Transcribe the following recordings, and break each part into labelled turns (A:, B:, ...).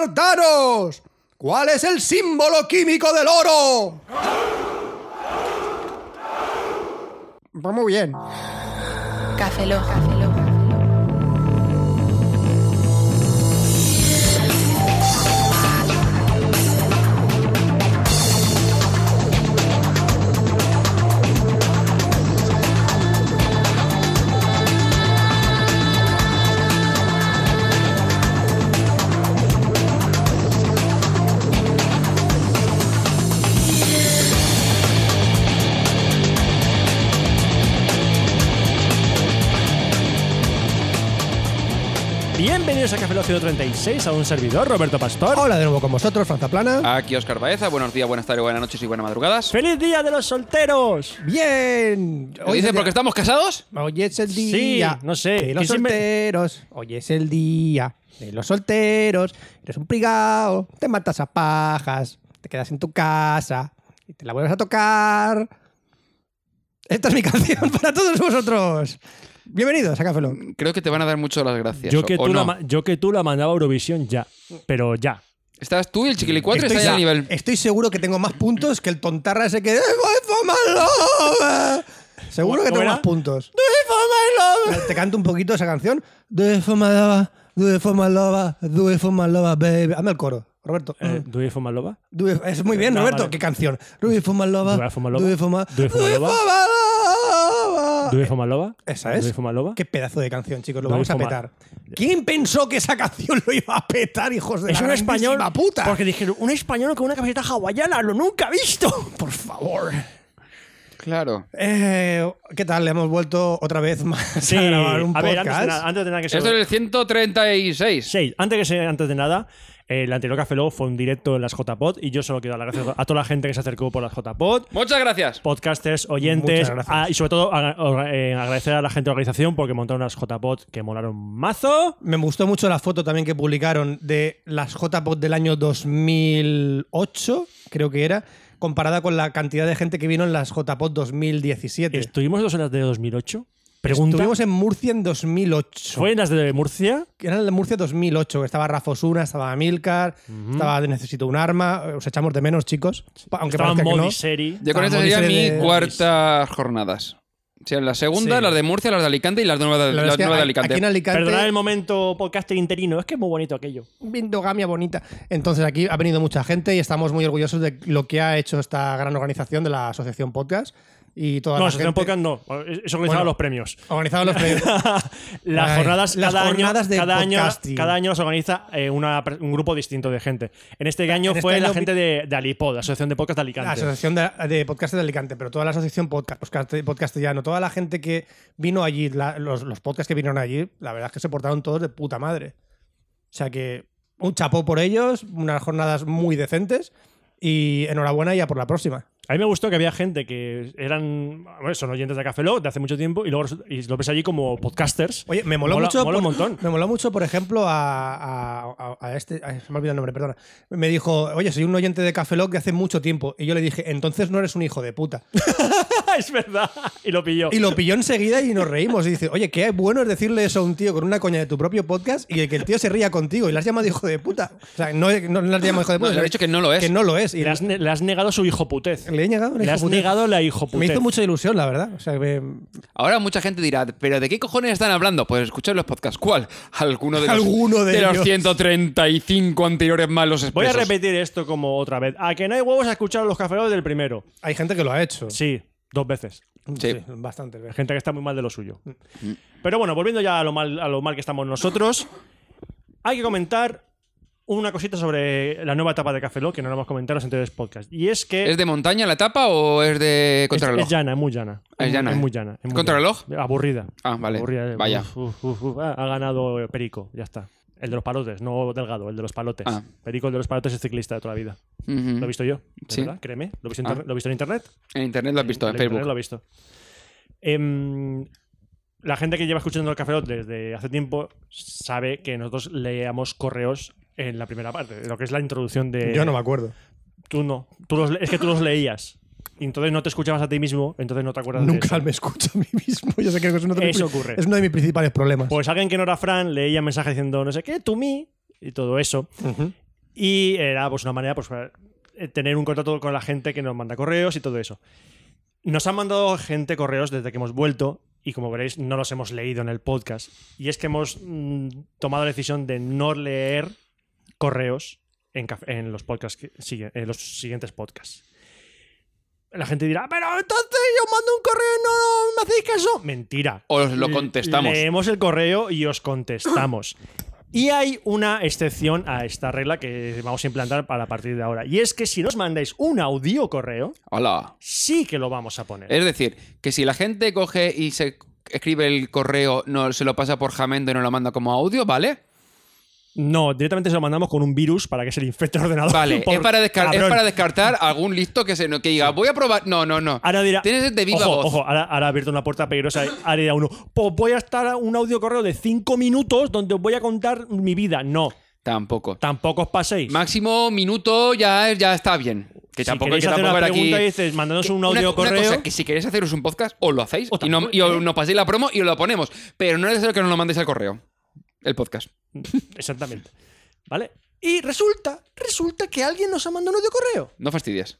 A: ¡Espartanos! ¿Cuál es el símbolo químico del oro? Pues muy bien.
B: Café Lock. Café Lock.
C: Bienvenidos a Café Lock 136, a un servidor, Roberto Pastor.
A: Hola de nuevo con vosotros, Franza Plana.
C: Ah.
D: Aquí Oscar Baeza, buenos días, buenas tardes, buenas noches y buenas madrugadas.
C: ¡Feliz Día de los Solteros!
A: Bien.
D: ¿Lo
A: es
D: dicen
A: el
D: porque
A: día-
D: estamos casados?
A: Hoy es el día.
C: no sé.
A: De los
C: Que siempre-
A: solteros. Hoy es el día. De los solteros. Eres un prigao. Te matas a pajas. Te quedas en tu casa. Y te la vuelves a tocar. Esta es mi canción para todos vosotros. Bienvenidos a Café Lock.
D: Creo que te van a dar mucho las gracias.
C: Yo
D: ¿o-
C: que,
D: o
C: tú la,
D: no?
C: ma- yo que tú la mandaba a Eurovisión ya, pero ya.
D: Estás tú y el chiquilicuatre
A: Estoy Eh,
D: está ya a
A: se-
D: nivel.
A: Estoy seguro que tengo más puntos que el tontarra ese que. "Eh, voy for my love". Seguro
C: ¿Cómo-
A: que
C: cómo
A: tengo
C: era?
A: más puntos. Te canto un poquito esa canción. Do it for my lover, do it for my lover, do it for my lover, baby. Hazme el coro, Roberto.
C: Eh, ¿Do you fuma loba?
A: Do it- es muy bien,
C: no,
A: Roberto.
C: vale.
A: ¿Qué canción? Do it for my lover,
C: Do it for my lover,
A: do it for my-
C: do it for my
A: do it
C: lover.
A: for my lover.
C: ¿Do you fuma loba?
A: Ah, eh, Esa es.
C: ¿Do you fuma loba?
A: Qué pedazo de canción, chicos. Lo
C: Do it
A: vamos a
C: for my-
A: petar. ¿Quién pensó que esa canción lo iba a petar, hijos de
C: Es
A: la
C: un español.
A: grandísima puta?
C: Porque dijeron, un español con una camiseta hawaiana, lo nunca he visto. Por favor.
D: Claro.
A: Eh, ¿Qué tal? Hemos vuelto otra vez más
C: Sí,
A: a grabar un
C: a ver,
A: podcast.
C: antes de, nada, antes de nada que se-
D: Esto es el 136.
C: Seis. Antes, que se- antes de nada, el anterior Café Lock fue un directo en las JPod y yo solo quiero dar las gracias a toda la gente que se acercó por las JPod.
D: Muchas gracias.
C: podcasters, oyentes
A: Muchas gracias.
C: a- y sobre todo a- a- eh, agradecer a la gente de la organización porque montaron unas JPOT que molaron mazo.
A: Me gustó mucho la foto también que publicaron de las JPOT del año 2008, creo que era, comparada con la cantidad de gente que vino en las JPOT 2017.
C: ¿Estuvimos dos en las de 2008? Eh, Pregunta.
A: Estuvimos en Murcia en 2008.
C: ¿Fue en las de Murcia?
A: Era en Murcia 2008, que estaba Rafa Osuna, estaba Milcar, estaba Necesito un arma. eh, Os echamos de menos, chicos. Pa- Aunque
C: Estaba
A: parezca que no.
C: Modi Seri.
D: Yo con
A: Ah,
D: esta
A: Moni
D: sería
A: se
D: mi
A: le-
D: cuarta jornadas. O sea, la segunda,
C: Sí.
D: las de Murcia, las de Alicante y las de Nueva de,
A: La verdad
D: las
A: es que
D: nuevas de
A: a-
D: Alicante.
A: Aquí en Alicante.
C: Perdonad el momento podcaster interino, es que es muy bonito aquello.
A: Vindogamia bonita. Entonces aquí ha venido mucha gente y estamos muy orgullosos de lo que ha hecho esta gran organización de la Asociación Podcast y toda
C: No,
A: la
C: Asociación
A: gente-
C: Podcast no, es organizado
A: Bueno.
C: los premios.
A: Organizado los premios.
C: Las
A: Ay,
C: jornadas,
A: las
C: cada,
A: jornadas
C: año,
A: de
C: cada, año,
A: podcasting.
C: cada año las organiza eh, una per- un grupo distinto de gente. En este año
A: este
C: fue la
A: año vi-
C: gente de, de Alipod, la Asociación de Podcast de Alicante.
A: La Asociación de, de Podcasters de Alicante, pero toda la Asociación Podcast, podcast- Podcastellano, toda la gente que vino allí, la- los, los podcasts que vinieron allí, la verdad es que se portaron todos de puta madre. O sea que un chapó por ellos, unas jornadas muy decentes y enhorabuena ya por la próxima.
C: A mí me gustó que había gente que eran, bueno, son oyentes de Café Lock de hace mucho tiempo y luego resu- y lo ves allí como podcasters.
A: Oye, me moló
C: Mola-
A: mucho.
C: mola un
A: por-
C: montón.
A: Me moló mucho, por ejemplo, a, a- a- a este. ay, se me ha olvidado el nombre, perdona. Me dijo, oye, soy un oyente de Café Lock de hace mucho tiempo. Y yo le dije, entonces no eres un hijo de puta.
C: es verdad. Y lo pilló.
A: Y lo pilló enseguida y nos reímos. Y dice, oye, qué bueno es decirle eso a un tío con una coña de tu propio podcast y que el tío se ría contigo. Y le has llamado hijo de puta. O sea, no, no le has llamado hijo de puta.
D: le has dicho que no lo es.
A: Que no lo es. Y
C: le, has, ne- le has negado su hijoputez.
A: le he negado la
C: Le has
A: hijoputez.
C: negado la hijoputez.
A: Me hizo mucha ilusión, la verdad. O sea, me-
D: Ahora mucha gente dirá, ¿pero de qué cojones están hablando? Pues escuchad los podcasts. ¿Cuál? Alguno de los,
A: Alguno de
D: los
A: ellos.
D: 135 anteriores más los
C: Voy a
D: expresos.
C: repetir esto como otra vez. A que no hay huevos a escuchar los Café Lock del primero.
A: hay gente que lo ha hecho.
C: Sí, Eh, dos veces.
D: Sí.
A: bastante. bien.
C: Gente que está muy mal de lo suyo. Pero bueno, volviendo ya a lo mal, a lo mal que estamos nosotros, hay que comentar una cosita sobre la nueva etapa de Café Lock que no lo hemos comentado en los anteriores podcasts. Y es que
D: ¿Es de montaña la etapa o es de contrarreloj?
C: Es, es llana, es muy llana.
D: Es llana,
C: Es
D: ¿eh?
C: muy llana. es muy
D: ¿Contrarreloj?
C: llana. Aburrida.
D: Ah, vale.
C: Aburrida, eh.
D: Vaya.
C: Uf, uf, uf, uf. Ah, Ha ganado eh, Perico, ya está. El de los palotes, no Delgado, el de los palotes.
D: Ah.
C: Perico, el de los palotes, es ciclista de toda la vida.
D: Ujú.
C: Lo he visto yo. de
D: Sí.
C: verdad, créeme. Lo he visto, en
D: Ah.
C: inter- lo he visto en internet.
D: En internet lo has visto, en
C: El
D: Facebook.
C: internet Lo he visto. Em, la gente que lleva escuchando el Café Lock desde hace tiempo sabe que nosotros leíamos correos en la primera parte, lo que es la introducción de,
A: Yo no me acuerdo.
C: Tú no. Tú los le- es que tú los leías. Y entonces no te escuchabas a ti mismo, entonces no te acuerdas de
A: Nunca
C: eso.
A: me escucho a mí mismo. Yo sé que es uno de mis,
C: Eso ocurre.
A: es uno de mis principales problemas.
C: Pues alguien que no era Fran leía mensajes diciendo no sé qué, tú mí. y todo eso.
A: Ujú.
C: Y era pues una manera pues, para, eh, tener un contacto con la gente que nos manda correos y todo eso. Nos han mandado gente correos desde que hemos vuelto y como veréis no los hemos leído en el podcast. Y es que hemos mm, tomado la decisión de no leer correos en, caf- en los, podcasts que sigue- en los siguientes podcasts. La gente dirá, pero entonces yo mando un correo y no, no me hacéis caso. Mentira.
D: Os lo contestamos.
C: Leemos el correo y os contestamos. Y hay una excepción a esta regla que vamos a implantar para a partir de ahora. Y es que si nos mandáis un audio correo,
D: Hola.
C: sí que lo vamos a poner.
D: Es decir, que si la gente coge y se escribe el correo, no se lo pasa por Jamendo y no lo manda como audio, ¿vale?
C: No, directamente se lo mandamos con un virus para que se le infecte el ordenador.
D: Vale,
C: por-
D: es, para descar- es
C: Cabrón.
D: para descartar algún listo que se no- que diga, voy a probar. No, no, no.
C: Ahora dirá.
D: Tienes de viva
C: ojo,
D: voz.
C: ojo, ahora, ahora ha abierto una puerta peligrosa. eh. Ahora dirá uno: Pues voy a estar a un audio correo de 5 minutos donde os voy a contar mi vida. No,
D: Tampoco.
C: tampoco os paséis.
D: Máximo minuto ya, ya está bien. Que
C: Si
D: tampoco
C: queréis
D: que
C: hacer
D: tampoco
C: una
D: era
C: pregunta
D: aquí.
C: y dices, mandadnos
D: Que
C: un
D: una-
C: audio
D: una
C: correo.
D: cosa, que si queréis haceros un podcast, os lo hacéis
C: O
D: y, no-
C: tampoco- ¿eh?
D: y os- nos paséis la promo y lo ponemos. Pero no es necesario que nos lo mandéis al correo. El podcast.
C: Exactamente. ¿Vale? Y resulta, resulta que alguien nos ha mandado un audio correo.
D: No fastidies.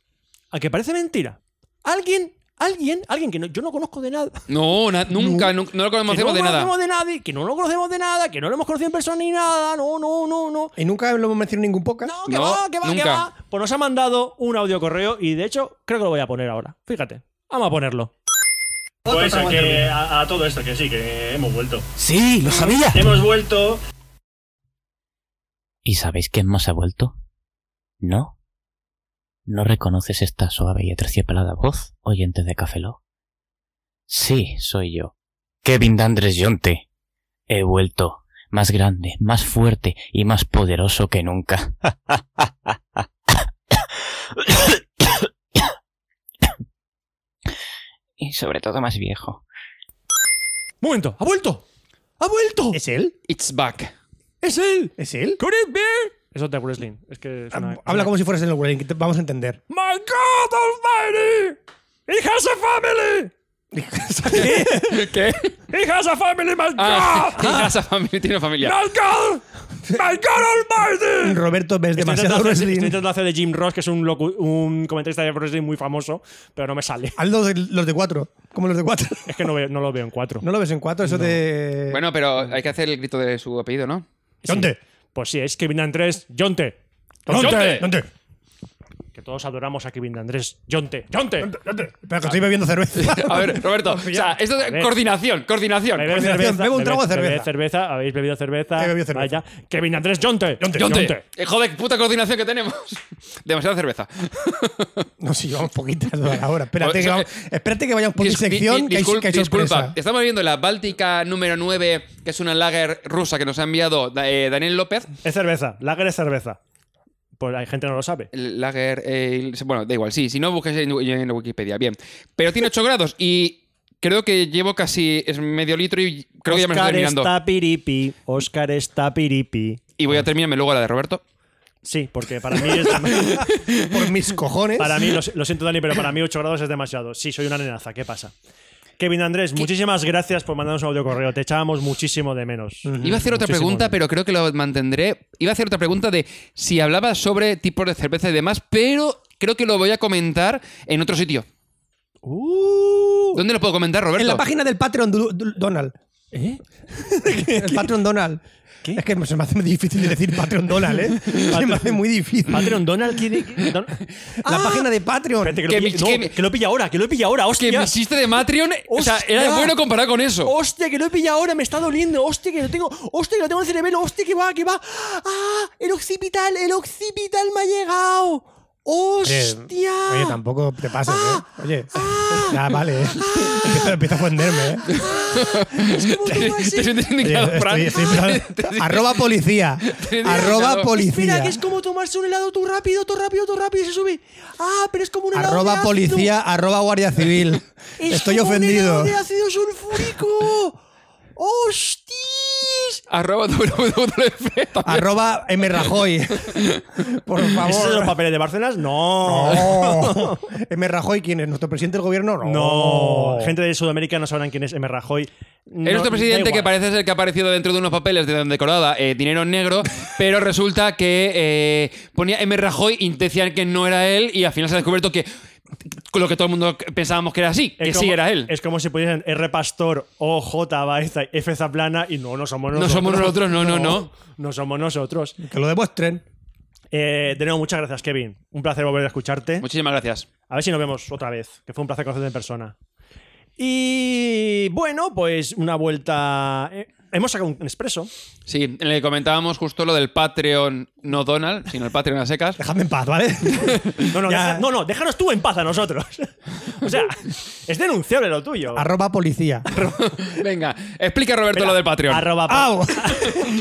C: A que parece mentira. Alguien, alguien, alguien que no- yo no conozco de nada.
D: No, na- nunca, nunca, no lo
C: Que no
D: conocemos de nada.
C: conocemos de nadie, que no lo conocemos de nada, que no lo hemos conocido en persona ni nada. No, no, no, no.
A: Y nunca lo hemos mencionado en ningún podcast.
C: No, que
D: No,
C: va, que va,
D: nunca.
C: que va. Pues nos ha mandado un audio correo y de hecho creo que lo voy a poner ahora. Fíjate, vamos a ponerlo. Pues a, que, a, a todo esto, que sí, que hemos vuelto.
E: Sí, lo sabía.
C: Hemos vuelto.
E: ¿Y sabéis quién más ha vuelto? ¿No? ¿No reconoces esta suave y aterciopelada voz, oyente de Cafeló? Sí, soy yo. Kevin Dandres Yonte. He vuelto, más grande, más fuerte y más poderoso que nunca. y sobre todo más viejo.
C: Momento, ha vuelto. Ha vuelto.
A: ¿Es
C: Es,
A: él?
D: It's back.
C: él.
A: ¿Es él?
C: Could it be? Eso es de wrestling. Es que es una-
A: Habla como si fueras el Wolverine, que te- vamos a entender.
C: My God Almighty! It has a family!
D: ¿Qué?
C: It has a family, my
D: Ah,
C: God!
D: esa familia tiene familia.
C: My God! My God Almighty!
A: Roberto ves demasiado
C: hacer, estoy
A: wrestling.
C: intentando hacer de Jim Ross, que es un, locu- un comentarista de wrestling muy famoso, pero no me sale.
A: Haz los de, los de cuatro, como los de cuatro.
C: Es que no, veo- no lo veo en cuatro.
A: ¿No lo ves en cuatro? Eso de.
D: Bueno, pero hay que hacer el grito de su apellido, ¿no?
A: ¿Dónde?
C: Pues sí, es Kevin Andrés, Jonte.
A: ¿Dónde?
D: ¡Jonte!
A: ¿Dónde?
C: Que todos adoramos a Kevin Andrés. Jonte. Jonte.
A: Espera, que estoy bebiendo cerveza.
D: A ver, Roberto. O sea, esto de
C: ver.
D: coordinación, coordinación.
C: Beber
A: Coordinación,
C: cerveza,
A: bebe un trago de
C: beber- beber
A: cerveza.
C: cerveza, habéis bebido cerveza.
A: He bebido cerveza.
C: Vaya. Kevin Andrés, Jonte.
D: ¡Jonte! Eh, Joder, puta coordinación que tenemos. Demasiada cerveza.
A: No, si llevamos poquitas horas ahora. Espérate,
D: O
A: que
D: sea,
A: vamos, espérate que vayamos por mi
D: Dis- di-
A: sección,
D: di-
A: que hay,
D: discul-
A: que hay
D: disculpa,
A: sorpresa.
D: estamos viendo la Báltica número 9, que es una lager rusa que nos ha enviado eh, Daniel López.
C: Es cerveza, lager es cerveza. Pues hay gente que no lo sabe.
D: El Lager, eh, bueno, da igual, sí, si no busques en, en Wikipedia, bien. Pero tiene 8 grados y creo que llevo casi es medio litro y creo que ya me lo
C: Oscar
D: estoy terminando.
C: está piripi, Oscar está piripi.
D: Y voy a terminarme luego la de Roberto.
C: Sí, porque para mí es-
A: Por mis cojones.
C: para mí lo, lo siento Dani, pero para mí 8 grados es demasiado. Sí, soy una nenaza, ¿qué pasa? Kevin Andrés, muchísimas gracias por mandarnos un audio correo. Te echábamos muchísimo de menos.
A: Mm.
D: Iba a hacer otra
C: Muchísimo
D: pregunta,
C: de-
D: pero creo que lo mantendré. Iba a hacer otra pregunta de si hablabas sobre tipos de cerveza y demás, pero creo que lo voy a comentar en otro sitio.
C: Uh,
D: ¿Dónde lo puedo comentar, Roberto?
A: en la página del Patreon du- du- Donald.
C: ¿eh?
A: El Patreon Donald. Es que se me hace muy difícil decir Patreon Donald, ¿eh? Se me hace muy difícil.
C: Patreon Donald quiere. Don-
A: La página de Patreon.
C: Espérate, que,
D: Que
C: lo
D: mi-
C: pilla, no,
D: que mi-
C: que lo pilla ahora, que lo pilla ahora,
D: que
C: hostia.
D: me hiciste de Matreon, o sea, era
C: Hostia.
D: bueno comparado con eso.
C: Hostia, que lo he pillado ahora, me está doliendo. Hostia, que lo tengo. Hostia, que lo tengo en el cerebelo. Hostia, que va, que va. ¡Ah! El occipital, el occipital me ha llegado. ¡Hostia!
A: Eh, Oye, tampoco te pases,
C: Ah,
A: ¿eh? Oye, ya vale, ¿eh? Empiezo, empiezo a ofenderme, ¿eh?
C: Es como
D: Te
C: todo así.
D: sientes
A: Oye,
D: indicado, Fran.
A: estoy- estoy empezando- arroba policía. Arroba
C: Espera,
A: policía.
C: que es como tomarse un helado tú rápido, tú rápido, tú rápido y se sube. Ah, pero es como un helado de
A: Arroba
C: ácido.
A: policía, arroba guardia civil.
C: Es
A: Estoy
C: como un helado
A: ofendido.
C: de ácido sulfúrico. ¡Hostias!
D: Arroba WWF.
A: Arroba M. Rajoy. Por
C: ¿Esos son los
A: favor.
C: papeles de Bárcenas? No.
A: No. M. Rajoy, ¿quién es? ¿Nuestro presidente del gobierno? No.
C: No. Gente de Sudamérica no sabrán quién es M. Rajoy.
D: Es nuestro presidente que
C: parece
D: parece ser que ha aparecido dentro de unos papeles de donde colada eh, dinero en negro, pero resulta que eh, ponía M. Rajoy y decían que no era él y al final se ha descubierto que lo que todo el mundo pensábamos que era así, que
C: Es
D: sí
C: como-
D: era él.
C: Es como si pudiesen R. Pastor o J. Baeza, F. Zaplana y no, no somos
D: No
C: nosotros.
D: somos nosotros, no, no, no.
C: No somos nosotros.
A: Que lo demuestren.
C: Eh, de nuevo, muchas gracias, Kevin. Un placer volver a escucharte.
D: Muchísimas gracias.
C: A ver si nos vemos otra vez, que fue un placer conocerte en persona. Y bueno, pues una vuelta. eh, hemos sacado un expreso.
D: Sí, le comentábamos justo lo del Patreon, no Donald, sino el Patreon a secas.
A: Dejadme en paz, ¿vale?
C: No, no,
A: Ya.
C: deja- no, no, déjanos tú en paz a nosotros. o sea, es denunciable lo tuyo.
A: Arroba policía.
D: Venga, explica Roberto lo del Patreon.
C: Arroba pa-
A: ¡Au!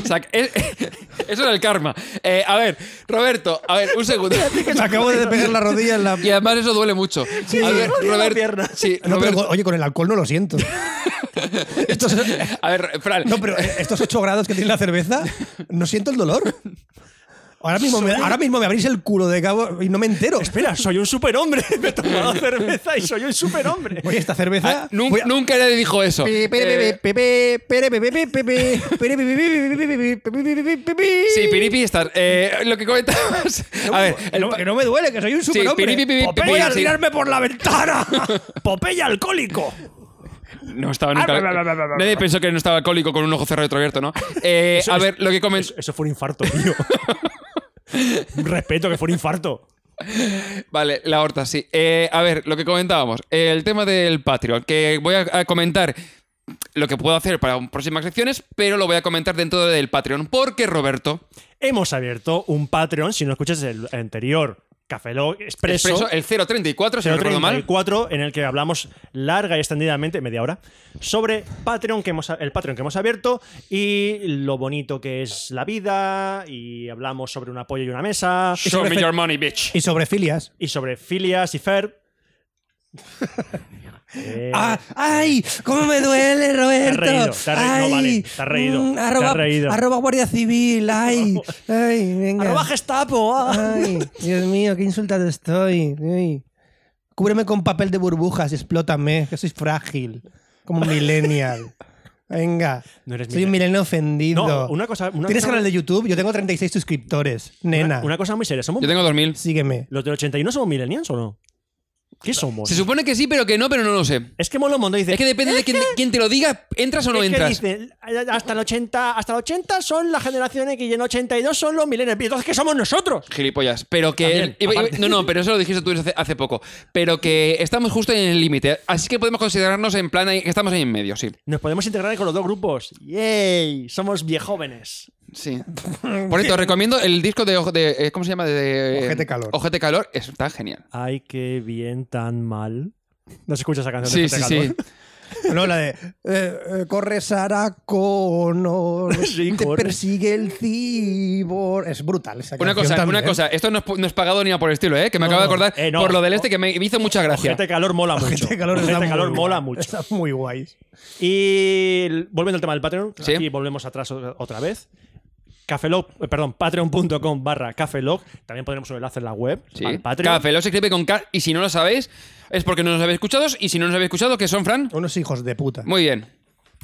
D: O sea, es- eso era el karma. Eh, a ver, Roberto, a ver, un segundo.
A: Me acabo de pegar la rodilla en la.
D: Y además eso duele mucho. a ver,
C: duele la
D: Robert-
C: pierna.
D: sí,
A: No, pero,
D: Roberto-
A: oye, con el alcohol no lo siento. Estos-
D: A ver, Fran.
A: no, pero eh, estos 8 grados que tiene la cerveza, no siento el dolor. Ahora mismo, me, ahora mismo me abrís el culo de cabo y no me entero.
C: Espera, soy un superhombre. Me he tomado cerveza y soy un superhombre.
A: Oye, esta cerveza.
D: Ah, nun-
A: voy a-
D: Nunca le dijo eso. Eh, Sí, piripi estás. Eh, lo que comentabas. A ver,
A: Que
D: el
A: no-
D: pa-
A: que no me duele, que soy un
D: piri,
A: superhombre.
D: pi, pi, pi,
A: Popeye,
D: pi,
A: voy a
D: sí.
A: tirarme por la ventana.
C: Popeye alcohólico.
D: no estaba nunca.
C: Ah, bla, bla, bla, bla, bla.
D: Nadie pensó que no estaba alcohólico con un ojo cerrado y otro abierto, ¿no? Eh, a ver, lo que comentas.
C: Eso, eso fue un infarto, tío. Un Respeto que fue un infarto.
D: Vale, la horta, sí. Eh, a ver, lo que comentábamos. El tema del Patreon, que voy a, a comentar lo que puedo hacer para próximas secciones, pero lo voy a comentar dentro del Patreon. Porque Roberto,
C: Hemos abierto un Patreon, si no escuchas el anterior, Café Log Expreso,
D: expreso el 034, si no recuerdo mal.
C: 034, en el que hablamos larga y extendidamente, media hora, sobre Patreon que hemos, el Patreon que hemos abierto y lo bonito que es la vida, y hablamos sobre un apoyo y una mesa,
D: Show me your money, bitch.
A: Y sobre filias.
C: y sobre filias y Fer. Eh,
A: Ah, ¡Ay! ¡Cómo me duele, Roberto!
C: Te has reído, te has reído,
A: Ay,
C: vale, te has reído,
A: mm,
C: te has
A: arroba,
C: reído.
A: arroba Guardia Civil, ay. ay venga.
C: arroba Gestapo. ah.
A: Ay, Dios mío, qué insultado estoy. ay. Cúbreme con papel de burbujas y explótame, que soy frágil. Como un millennial. Venga.
C: No eres
A: soy un
C: millennial.
A: millennial ofendido.
C: No, una cosa- una
A: ¿Tienes
C: cosa-
A: canal de YouTube? Yo tengo 36 suscriptores. Nena,
C: Una cosa muy seria, somos
D: Yo tengo 2000.
A: sígueme.
C: ¿Los del 81 somos millennials o no? ¿Qué somos?
D: Se supone que sí, pero que no, pero no lo sé.
C: Es que mola un montón dice.
D: Es que depende de quién, quién te lo diga, entras o no
C: es que
D: entras.
C: dice, hasta el 80, hasta el 80 son la generación X y en 82 son los millennials. ¿Y entonces qué somos nosotros?
D: Gilipollas. Pero que.
C: También,
D: iba- iba-
C: aparte.
D: no, no, pero eso lo dijiste tú hace, hace poco. Pero que estamos justo en el límite. Así que podemos considerarnos en plan. ahí- que estamos ahí en medio, sí.
C: Nos podemos integrar con los dos grupos. ¡Yay! Somos viejóvenes.
D: Sí. Por cierto, os recomiendo el disco de. ojo- de, eh, ¿Cómo se llama? De, de-
A: Ojete Calor.
D: Ojete Calor. Es tan genial.
C: Ay, qué bien, tan mal. No se escucha esa canción.
D: Sí,
C: de
D: sí,
C: Pepe
D: sí.
C: Calvo.
A: No, la de. eh, eh, corre Saracono.
C: Sí,
A: te
C: corre.
A: persigue el cibor. Es brutal esa
D: Una
A: canción
D: cosa, una
A: también. ¿eh?
D: cosa. Esto no es, no es pagado ni a por el estilo, ¿eh? Que me
A: No,
D: acabo de
A: no.
D: acordar
C: Eh, no.
D: por lo del este que me hizo mucha gracia.
C: Ojete calor mola mucho.
A: Gente de este calor,
C: Ojete
A: está muy
C: Este calor
A: guay.
C: mola mucho.
A: Está muy guay.
C: Y el- volviendo al tema del Patreon,
D: Sí.
C: aquí volvemos atrás o- otra vez. Cafelog, eh, perdón, patreon.com barra cafelog. También pondremos un enlace en la web.
D: Sí.
C: Al Patreon.
D: Café Lock se escribe con K. Y si no lo sabéis, es porque no nos habéis escuchado. Y si no nos habéis escuchado, que son Fran.
A: Unos hijos de puta.
D: Muy bien.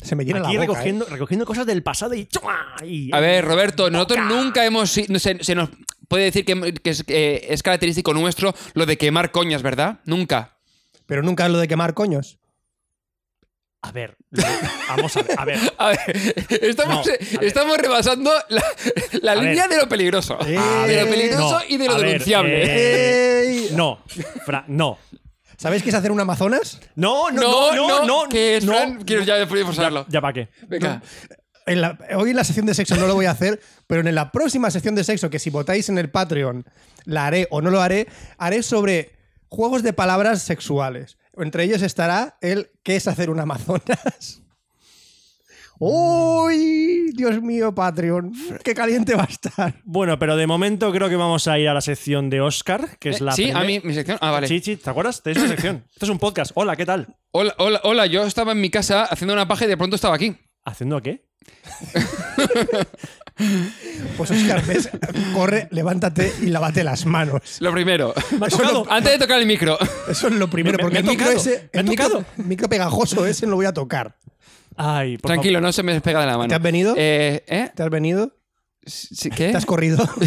A: Se me llena
C: Aquí
A: la boca. ¿eh?
C: recogiendo, recogiendo cosas del pasado y, ¡chua! y-
D: A ver, Roberto, nosotros nunca hemos. si- no sé, se nos puede decir que, que es, eh, es característico nuestro lo de quemar coñas, ¿verdad? Nunca.
A: Pero nunca lo de quemar coños.
C: A ver, lo- vamos a ver. A ver.
D: A ver, estamos, eh,
C: No, a ver.
D: estamos rebasando la, la
C: A
D: línea
C: ver.
D: de lo peligroso.
C: A
D: Eh, de
C: ver,
D: lo peligroso
C: no,
D: y de lo
C: a ver,
D: denunciable.
C: eh,
A: ¡Ey!
C: no, Fran, no.
A: ¿Sabéis qué es hacer un Amazonas?
C: No, no, no, no, no,
D: que es
C: no.
D: Fran, quiero ya forzarlo.
C: Ya para qué.
D: Venga.
A: En la- hoy en la sección de sexo no lo voy a hacer, pero en la próxima sección de sexo, que si votáis en el Patreon, la haré o no lo haré, haré sobre juegos de palabras sexuales. Entre ellos estará el ¿Qué es hacer un Amazonas?
C: Mm.
A: ¡Uy! Dios mío, Patreon. ¡Qué caliente va a estar!
C: Bueno, pero de momento creo que vamos a ir a la sección de Oscar, que es la
D: Eh, sí,
C: primer-
D: a mí, mi sección. Ah, vale.
C: Sí, sí, ¿te acuerdas? Tenéis una sección. Esto es un podcast. Hola, ¿qué tal?
D: Hola, hola, hola, yo estaba en mi casa haciendo una paja y de pronto estaba aquí.
C: ¿Haciendo qué?
A: Pues Oscar, ves, corre, levántate y lávate las manos.
D: Lo primero.
C: Me ha
A: Eso no-
C: tocado.
D: Antes de tocar el micro.
A: Eso es lo primero,
C: Me- me-
A: porque
C: me
A: el
C: ha
A: micro
C: tocado,
A: ese,
C: me ha
A: el micro,
C: tocado.
A: micro pegajoso ese no lo voy a tocar.
C: Ay, por
D: Tranquilo, no se me despega de la mano.
A: ¿Te has venido?
D: Eh, ¿eh?
A: ¿Te has venido?
D: Sí, ¿Qué?
A: ¿Te has corrido?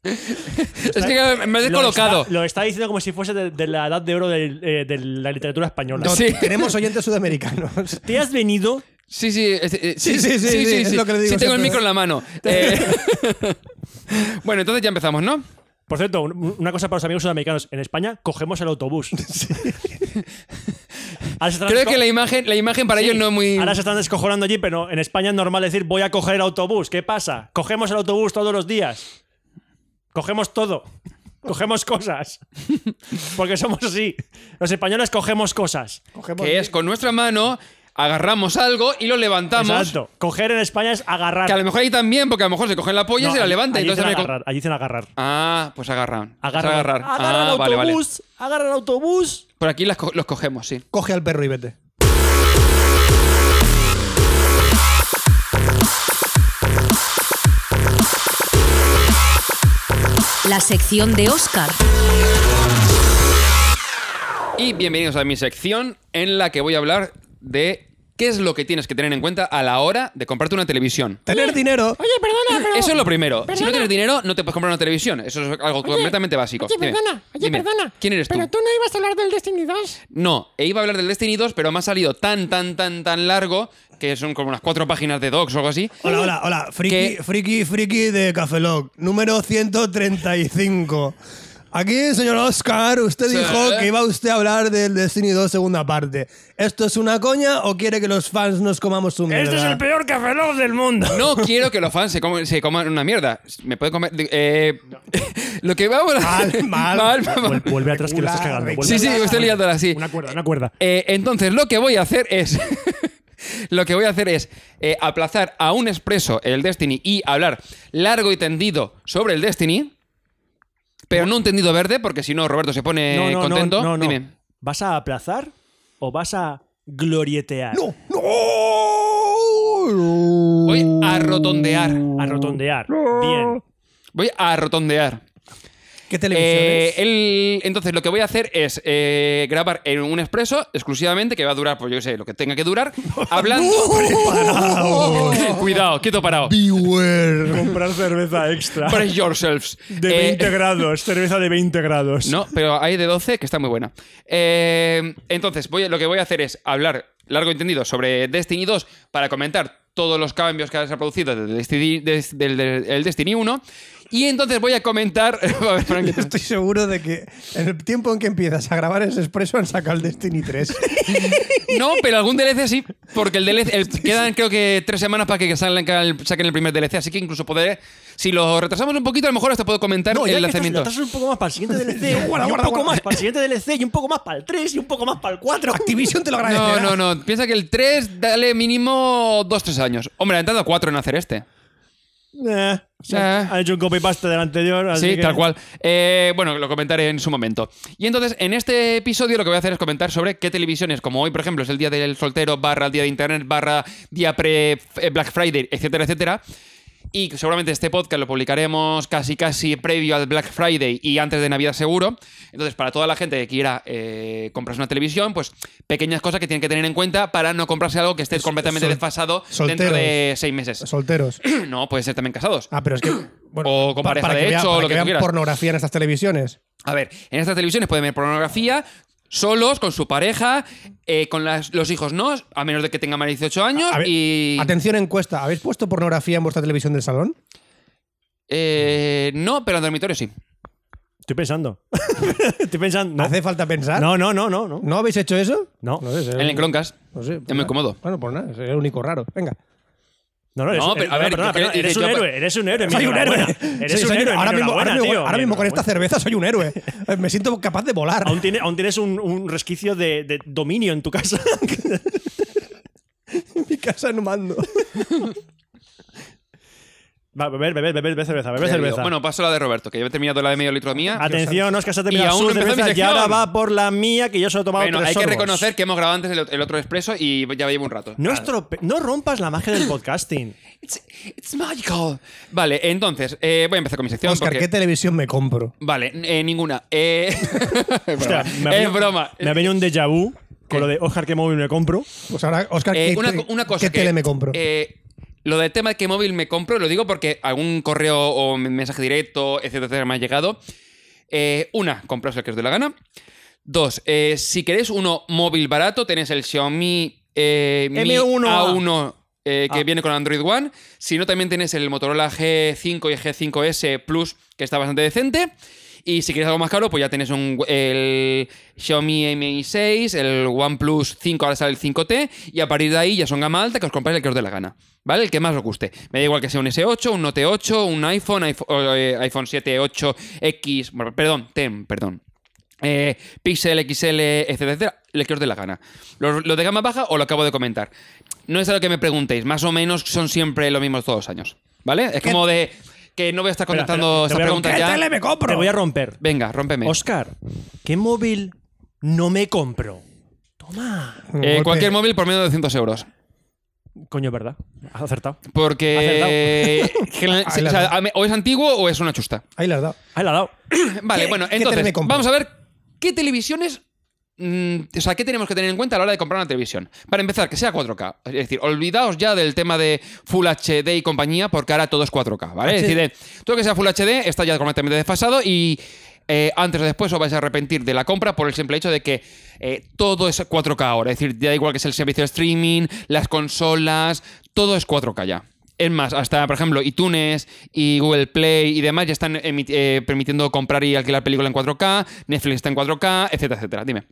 D: Es que me has
C: favor. Lo
D: descolocado.
C: está, lo está diciendo como si fuese de, de la edad de oro del, eh, de, la literatura española.
D: No. Sí.
A: Tenemos oyentes sudamericanos.
C: ¿Te has venido?
D: Sí, sí, eh, eh,
A: Sí, sí, sí, sí, es lo que le digo
D: Sí, tengo el
A: siempre.
D: micro en la mano. Eh, bueno, entonces ya empezamos, ¿no?
C: Por cierto, un- una cosa para los amigos sudamericanos. En España cogemos el autobús. Ahora se están
D: Creo
C: desco-
D: que la imagen, la imagen para
C: Sí.
D: ellos no es muy.
C: Ahora se están descojonando allí, pero en España es normal decir voy a coger el autobús. ¿Qué pasa? Cogemos el autobús todos los días. Cogemos todo. Cogemos cosas. Porque somos así. Los españoles cogemos cosas.
A: Cogemos-
D: Que es con nuestra mano, agarramos algo y lo levantamos.
C: Exacto. Coger en España es agarrar.
D: Que a lo mejor ahí también, porque a lo mejor se cogen la polla
C: No,
D: y se la
C: allí-
D: levanta.
C: Allí,
D: entonces
C: dicen
D: me co-
C: agarrar. Allí dicen agarrar.
D: Ah, pues agarran. Es
C: Agarran,
D: agarrar.
C: agarran
D: ah,
C: autobús.
D: vale, vale.
C: Agarran autobús.
D: Por aquí las co- los cogemos, sí.
A: Coge al perro y vete.
F: La sección de Oscar.
D: Y bienvenidos a mi sección en la que voy a hablar de qué es lo que tienes que tener en cuenta a la hora de comprarte una televisión.
A: Tener dinero.
C: Eh,
D: Eso es lo primero. Si no tienes dinero, no te puedes comprar una televisión. Eso es algo completamente básico.
G: Oye,
D: Dime,
G: perdona, oye,
D: dime,
G: perdona.
D: ¿Quién eres tú?
G: Pero tú no ibas a hablar del Destiny 2.
D: No, e iba a hablar del Destiny 2, pero me ha salido tan, tan, tan, tan largo que son como unas cuatro páginas de docs o algo así.
A: Hola, hola, hola. Friki,
D: ¿Qué?
A: friki, friki de Cafelog, número 135. Aquí, señor Oscar, usted
D: Sí.
A: dijo que iba usted a hablar del Destiny 2 segunda parte. ¿Esto es una coña o quiere que los fans nos comamos su mierda?
C: Este es el peor café Lock del mundo.
D: No quiero que los fans se coman, se coman una mierda. Me puede comer. eh, lo que vamos a
A: Mal, mal.
C: Vuel- Vuelve atrás que lo estás cagando. Vuelve
D: Sí, sí,
C: atrás.
D: estoy liándola así.
C: Una cuerda, una cuerda.
D: Eh, entonces, lo que voy a hacer es. lo que voy a hacer es eh, aplazar a un expreso el Destiny y hablar largo y tendido sobre el Destiny. Pero no un tendido verde, porque si no, Roberto se pone
C: no, no,
D: Eh, contento.
C: no, no, no.
D: Dime.
C: ¿Vas a aplazar o vas a glorietear?
A: ¡No! ¡No!
D: Voy a rotondear.
C: A rotondear. Bien.
D: Voy a rotondear.
A: ¿Qué televisión
D: Eh,
A: es?
D: el- entonces, lo que voy a hacer es eh, grabar en un expreso exclusivamente, que va a durar, pues yo qué sé, lo que tenga que durar, hablando. Cuidado, quieto parado.
A: Beware.
C: Comprar cerveza extra.
D: Brace yourselves.
C: De
D: Eh,
C: 20 grados. Cerveza de 20 grados.
D: No, pero hay de 12 que está muy buena. Eh, entonces, voy, lo que voy a hacer es hablar largo y entendido sobre Destiny 2 para comentar todos los cambios que se han producido desde Destiny, des- del, del- el Destiny 1. Y entonces voy a comentar. A ver, Frank,
A: Estoy seguro de que en el tiempo en que empiezas a grabar ese expreso han sacado el Destiny 3.
D: no, pero algún DLC sí, porque el DLC. el- quedan creo que tres semanas para que salgan el- saquen el primer DLC. Así que incluso podré. Si lo retrasamos un poquito, a lo mejor hasta puedo comentar
C: No, ya
D: el
C: que estás-
D: lanzamiento.
C: estás un poco más para el siguiente DLC. y
A: guarda,
C: un
A: guarda,
C: poco
A: guarda.
C: más para el siguiente DLC. Y un poco más para el 3. Y un poco más para el 4.
A: Activision te lo
D: No,
A: agradecerá.
D: no, no. Piensa que el 3 dale mínimo 2-3 años. Hombre, han tardado 4 en hacer este.
C: Eh, se ha-
D: Eh.
C: ha hecho un copy-paste del anterior. así
D: Sí,
C: que-
D: tal cual. Eh, bueno, lo comentaré en su momento. Y entonces, en este episodio lo que voy a hacer es comentar sobre qué televisiones, como hoy, por ejemplo, es el día del soltero, barra el día de internet, barra día pre-Black Friday, etcétera, etcétera. Y seguramente este podcast lo publicaremos casi casi previo al Black Friday y antes de Navidad seguro. Entonces, para toda la gente que quiera eh, comprarse una televisión, pues pequeñas cosas que tienen que tener en cuenta para no comprarse algo que esté completamente
A: sol-
D: desfasado
A: solteros.
D: dentro de seis meses.
A: Solteros.
D: no, puede ser también casados.
A: Ah, pero es que.
D: O con
A: pa-
D: pareja, de
A: que
D: hecho, o
A: para
D: lo que tú
A: vean
D: quieras.
A: pornografía en estas televisiones.
D: A ver, en estas televisiones pueden ver pornografía solos, con su pareja, eh, con las- los hijos no, a menos de que tengan más de 18 años
A: A ver,
D: y...
A: Atención, encuesta. ¿Habéis puesto pornografía en vuestra televisión del salón?
D: Eh, no, pero en dormitorio sí.
C: Estoy pensando. Estoy pensando. no.
A: ¿Hace falta pensar?
C: No, no, no, no, no.
A: ¿No habéis hecho eso?
C: No, no,
A: sé, será
D: En el
A: un-
D: Croncast.
C: pues
A: no sé,
D: muy cómodo.
A: Bueno, pues nada, es el único raro. Venga.
C: no, eres,
D: No,
C: un-
D: pero, a
C: eres-
D: ver,
C: perdona,
D: yo creo-
C: perdona, eres
D: yo-
C: un héroe, eres un héroe.
A: soy un héroe.
C: enhorabuena. Eres
A: Sí,
C: un
A: soy-
C: héroe.
A: ahora, mismo, ahora
C: enhorabuena,
A: mismo-
C: tío,
A: ahora mismo con
C: enhorabuena.
A: esta cerveza soy un héroe. Eh, Me siento capaz de volar.
C: Aún, tiene- aún tienes un, un resquicio de, de dominio en tu casa.
A: Mi casa no mando.
C: Va, beber, beber, beber, beber cerveza, beber
D: Ya digo.
C: cerveza.
D: Bueno, paso la de Roberto, que ya he terminado la de medio litro mía.
C: Atención, Oscar se ha
D: Y
C: terminado
D: aún
C: su
D: no empezó mi
C: cerveza y
D: sección.
C: ahora va por la mía que yo solo he tomado
D: Bueno,
C: tres
D: hay que
C: sorbos.
D: reconocer que hemos grabado antes el, el otro expreso y ya llevo un rato.
C: No, estrope- no rompas la magia del podcasting.
D: It's, it's magical. Vale, entonces, eh, voy a empezar con mi sección.
A: Oscar,
D: porque-
A: ¿qué televisión me compro?
D: Vale, eh, ninguna. Eh, es
C: Hostia,
D: broma.
C: me ha
D: Es
C: venido-
D: broma.
C: Me ha venido un déjà vu
D: ¿Qué?
C: con lo de Oscar, ¿qué móvil me compro?
A: Pues ahora, Oscar,
D: Eh,
A: ¿qué,
D: una,
A: te-
D: co- una cosa
A: qué
D: que,
A: tele me compro?
D: eh, lo del tema de qué móvil me compro, lo digo porque algún correo o men- mensaje directo, etcétera, etcétera, me ha llegado. Eh, una, compraos el que os dé la gana. Dos, eh, si queréis uno móvil barato, tenéis el Xiaomi eh, Mi
C: M1A.
D: A1 eh, que
C: Ah.
D: viene con Android One. Si no, también tenéis el Motorola G5 y G5S Plus, que está bastante decente. Y si queréis algo más caro, pues ya tenéis un, el Xiaomi Mi 6, el OnePlus 5, ahora sale el 5T, y a partir de ahí ya son gama alta que os compráis el que os dé la gana, ¿vale? El que más os guste. Me da igual que sea un S8, un Note 8, un iPhone, iPhone, eh, iPhone 7, 8, X, bueno, perdón, 10, perdón. eh, Pixel, XL, etcétera, etcétera, el que os dé la gana. Lo, lo de gama baja o lo acabo de comentar. No es a lo que me preguntéis, más o menos son siempre los mismos todos los años, ¿vale? Es como de que no voy a estar
C: Espera,
D: contestando
C: espera, te voy
D: esta
C: a
D: pregunta
C: romper.
D: ya.
A: me compro?
C: Te voy a romper.
D: Venga, rómpeme.
C: Oscar, ¿qué móvil no me compro? Toma.
A: Un
D: Eh,
A: golpe.
D: cualquier móvil por menos de 200 euros.
C: Coño, ¿verdad? Has acertado.
D: Porque. General-
A: Ahí la
D: o sea,
A: has dado.
D: a mí- o es antiguo o es una chusta.
A: Ahí la has dado.
C: Ahí Ah, la ha dado.
D: Vale,
A: ¿Qué-
D: bueno,
A: qué tele
D: entonces,
A: me compro?
D: vamos a ver qué televisiones. mm, o sea, ¿qué tenemos que tener en cuenta a la hora de comprar una televisión? Para empezar, que sea 4K. Es decir, olvidaos ya del tema de Full HD y compañía, porque ahora todo es 4K, ¿vale? Es
C: HD.
D: decir, eh, todo lo que sea Full HD está ya completamente desfasado y eh, antes o después os vais a arrepentir de la compra por el simple hecho de que eh, todo es 4K ahora. Es decir, da igual que es el servicio de streaming, las consolas, todo es 4K ya. Es más, hasta, por ejemplo, iTunes y Google Play y demás ya están emi- eh, permitiendo comprar y alquilar película en 4K, Netflix está en 4K, etcétera, etcétera. Dime.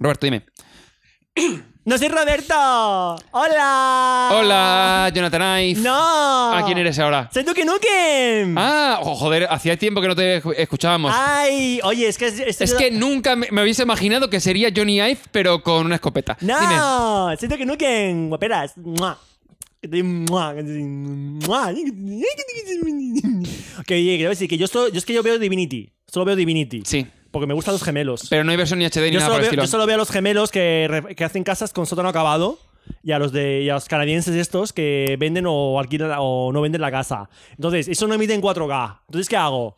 D: Roberto, dime.
C: ¡No soy Roberto! ¡Hola!
D: Hola, Jonathan Ive.
C: Ah. ¡No!
D: ¿A quién eres ahora?
C: ¡Soy Duke Nukem!
D: Ah, oh, joder, hacía tiempo que no te escu- escuchábamos.
C: Ah, ¡Ay! Oye, es que... Es,
D: Es que nunca me, me hubiese imaginado que sería Johnny Ive, pero con una escopeta. Dime.
C: ¡No! ¡Soy Duke Nukem! ¡Guaperas! ¡Mua! Que te- mua, que te- mua. Que oye, que te voy a decir que yo, solo- yo es que yo veo Divinity. Solo veo Divinity.
D: Sí,
C: Porque me gustan los gemelos.
D: pero no hay versión ni HD ni
C: yo,
D: nada
C: solo
D: por el
C: veo,
D: estilo.
C: yo solo veo a los gemelos que, re- que hacen casas con sótano acabado y a los de y a los canadienses estos que venden o alquilan la- o no venden la casa. Entonces, eso no emite en 4K. Entonces, ¿qué hago?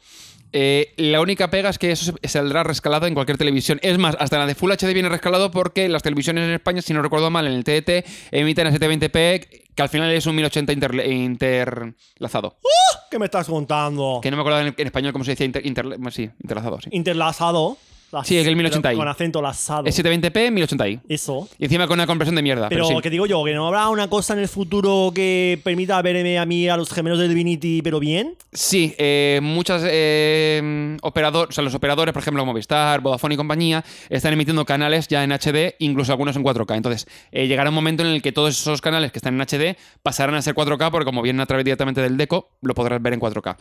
D: Eh, la única pega es que eso se- saldrá rescalado en cualquier televisión. Es más, hasta en la de Full HD viene rescalado porque las televisiones en España, si no recuerdo mal, en el TDT emiten a 720p, que al final es un 1080 interle- interlazado.
C: Uh. ¿Qué me estás contando?
D: Que no me acuerdo en, en español cómo se decía inter- interle- bueno, sí, interlazado, sí.
C: Interlazado. Las-
D: Sí, el 1080i.
C: pero Con acento lazado.
D: Es 720p, 1080i.
C: Eso.
D: Y encima con una compresión de mierda.
C: Pero,
D: Pero, sí.
C: que digo yo, que no habrá una cosa en el futuro que permita verme a mí a los gemelos de Divinity, pero bien.
D: Sí, eh, muchas eh, operador- o sea, los operadores, por ejemplo, Movistar, Vodafone y compañía, están emitiendo canales ya en HD, incluso algunos en 4K. Entonces, eh, llegará un momento en el que todos esos canales que están en HD pasarán a ser 4K, porque como vienen a través directamente del deco, lo podrás ver en 4K.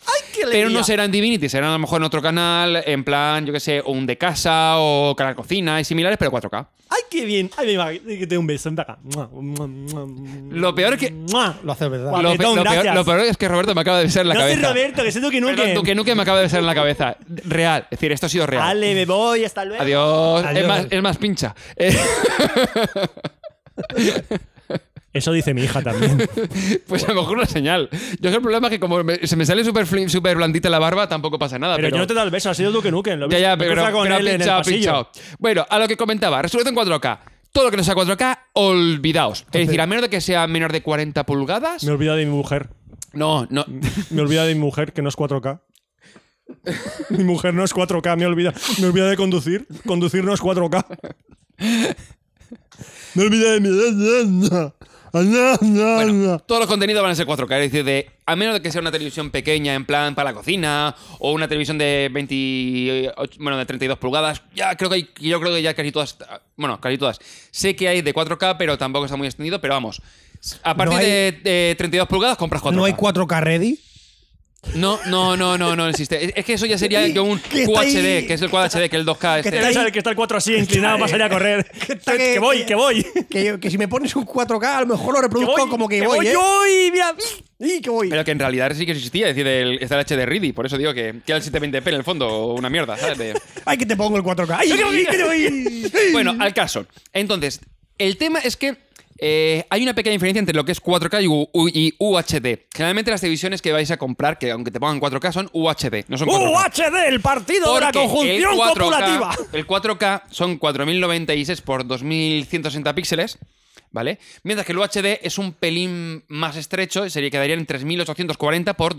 D: Pero no serán Divinity, serán a lo mejor en otro canal, en plan, yo qué sé, un de casa o canal cocina y similares, pero 4K.
C: ¡Ay, qué bien! ¡Ay, venga, que te doy un beso! Ven acá. Mua, mua, mua, mua.
D: Lo peor es que-
C: Mua.
A: Lo haces verdad.
C: Guau.
D: Lo,
C: Apretón,
D: lo peor,
C: gracias.
D: lo peor es que Roberto me acaba de besar en la
C: no soy
D: cabeza.
C: Roberto, que soy Duke
D: Perdón,
C: Nukem.
D: Duque Nukem me acaba de besar en la cabeza. Real. Es decir, esto ha sido real.
C: Vale, me voy, hasta luego.
D: Adiós.
A: Adiós.
D: Es, más, es más pincha. Eh,
C: Eso dice mi hija también.
D: pues a lo mejor una señal. Yo creo que el problema es que como me- se me sale súper flim- súper blandita la barba, tampoco pasa nada.
C: pero
D: Pero,
C: yo no te he dado el beso, ha sido Duke Nukem. Lo
D: Ya, ya,
C: vi- me
D: pero,
C: cruza con
D: pero ha
C: él en el
D: pinchado, ha
C: pasillo.
D: pinchado. Bueno, a lo que comentaba, resolución 4K. Todo lo que no sea 4K, olvidaos. Es decir, a menos de que sea menor de 40 pulgadas.
C: Me he olvidado de mi mujer.
D: No, no.
C: Me he olvidado de mi mujer, que no es 4K. Mi mujer no es 4K, me he olvidado. Me he olvidado de conducir. Conducir no es 4K. Me he olvidado de mi.
D: Bueno, todos los contenidos van a ser 4K. Es decir, de, a menos de que sea una televisión pequeña, en plan para la cocina, o una televisión de 28, bueno, de 32 pulgadas, ya creo que hay, yo creo que ya casi todas, bueno, casi todas. Sé que hay de 4K, pero tampoco está muy extendido, pero vamos. A partir
A: hay-
D: de, de 32 pulgadas compras 4K.
A: ¿No hay 4K ready?
D: No, no, no, no, no existe. Es- Es que eso ya sería que un
A: Que está
D: QHD,
A: ahí-
D: que es el QHD, que es el 2K.
A: Que
D: Este.
A: está ahí-
C: que está el 4 así inclinado para salir a correr.
A: tal-
C: que voy, que voy.
A: Que, yo- que si me pones un 4K, a lo mejor lo reproduzco como que, voy, ¿eh?
C: voy, mira.
A: ¡Y que voy!
D: Pero que en realidad sí que existía, es decir, el, está el HD Ready, por eso digo que queda el 720p en el fondo, una mierda, ¿sabes? De-
A: ¡Ay, que te pongo el 4K! ¡Ay, que voy, que voy!
D: Bueno, al caso. Entonces, el tema es que eh, hay una pequeña diferencia entre lo que es 4K y, U- U- y UHD. Generalmente las televisiones que vais a comprar, que aunque te pongan 4K, son UHD, no son 4K.
C: UHD, el partido de la
D: Porque
C: conjunción
D: el 4K
C: copulativa.
D: El 4K son 4096 por 2160 píxeles, ¿vale? Mientras que el UHD es un pelín más estrecho, sería quedaría en 3840 por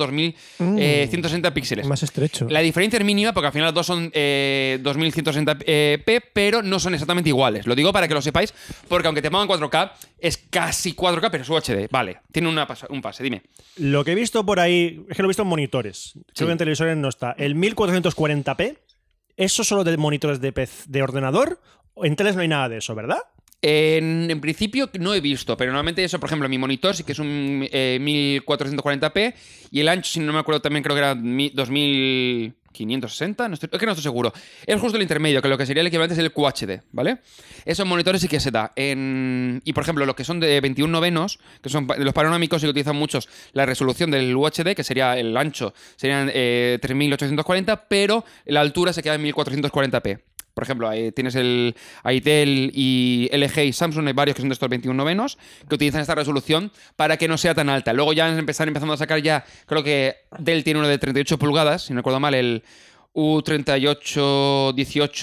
D: 2160 píxeles.
A: Más estrecho.
D: La diferencia es mínima porque al final las dos son eh, 2160p, eh, pero no son exactamente iguales. Lo digo para que lo sepáis, porque aunque te pongan 4K, es casi 4K, pero es UHD. Vale, tiene una pas- un pase, dime.
C: Lo que he visto por ahí, es que lo he visto en monitores. Creo que en televisores no está. El 1440p, ¿eso solo de monitores de, PC de ordenador? En teles no hay nada de eso, ¿verdad?
D: En, en principio no he visto, pero normalmente eso, por ejemplo, mi monitor sí que es un eh, 1440p y el ancho, si no me acuerdo, también creo que era mi- 2560, no estoy- es que no estoy seguro. Es justo el intermedio, que lo que sería el equivalente es el QHD, ¿vale? Esos monitores sí que se da. En, y por ejemplo, los que son de 21 novenos, que son pa- los panorámicos y que utilizan muchos la resolución del UHD, que sería el ancho, serían eh, 3840, pero la altura se queda en 1440p. Por ejemplo, ahí tienes el Aitel y LG y Samsung, hay varios que son de estos 21 novenos, que utilizan esta resolución para que no sea tan alta. Luego ya empezar empezando a sacar ya, creo que Dell tiene uno de 38 pulgadas, si no recuerdo mal, el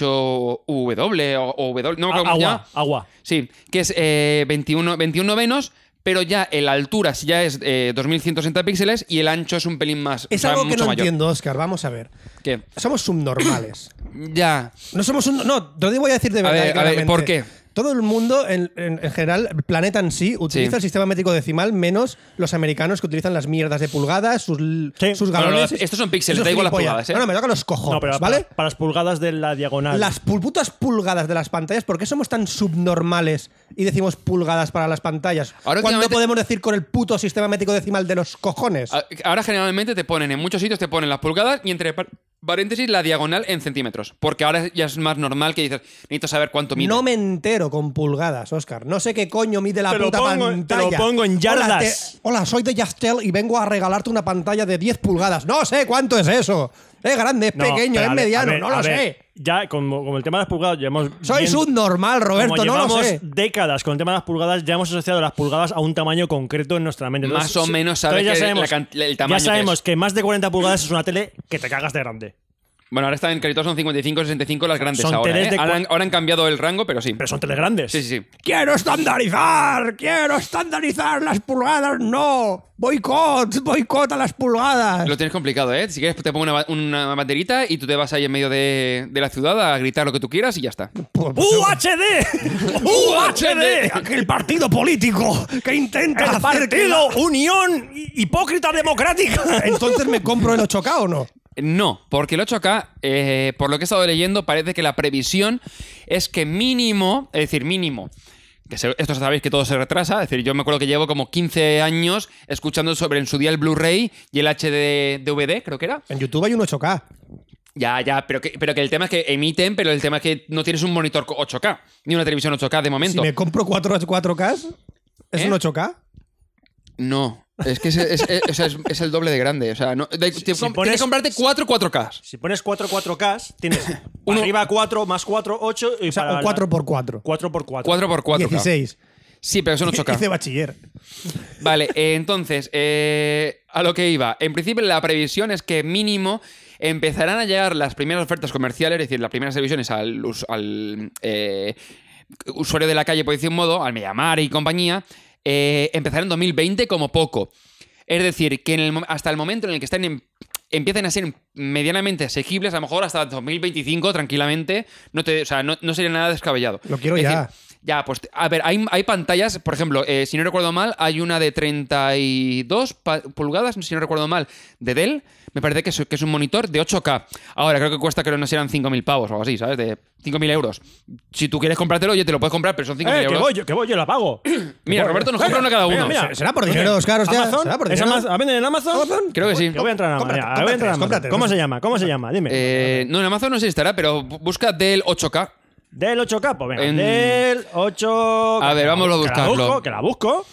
D: U3818W o, o W, no me
C: A-
D: acuerdo cómo se llama.
C: agua, agua.
D: Sí, que es eh, 21, 21 novenos, pero ya en la altura ya es eh, 2160 píxeles y el ancho es un pelín más.
A: Es
D: o sea,
A: algo que
D: mucho
A: no
D: mayor.
A: entiendo, Oscar. Vamos a ver.
D: ¿Qué?
A: Somos subnormales.
D: Ya.
A: No somos un. No, te lo voy a decir de
D: A
A: verdad.
D: ver,
A: y
D: a
A: claramente.
D: ver, ¿por qué?
A: Todo el mundo, en, en- en general, el planeta en sí, utiliza
D: Sí.
A: el sistema métrico decimal, menos los americanos que utilizan las mierdas de pulgadas, sus,
C: Sí.
A: sus
D: No, no,
A: galones.
D: no, estos son píxeles,
A: esos
D: da igual las
A: gilipollas.
D: pulgadas, ¿eh?
A: No, no, me toca los cojones,
C: No, pero
A: ¿vale?
C: para, para las pulgadas de la diagonal.
A: Las pul- putas pulgadas de las pantallas, ¿por qué somos tan subnormales y decimos pulgadas para las pantallas?
D: Ahora
A: ¿Cuándo
D: últimamente-
A: podemos decir con el puto sistema métrico decimal de los cojones?
D: A- Ah, Ahora generalmente te ponen en muchos sitios te ponen las pulgadas y entre par- paréntesis la diagonal en centímetros, porque ahora ya es más normal que dices, necesito saber cuánto mide.
A: No me entero con pulgadas, Oscar. No sé qué coño mide la
C: Te lo
A: puta
C: pongo-
A: pantalla.
C: te lo pongo en
A: Hola,
C: yardas.
A: te- Hola, soy de Yastel y vengo a regalarte una pantalla de 10 pulgadas. No sé cuánto es eso. Es grande, es
C: No,
A: pequeño,
C: pero
A: es
C: a ver,
A: mediano,
C: a ver,
A: no lo
C: a
A: sé.
C: ver, Ya, como, como el tema de las pulgadas, ya hemos.
A: Soy
C: viendo-
A: subnormal, Roberto,
C: como
A: no lo
C: llevamos
A: sé.
C: décadas con el tema de las pulgadas, ya hemos asociado las pulgadas a un tamaño concreto en nuestra mente.
D: Más o
C: sí,
D: menos sabe
C: entonces
D: que la can- el tamaño
C: Ya
D: que
C: sabemos
D: es.
C: que, más de 40 pulgadas es una tele que te cagas de grande.
D: Bueno, ahora están casi todas son 55, 65 las grandes
C: Son
D: ahora,
C: teles
D: ¿eh?
C: de
D: ahora,
C: cua-
D: han, ahora han cambiado el rango, pero sí.
C: Pero son teles grandes.
D: Sí, sí, sí.
A: Quiero estandarizar, quiero estandarizar las pulgadas, no. Boicot, boicot a las pulgadas.
D: Lo tienes complicado, ¿eh? Si quieres te pongo una, ba- una banderita y tú te vas ahí en medio de, de la ciudad a gritar lo que tú quieras y ya está.
A: pues,
C: ¡UHD! ¡UHD!
A: Aquel partido político que intenta
C: El
A: hacer que la-
C: partido Unión Hipócrita Democrática.
A: Entonces me compro el 8K o no?
D: No, porque el 8K, eh, por lo que he estado leyendo, parece que la previsión es que mínimo, es decir, mínimo, que se- esto sabéis que todo se retrasa, es decir, yo me acuerdo que llevo como 15 años escuchando sobre en su día el Blu-ray y el HD DVD, creo que era.
A: En YouTube hay un 8K.
D: Ya, ya, pero que, pero que el tema es que emiten, pero el tema es que no tienes un monitor 8K, ni una televisión 8K de
A: Si
D: momento.
A: me compro 4, 4K, ¿es
D: ¿Eh?
A: un 8K?
D: No, es que es, es- es- o sea, es- es el doble de grande, o sea, no, de- te- tienes
C: pones-
D: que comprarte 4 4K.
C: Si pones 4 4K, tienes
D: Uno-
C: arriba 4, más 4, 8 y
A: O sea, un 4x4.
C: 4 por 4.
D: 4 por 4
A: 16.
D: Sí, pero son 8K.
A: Hice bachiller.
D: Vale, eh, entonces, eh, a lo que iba. En principio, la previsión es que mínimo empezarán a llegar las primeras ofertas comerciales, es decir, las primeras televisiones al, us- al, eh, usuario de la calle, por decir un modo, al Mediamar y compañía, eh, empezarán en 2020 como poco. Es decir, que en el mo- hasta el momento en el que están en- empiecen a ser medianamente asequibles, a lo mejor hasta 2025 tranquilamente, no, te, o sea, no, no sería nada descabellado.
A: Lo quiero
D: Es
A: ya.
D: decir, ya, pues, a ver, hay, hay pantallas, por ejemplo, eh, si no recuerdo mal, hay una de 32 pa- pulgadas, si no recuerdo mal, de Dell, me parece que es, que es un monitor de 8K. Ahora, creo que cuesta, creo que no serán 5.000 pavos o algo así, ¿sabes? De 5.000 euros. Si tú quieres comprártelo, yo te lo puedes comprar, pero son 5.000
C: Eh, que
D: euros.
C: voy, yo- que voy, yo la pago.
D: Mira, Roberto nos compra uno cada uno.
C: Mira, mira.
A: ¿Será por dinero, Oscar? Hostia,
C: Amazon,
A: ¿Será por
C: ¿Es
A: dinero?
C: Amazon? ¿Venden en Amazon?
D: Creo que sí.
C: Yo voy a entrar a Amazon.
A: Cómprate,
C: ya, voy a entrar a Amazon.
A: cómprate,
C: ¿Cómo
A: cómprate.
C: se llama? ¿Cómo se llama? Dime.
D: Eh, no, en Amazon no sé si estará, pero bu- busca Dell 8K.
C: del 8K, pues venga.
D: en-
C: Del 8
D: A ver, vamos
C: Que
D: a
C: la
D: buscarlo.
C: busco, que la busco.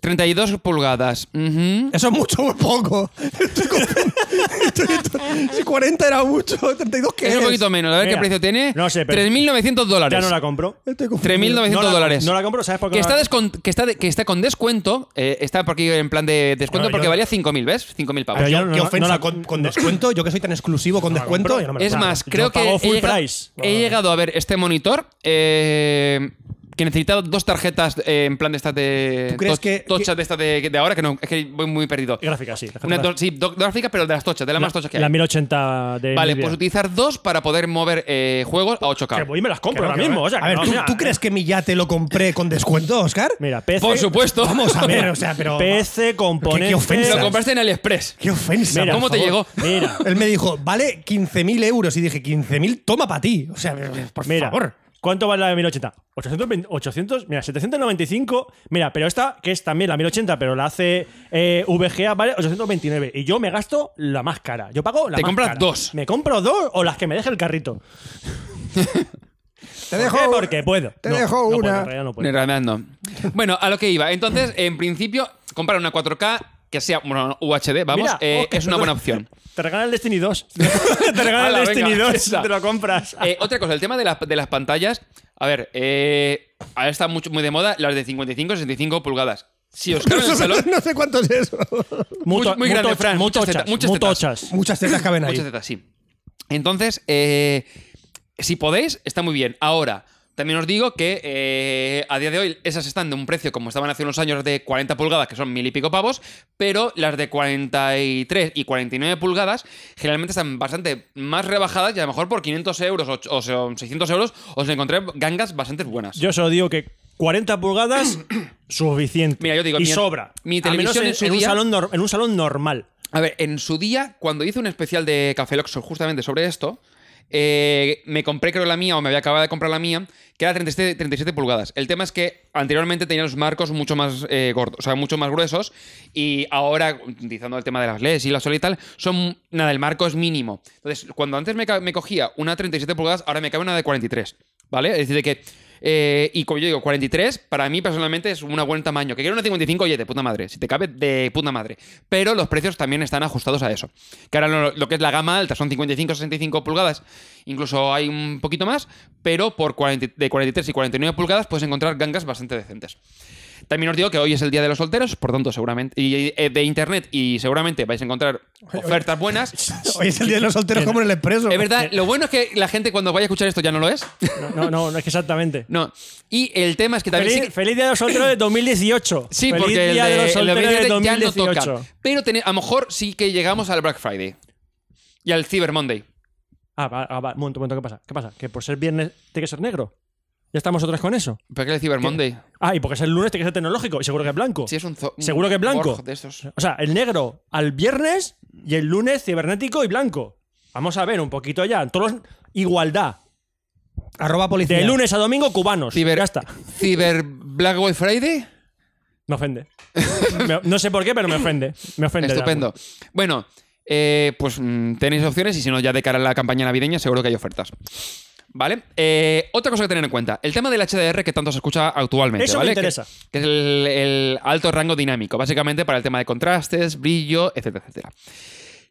D: 32 pulgadas. Ujú.
A: Eso es mucho o es poco. Estoy confundido. Estoy- estoy- si 40 era mucho, 32 que
D: Es un poquito menos. A ver qué
C: Mira,
D: precio tiene.
C: no sé, pero-
D: 3.900
C: Ya
D: dólares.
C: no la compro.
A: Estoy confundido.
D: 3.900
C: No la-
D: dólares.
C: No la compro, ¿sabes por qué?
D: que,
C: no
D: está
C: la-
D: descon- que, está de- que está con descuento. eh, está por aquí en plan de descuento
C: No, yo-
D: porque valía 5.000, ¿ves? 5.000 pavos.
C: Pero yo no-
A: Qué
C: no-
A: ofensa,
C: no la-
A: con, con descuento, yo que soy tan exclusivo con
C: No la
A: descuento.
C: compro.
A: yo no me lo
D: Es
A: compro.
D: más,
C: yo
D: creo que
C: pago full
D: he, llegado,
C: price.
D: he llegado a ver este monitor eh, que necesitaba dos tarjetas eh, en plan de estas de
A: ¿Tú crees
D: toch-
A: que-
D: tochas de estas de, de ahora que no es que voy muy perdido.
C: Gráfica, sí. gráfica.
D: Una do- sí, do- gráfica, pero de las tochas, de las más tochas que hay.
C: La 1080 de.
D: vale,
C: Nvidia.
D: pues utilizar dos para poder mover eh, juegos a
C: Que
D: 8K.
C: voy y me las
A: Que
C: compro
A: no,
C: ahora
A: que no.
C: mismo. O sea,
A: a
C: que
A: ver,
C: no,
A: ¿tú,
C: mira,
A: tú crees que mi yate lo compré con descuento, Oscar?
C: Mira, PC.
D: Por supuesto.
A: Vamos a ver, o sea, pero.
C: PC, componentes.
A: ofensa.
D: Lo compraste en AliExpress.
A: Qué ofensa.
C: Mira,
A: por
D: ¿Cómo te
A: favor.
D: llegó?
C: Mira.
A: Él me dijo, vale 15.000 euros. Y dije, 15.000, toma para ti. O sea, por
C: Mira,
A: favor.
C: ¿cuánto vale la de 1080? 820, 800, mira, 795. Mira, pero esta, que es también la 1080, pero la hace eh, VGA, vale 829. Y yo me gasto la más cara. Yo pago la
D: Te
C: más
D: compras
C: cara.
D: dos.
C: ¿Me compro dos o las que me deje el carrito?
A: Te
C: ¿Por qué? Porque puedo.
A: te
C: No,
A: dejo
C: no puedo,
A: una.
C: en realidad no puedo.
D: En realidad no. Bueno, a lo que iba. Entonces, en principio, comprar una 4K que sea bueno, UHD, vamos,
C: Mira, oh,
D: eh,
C: Oscar,
D: es una buena opción.
C: Te regalan el Destiny 2. te regalan
D: Hala,
C: el Destiny
D: venga,
C: 2
D: esa.
C: te lo compras.
D: Eh, otra cosa, el tema de, las- de las pantallas. A ver, eh, ahora está mucho, muy de moda las de 55 65 pulgadas. Si os cabe en el salón,
A: no sé cuánto es eso.
D: muy- muy grande, Fran, muchas
C: Muchas,
D: tetas, muchas tetas.
A: Muchas tetas caben ahí.
D: muchas tetas, sí. Entonces, eh, si podéis, está muy bien. Ahora, también os digo que eh, a día de hoy esas están de un precio como estaban hace unos años de 40 pulgadas, que son mil y pico pavos, pero las de 43 y 49 pulgadas generalmente están bastante más rebajadas y a lo mejor por 500 euros o, o sea, 600 euros os encontré gangas bastante buenas.
C: Yo solo digo que 40 pulgadas suficiente.
D: Mira, yo digo,
C: y
D: mi-
C: sobra.
D: mi
C: A menos
D: televisión
C: en,
D: en su
C: un
D: día-
C: salón nor- en un salón normal.
D: A ver, en su día, cuando hice un especial de Café Loxo justamente sobre esto, eh, me compré, creo, la mía, o me había acabado de comprar la mía, que era 37, 37 pulgadas. El tema es que anteriormente tenía los marcos mucho más eh, gordos, o sea, mucho más gruesos, y ahora, utilizando el tema de las LEDs y la sol y tal, son. Nada, el marco es mínimo. Entonces, cuando antes me, ca- me cogía una 37 pulgadas, ahora me cabe una de 43, ¿vale? Es decir, de que. eh, y como yo digo, 43 para mí personalmente es un buen tamaño. Que quiero una 55, oye, de puta madre. Si te cabe, de puta madre. Pero los precios también están ajustados a eso. Que ahora lo, lo que es la gama alta son 55, 65 pulgadas. Incluso hay un poquito más. Pero por 40 de 43 y 49 pulgadas puedes encontrar gangas bastante decentes. También os digo que hoy es el día de los solteros, por tanto, seguramente. Y, eh, de internet, y seguramente vais a encontrar ofertas buenas.
A: Hoy es el día de los solteros como en el expreso.
D: Es verdad, lo bueno es que la gente cuando vaya a escuchar esto ya no lo es.
C: No, no, no, no es que exactamente.
D: No. Y el tema es que también. sí
C: Feliz,
D: que-
C: feliz Día de los Solteros de 2018.
D: Sí,
C: Feliz
D: porque el
C: Día
D: de,
C: de, los
D: el de
C: Solteros de
D: Black Friday
C: 2018.
D: ya no toca. Pero tene- a lo mejor sí que llegamos al Black Friday y al Cyber Monday.
C: Ah, va, ah, va, un momento, un momento, ¿qué pasa? ¿Qué pasa? ¿Que por ser viernes tiene que ser negro? ¿Ya estamos otra vez con eso?
D: ¿Pero qué es el Cyber Monday?
C: Ah, y porque es el lunes tiene que ser tecnológico y seguro que es blanco.
D: Si es un zo- un
C: Seguro que es blanco.
D: borg de esos.
C: O sea, el negro al viernes y el lunes cibernético y blanco. Vamos a ver un poquito ya. Todos los- igualdad.
A: Arroba policía.
C: De lunes a domingo cubanos.
D: Ciber-
C: Ya está.
D: Cyber Black Boy Friday.
C: Me ofende. Me- no sé por qué, pero me ofende. Me ofende. de
D: Estupendo. Bueno, eh, pues mm, tenéis opciones y si no, ya de cara a la campaña navideña seguro que hay ofertas. ¿Vale? Eh, otra cosa que tener en cuenta, el tema del HDR que tanto se escucha actualmente.
C: Eso me
D: ¿vale?
C: interesa.
D: Que, que es el, el alto rango dinámico, básicamente para el tema de contrastes, brillo, etcétera, etcétera.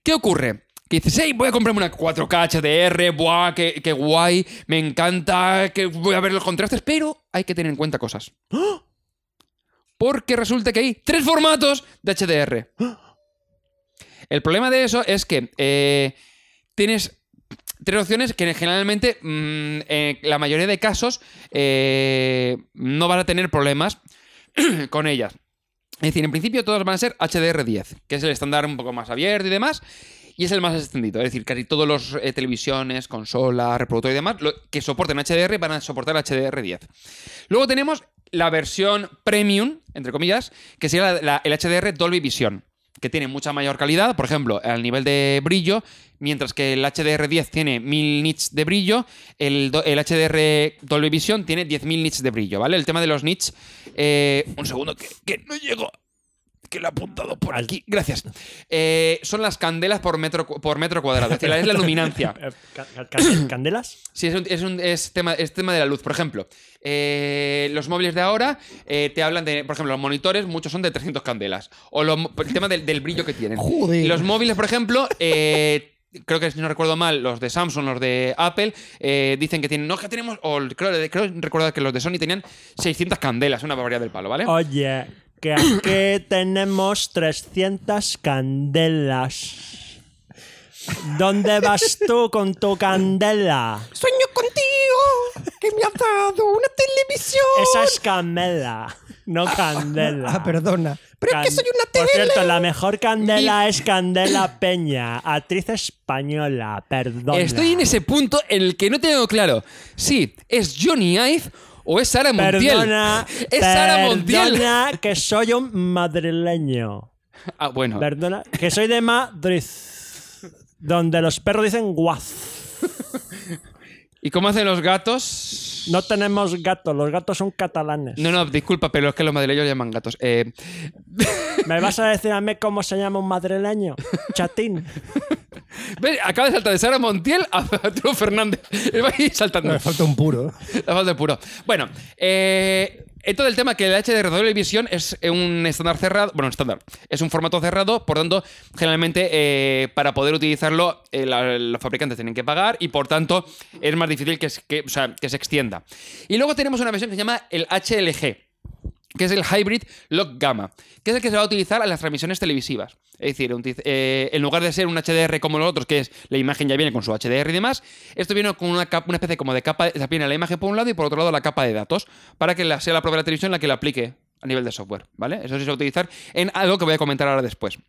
D: ¿Qué ocurre? Que dices, hey, voy a comprarme una 4K HDR, buah, qué, qué guay, me encanta, que voy a ver los contrastes, pero hay que tener en cuenta cosas.
C: ¡Ah!
D: Porque resulta que hay tres formatos de HDR. El problema de eso es que eh, tienes tres opciones que generalmente, mm, eh, la mayoría de casos, eh, no vas a tener problemas con ellas. Es decir, en principio todas van a ser HDR10, que es el estándar un poco más abierto y demás, y es el más extendido. Es decir, casi todos los eh, televisiones, consolas, reproductor y demás lo- que soporten HDR van a soportar HDR10. Luego tenemos la versión premium, entre comillas, que sería la- la- el HDR Dolby Vision, que tiene mucha mayor calidad, por ejemplo, al nivel de brillo, mientras que el HDR10 tiene 1000 nits de brillo, el, do- el HDR Dolby Vision tiene 10.000 nits de brillo, ¿vale? El tema de los nits... eh, un segundo, que, que no llego. que lo he apuntado por aquí. Gracias. Eh, son las candelas por metro, cu- por metro cuadrado. Es decir, la- es la luminancia.
C: Eh, ca- ca- ca- ¿Candelas?
D: Sí, es, un, es, un- es tema, es tema de la luz. Por ejemplo, eh, los móviles de ahora eh, te hablan de, por ejemplo, los monitores, muchos son de 300 candelas. O los mo- el tema del, del brillo que tienen.
A: Joder.
D: Los móviles, por ejemplo, eh, creo que si no recuerdo mal, los de Samsung, los de Apple, eh, dicen que tienen, no, que tenemos, o el- creo, creo recordar que los de Sony tenían 600 candelas, una barbaridad del palo, ¿vale?
C: Oh, Oye, que aquí tenemos 300 candelas. ¿Dónde vas tú con tu candela?
A: Sueño contigo, que me ha dado una televisión.
C: Esa es Camela, no Candela.
A: Ah, perdona. Pero es que
C: Can-
A: soy una tele.
C: Por cierto, la mejor Candela es Candela Peña, actriz española, perdón.
D: Estoy en ese punto en el que no tengo claro si es Johnny Ive o es Sara Montiel.
C: Perdona,
D: es Sara Montiel.
C: perdona que soy un madrileño.
D: Ah, bueno.
C: Perdona, que soy de Madrid, donde los perros dicen guaz.
D: ¿Y cómo hacen los gatos?
C: No tenemos gatos, los gatos son catalanes.
D: No, no, disculpa, pero es que los madrileños llaman gatos. Eh,
C: ¿Me vas a decir a mí cómo se llama un madrileño? Chatín.
D: ¿ves? Acaba de saltar de Sara Montiel a Arturo Fernández. Va a ir saltando.
A: Me falta un puro.
D: La falta de puro. Bueno, eh, entonces el tema que el HDR Dolby Vision es un estándar cerrado, bueno, estándar, es un formato cerrado, por tanto, generalmente eh, para poder utilizarlo eh, la- los fabricantes tienen que pagar y por tanto es más difícil que, es- que- o sea, que se extienda. Y luego tenemos una versión que se llama el HLG que es el Hybrid Log Gamma, que es el que se va a utilizar en las transmisiones televisivas. Es decir, un tiz- eh, en lugar de ser un HDR como los otros, que es la imagen ya viene con su HDR y demás, esto viene con una, capa- una especie como de capa, se viene la imagen por un lado y por otro lado la capa de datos, para que la- sea la propia televisión la que la aplique a nivel de software, ¿vale? Eso sí se va a utilizar en algo que voy a comentar ahora después.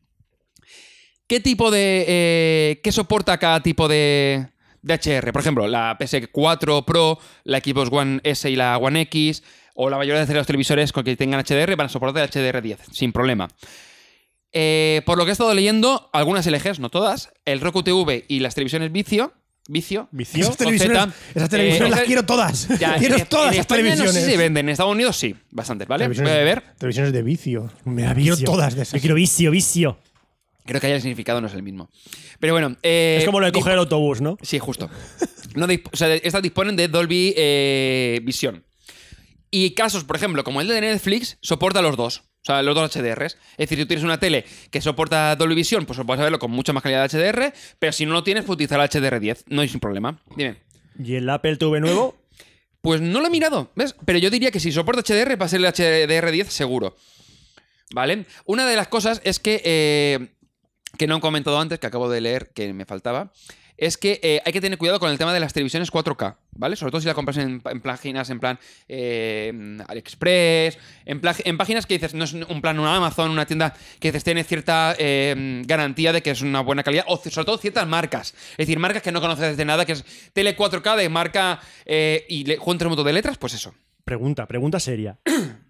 D: ¿Qué tipo de. eh, ¿Qué soporta cada tipo de, de HR? Por ejemplo, la PS4 Pro, la Xbox One S y la One X, o la mayoría de los televisores con que tengan HDR van a soportar el HDR10, sin problema. Eh, por lo que he estado leyendo, algunas LGs, no todas, el Roku TV y las televisiones Vicio. Vicio.
C: Vicio.
D: o
A: Esas televisiones,
D: Z,
A: esas televisiones
D: eh,
A: las
D: esa-
A: quiero todas.
D: Ya,
A: quiero
D: en-
A: todas
D: en
A: las
D: España
A: televisiones.
D: No sé si se venden, en Estados Unidos sí, bastantes, ¿vale?
A: Televisiones-
D: Voy a ver.
A: Televisiones de vicio.
C: Me da
A: quiero
C: vicio.
A: todas de
C: Yo
A: esas.
C: quiero vicio, vicio.
D: Creo que ahí el significado no es el mismo. Pero bueno. eh,
C: es como lo de
D: di-
C: coger el autobús, ¿no?
D: Sí, justo. No disp- o sea, estas disponen de Dolby eh, Vision. Y casos, por ejemplo, como el de Netflix, soporta los dos. O sea, los dos HDRs. Es decir, si tú tienes una tele que soporta Dolby Vision, pues vas a verlo con mucha más calidad de HDR. Pero si no lo tienes, pues utilizar el HDR10. No hay sin problema. Dime.
C: ¿Y el Apple TV nuevo?
D: Pues no lo he mirado, ¿ves? Pero yo diría que si soporta HDR va a ser el HDR10 seguro. ¿Vale? Una de las cosas es que, eh, que no han comentado antes, que acabo de leer, que me faltaba, es que eh, hay que tener cuidado con el tema de las televisiones 4K, ¿vale? Sobre todo si la compras en, en páginas en plan eh, AliExpress, en, pla- en páginas que dices, no es un plan, una Amazon, una tienda que dices, tiene cierta eh, garantía de que es una buena calidad, o c- sobre todo ciertas marcas, es decir, marcas que no conoces de nada, que es Tele 4K de marca eh, y le, juntas un montón de letras, pues eso.
C: Pregunta, pregunta seria.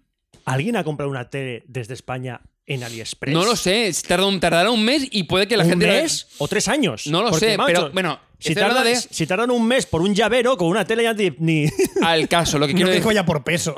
C: ¿Alguien ha comprado una tele desde España en AliExpress?
D: No lo sé, tarda un- tardará un mes y puede que la
C: ¿Un
D: gente... la-
C: mes o tres años?
D: No lo sé, pero, bueno,
C: Si
D: estoy hablando
C: tardan,
D: de- ¿eh?
C: si tardan un mes por un llavero, con una tele ya ni... ni-
D: Al caso, lo que
A: No
D: quiero
A: que
D: decir...
A: vaya por peso.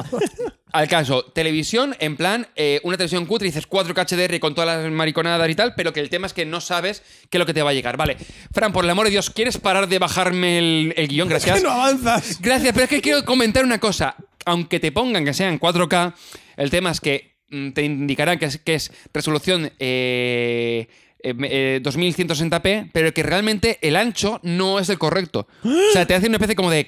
D: Al caso, televisión, en plan, eh, una televisión cutre, dices 4K HDR con todas las mariconadas y tal, pero que el tema es que no sabes qué es lo que te va a llegar. Vale, Fran, por el amor de Dios, ¿quieres parar de bajarme el, el guión? Gracias.
A: no avanzas.
D: Gracias, pero es que quiero comentar una cosa. Aunque te pongan que sean 4K, el tema es que mm, te indicarán que es, que es resolución eh, eh, eh, 2160p, pero que realmente el ancho no es el correcto. O sea, te hace una especie como de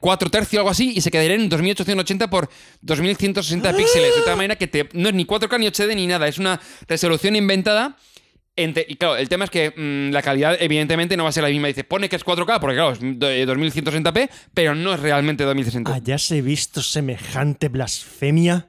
D: 4 tercios o algo así y se quedaría en 2880 por 2160 píxeles. De tal manera que te- no es ni 4K ni HD ni nada, es una resolución inventada. Ente- y claro, el tema es que mm, la calidad evidentemente no va a ser la misma. Dices, pone que es 4K, porque claro, es do- eh, 2160p, pero no es realmente 2060.
C: ¿Hayas visto semejante blasfemia?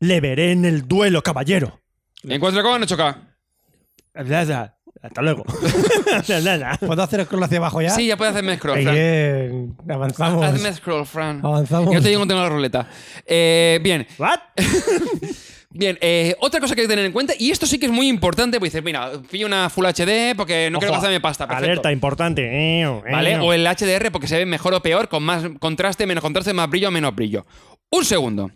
C: Le veré en el duelo, caballero.
D: en 4K o en 8K.
C: Hasta luego.
A: ¿Puedo hacer scroll hacia abajo ya?
D: Sí, ya puedes hacerme scroll, Fran.
A: Bien. Avanzamos.
D: Hazme scroll, Fran.
A: Avanzamos.
D: Yo te digo que tengo la ruleta. Eh, bien,
C: ¿What?
D: bien. eh, otra cosa que hay que tener en cuenta, y esto sí que es muy importante, pues dices, mira, pillo una Full HD porque no quiero
C: Ojo,
D: gastarme pasta. Perfecto.
C: Alerta importante.
D: ¿Vale? O el HDR porque se ve mejor o peor, con más contraste, menos contraste, más brillo, menos brillo. Un segundo.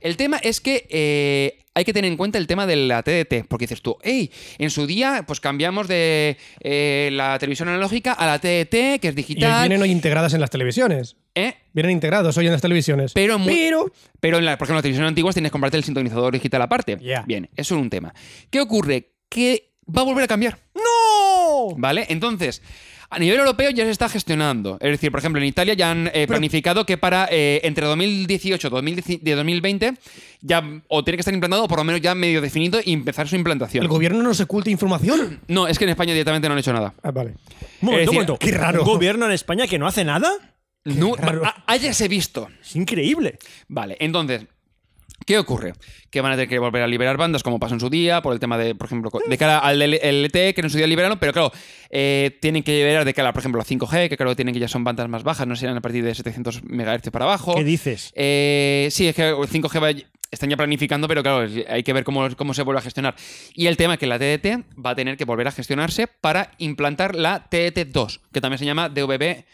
D: El tema es que eh, hay que tener en cuenta el tema de la TDT, porque dices tú, hey, en su día pues cambiamos de eh, la televisión analógica a la TDT, que es
A: Y
D: digital.
A: vienen hoy integradas en las televisiones.
D: ¿eh?
A: Vienen integrados hoy en las televisiones.
D: Pero, mu-
A: Pero-
D: pero en la, por ejemplo, en las televisiones antiguas tienes que comprarte el sintonizador digital aparte.
A: Ya.
D: Bien, eso es un tema. ¿Qué ocurre? Que va a volver a cambiar.
C: ¡No!
D: ¿Vale? Entonces, a nivel europeo ya se está gestionando. Es decir, por ejemplo, en Italia ya han eh, planificado que para eh, entre 2018 y 2020 ya o tiene que estar implantado o por lo menos ya medio definido y empezar su implantación.
A: el gobierno nos oculta información.
D: No, es que en España directamente no han hecho nada.
A: Ah, vale.
C: Momento,
D: decir,
C: momento.
A: qué raro.
C: ¿Un gobierno en España que no hace nada?
D: No,
A: raro.
D: ha- Hayase visto.
C: Es increíble.
D: Vale, entonces, ¿qué ocurre? Que van a tener que volver a liberar bandas, como pasó en su día, por el tema de, por ejemplo, co- de cara al LTE, que en su día liberaron, pero claro, eh, tienen que liberar de cara, por ejemplo, a 5G, que claro, tienen que ya son bandas más bajas, no serán a partir de 700 MHz para abajo.
C: ¿Qué dices?
D: Eh, sí, es que el 5G va- están ya planificando, pero claro, hay que ver cómo, cómo se vuelve a gestionar. Y el tema es que la TDT va a tener que volver a gestionarse para implantar la TDT2, que también se llama DVB-T2,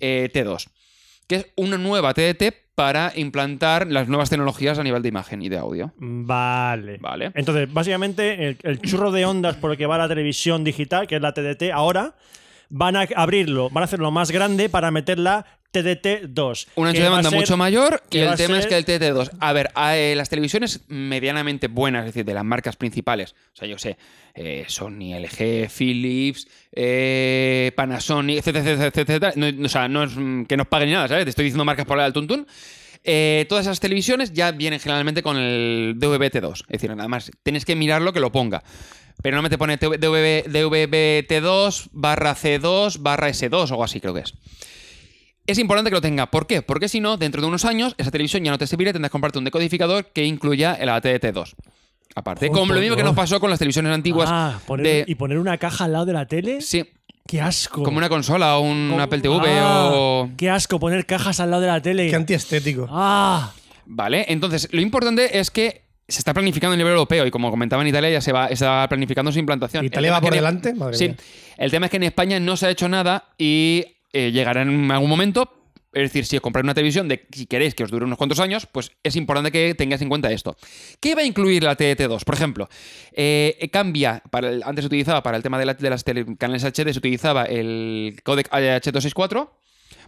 D: eh, que es una nueva TDT para implantar las nuevas tecnologías a nivel de imagen y de audio.
C: Vale.
D: Vale.
C: Entonces, básicamente, el, el churro de ondas por el que va la televisión digital, que es la TDT, ahora van a abrirlo, van a hacerlo más grande para meter la TDT2.
D: Una
C: que
D: ancho
C: va
D: de
C: a
D: banda
C: ser-
D: mucho mayor y
C: que va
D: el
C: a
D: tema es
C: ser-
D: que el TT2. A ver, a, eh, las televisiones medianamente buenas, es decir, de las marcas principales, o sea, yo sé, eh, Sony, LG, Philips, eh, Panasonic, etcétera, etcétera, etcétera, etcétera. No, o sea, no es mm, que nos paguen ni nada, ¿sabes? Te estoy diciendo marcas por el tuntún. Eh, todas esas televisiones ya vienen generalmente con el DVB-T2. Es decir, nada más, tienes que mirarlo que lo ponga. Pero no me te pone DVB, DVB-T2 barra C2 barra S2 o algo así, creo que es. Es importante que lo tenga. ¿Por qué? Porque si no, dentro de unos años, esa televisión ya no te servirá y tendrás que comprarte un decodificador que incluya el ATT2. Aparte,
C: Oh,
D: como lo
C: por
D: mismo que
C: Dios.
D: nos pasó con las televisiones antiguas.
C: Ah, poner-
D: de-
C: y poner una caja al lado de la tele.
D: Sí,
C: Qué asco.
D: como una consola o un
C: Como-
D: Apple TV
C: Ah,
D: o.
C: Qué asco poner cajas al lado de la tele.
A: Qué antiestético.
C: Ah.
D: Vale, entonces lo importante es que se está planificando a nivel europeo y como comentaba en Italia ya se va está planificando su implantación.
A: Italia
D: El
A: va
D: tema
A: por
D: es que-
A: delante, madre
D: sí.
A: mía.
D: El tema es que en España no se ha hecho nada y eh, llegará en algún momento. Es decir, si os compráis una televisión de si queréis que os dure unos cuantos años, pues es importante que tengáis en cuenta esto. ¿Qué va a incluir la TDT2? Por ejemplo, eh, cambia, para el- antes se utilizaba para el tema de, la- de las tele- canales HD, se utilizaba el codec H264,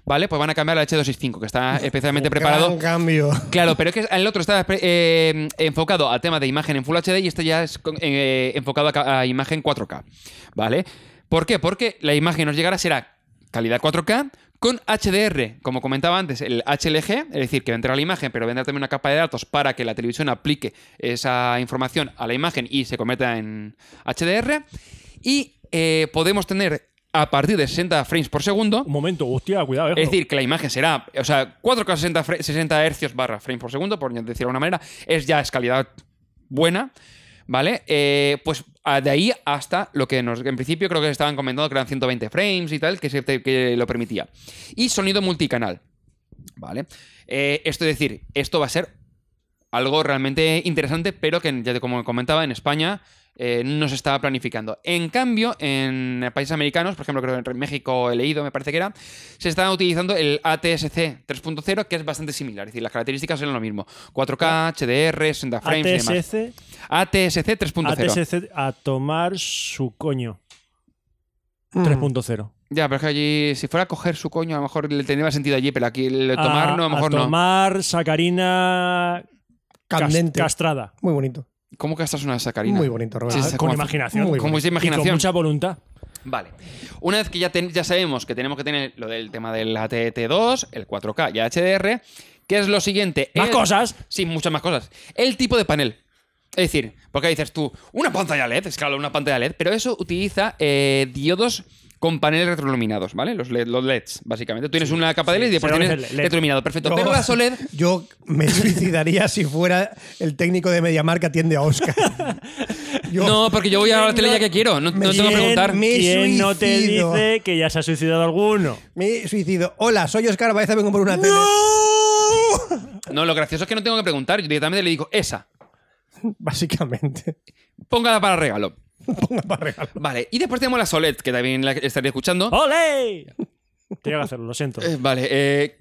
D: ¿vale? Pues van a cambiar al H265, que está especialmente preparado.
A: Gran cambio.
D: Claro, pero es que el otro estaba eh, enfocado a tema de imagen en Full HD y este ya es con- eh, enfocado a, ca- a imagen 4K. ¿Vale? ¿Por qué? Porque la imagen que nos llegará será calidad 4K con HDR, como comentaba antes, el HLG, es decir, que vendrá la imagen, pero vendrá también una capa de datos para que la televisión aplique esa información a la imagen y se convierta en HDR. Y eh, podemos tener a partir de 60 frames por segundo.
C: Un momento, hostia, cuidado. eh,
D: Es decir, que la imagen será, o sea, 4K 60, fre- 60 hercios barra frame por segundo, por decirlo de alguna manera, es ya es calidad buena, ¿vale? Eh, pues a- de ahí hasta lo que nos, en principio creo que estaban comentando que eran 120 frames y tal, que, se, te- que lo permitía. Y sonido multicanal, ¿vale? Eh, esto es decir, esto va a ser algo realmente interesante, pero que, ya te- como comentaba, en España eh, no se estaba planificando. En cambio, en países americanos, por ejemplo, creo que en México he leído, me parece que era, se está utilizando el ATSC 3.0, que es bastante similar. Es decir, las características eran lo mismo. 4K, HDR, 60 frames y demás.
C: ATSC,
D: ATSC 3.0.
C: ATSC a tomar su coño. 3.0.
D: Ya, pero es que allí, si fuera a coger su coño, a lo mejor le tendría más sentido allí, pero aquí el tomar no, a lo mejor no.
C: tomar sacarina cas-
A: Candente.
C: castrada.
A: Muy bonito.
D: ¿Cómo que estás una sacarina?
A: Muy bonito, Roberto.
D: Sí,
C: Ah,
D: sí,
C: con
D: como-
C: imaginación.
A: muy
D: Con
A: bueno.
D: mucha
C: Y con
D: imaginación.
C: mucha voluntad.
D: Vale. Una vez que ya, ten- ya sabemos que tenemos que tener lo del tema del ATT2, el 4K y HDR, ¿qué es lo siguiente?
C: Más
D: El-
C: cosas.
D: Sí, muchas más cosas. El tipo de panel. Es decir, porque dices tú, una pantalla LED, es claro, una pantalla LED, pero eso utiliza eh, diodos con paneles retroiluminados, ¿vale? Los, LED, los LEDs, básicamente. Tú tienes una capa de LED y después
C: se lo
D: tienes
C: dice LED.
D: retroiluminado. Perfecto.
A: Yo-
D: Pero las E OLED
A: Yo me suicidaría si fuera el técnico de Mediamar que atiende a Oscar. Yo-
D: No, porque yo voy a la tele ya que quiero. No, no te voy a
A: ¿Quién
D: preguntar.
A: me-
C: ¿Quién no te
A: suicido.
C: dice que ya se ha suicidado alguno?
A: Me suicido. Hola, soy Oscar Baeza, vengo por una tele.
D: No, lo gracioso es que no tengo que preguntar. Yo directamente le digo, esa,
A: Básicamente.
D: póngala para regalo.
A: Ponga para regalo.
D: Vale, y después tenemos la Solet, que
C: Oh.
D: también la estaría escuchando.
C: ¡Ole! Tenía que hacerlo, lo siento.
D: Eh, vale, eh,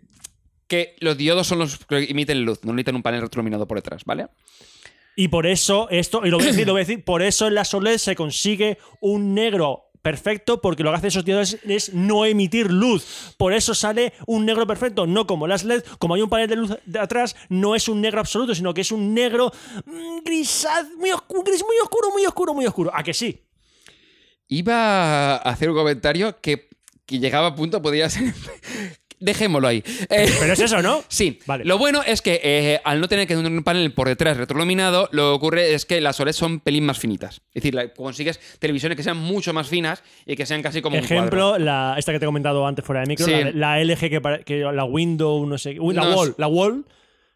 D: que los diodos son los que emiten luz, no necesitan un panel retroiluminado por detrás, ¿vale?
C: Y por eso, esto, y lo voy a decir, lo voy a decir, por eso en la OLED se consigue un negro perfecto, porque lo que hacen esos diodos es, es no emitir luz. Por eso sale un negro perfecto, no como las LED, como hay un panel de luz de atrás, no es un negro absoluto, sino que es un negro mm, grisaz, muy oscuro, gris muy oscuro, muy oscuro, muy oscuro. ¿A que sí?
D: Iba a hacer un comentario que, que llegaba a punto, podía ser. Dejémoslo ahí. Eh,
C: Pero es eso, ¿no?
D: Sí,
C: Vale.
D: lo bueno es que eh, al no tener que tener un panel por detrás retroiluminado, lo que ocurre es que las OLED son pelín más finitas. Es decir, la- consigues televisiones que sean mucho más finas y que sean casi como un cuadro.
C: Ejemplo, la, esta que te he comentado antes fuera de micro,
D: Sí.
C: la, la LG, que, pare- que la Window, no sé, uy, la
D: No,
C: Wall,
D: es-
C: la Wall,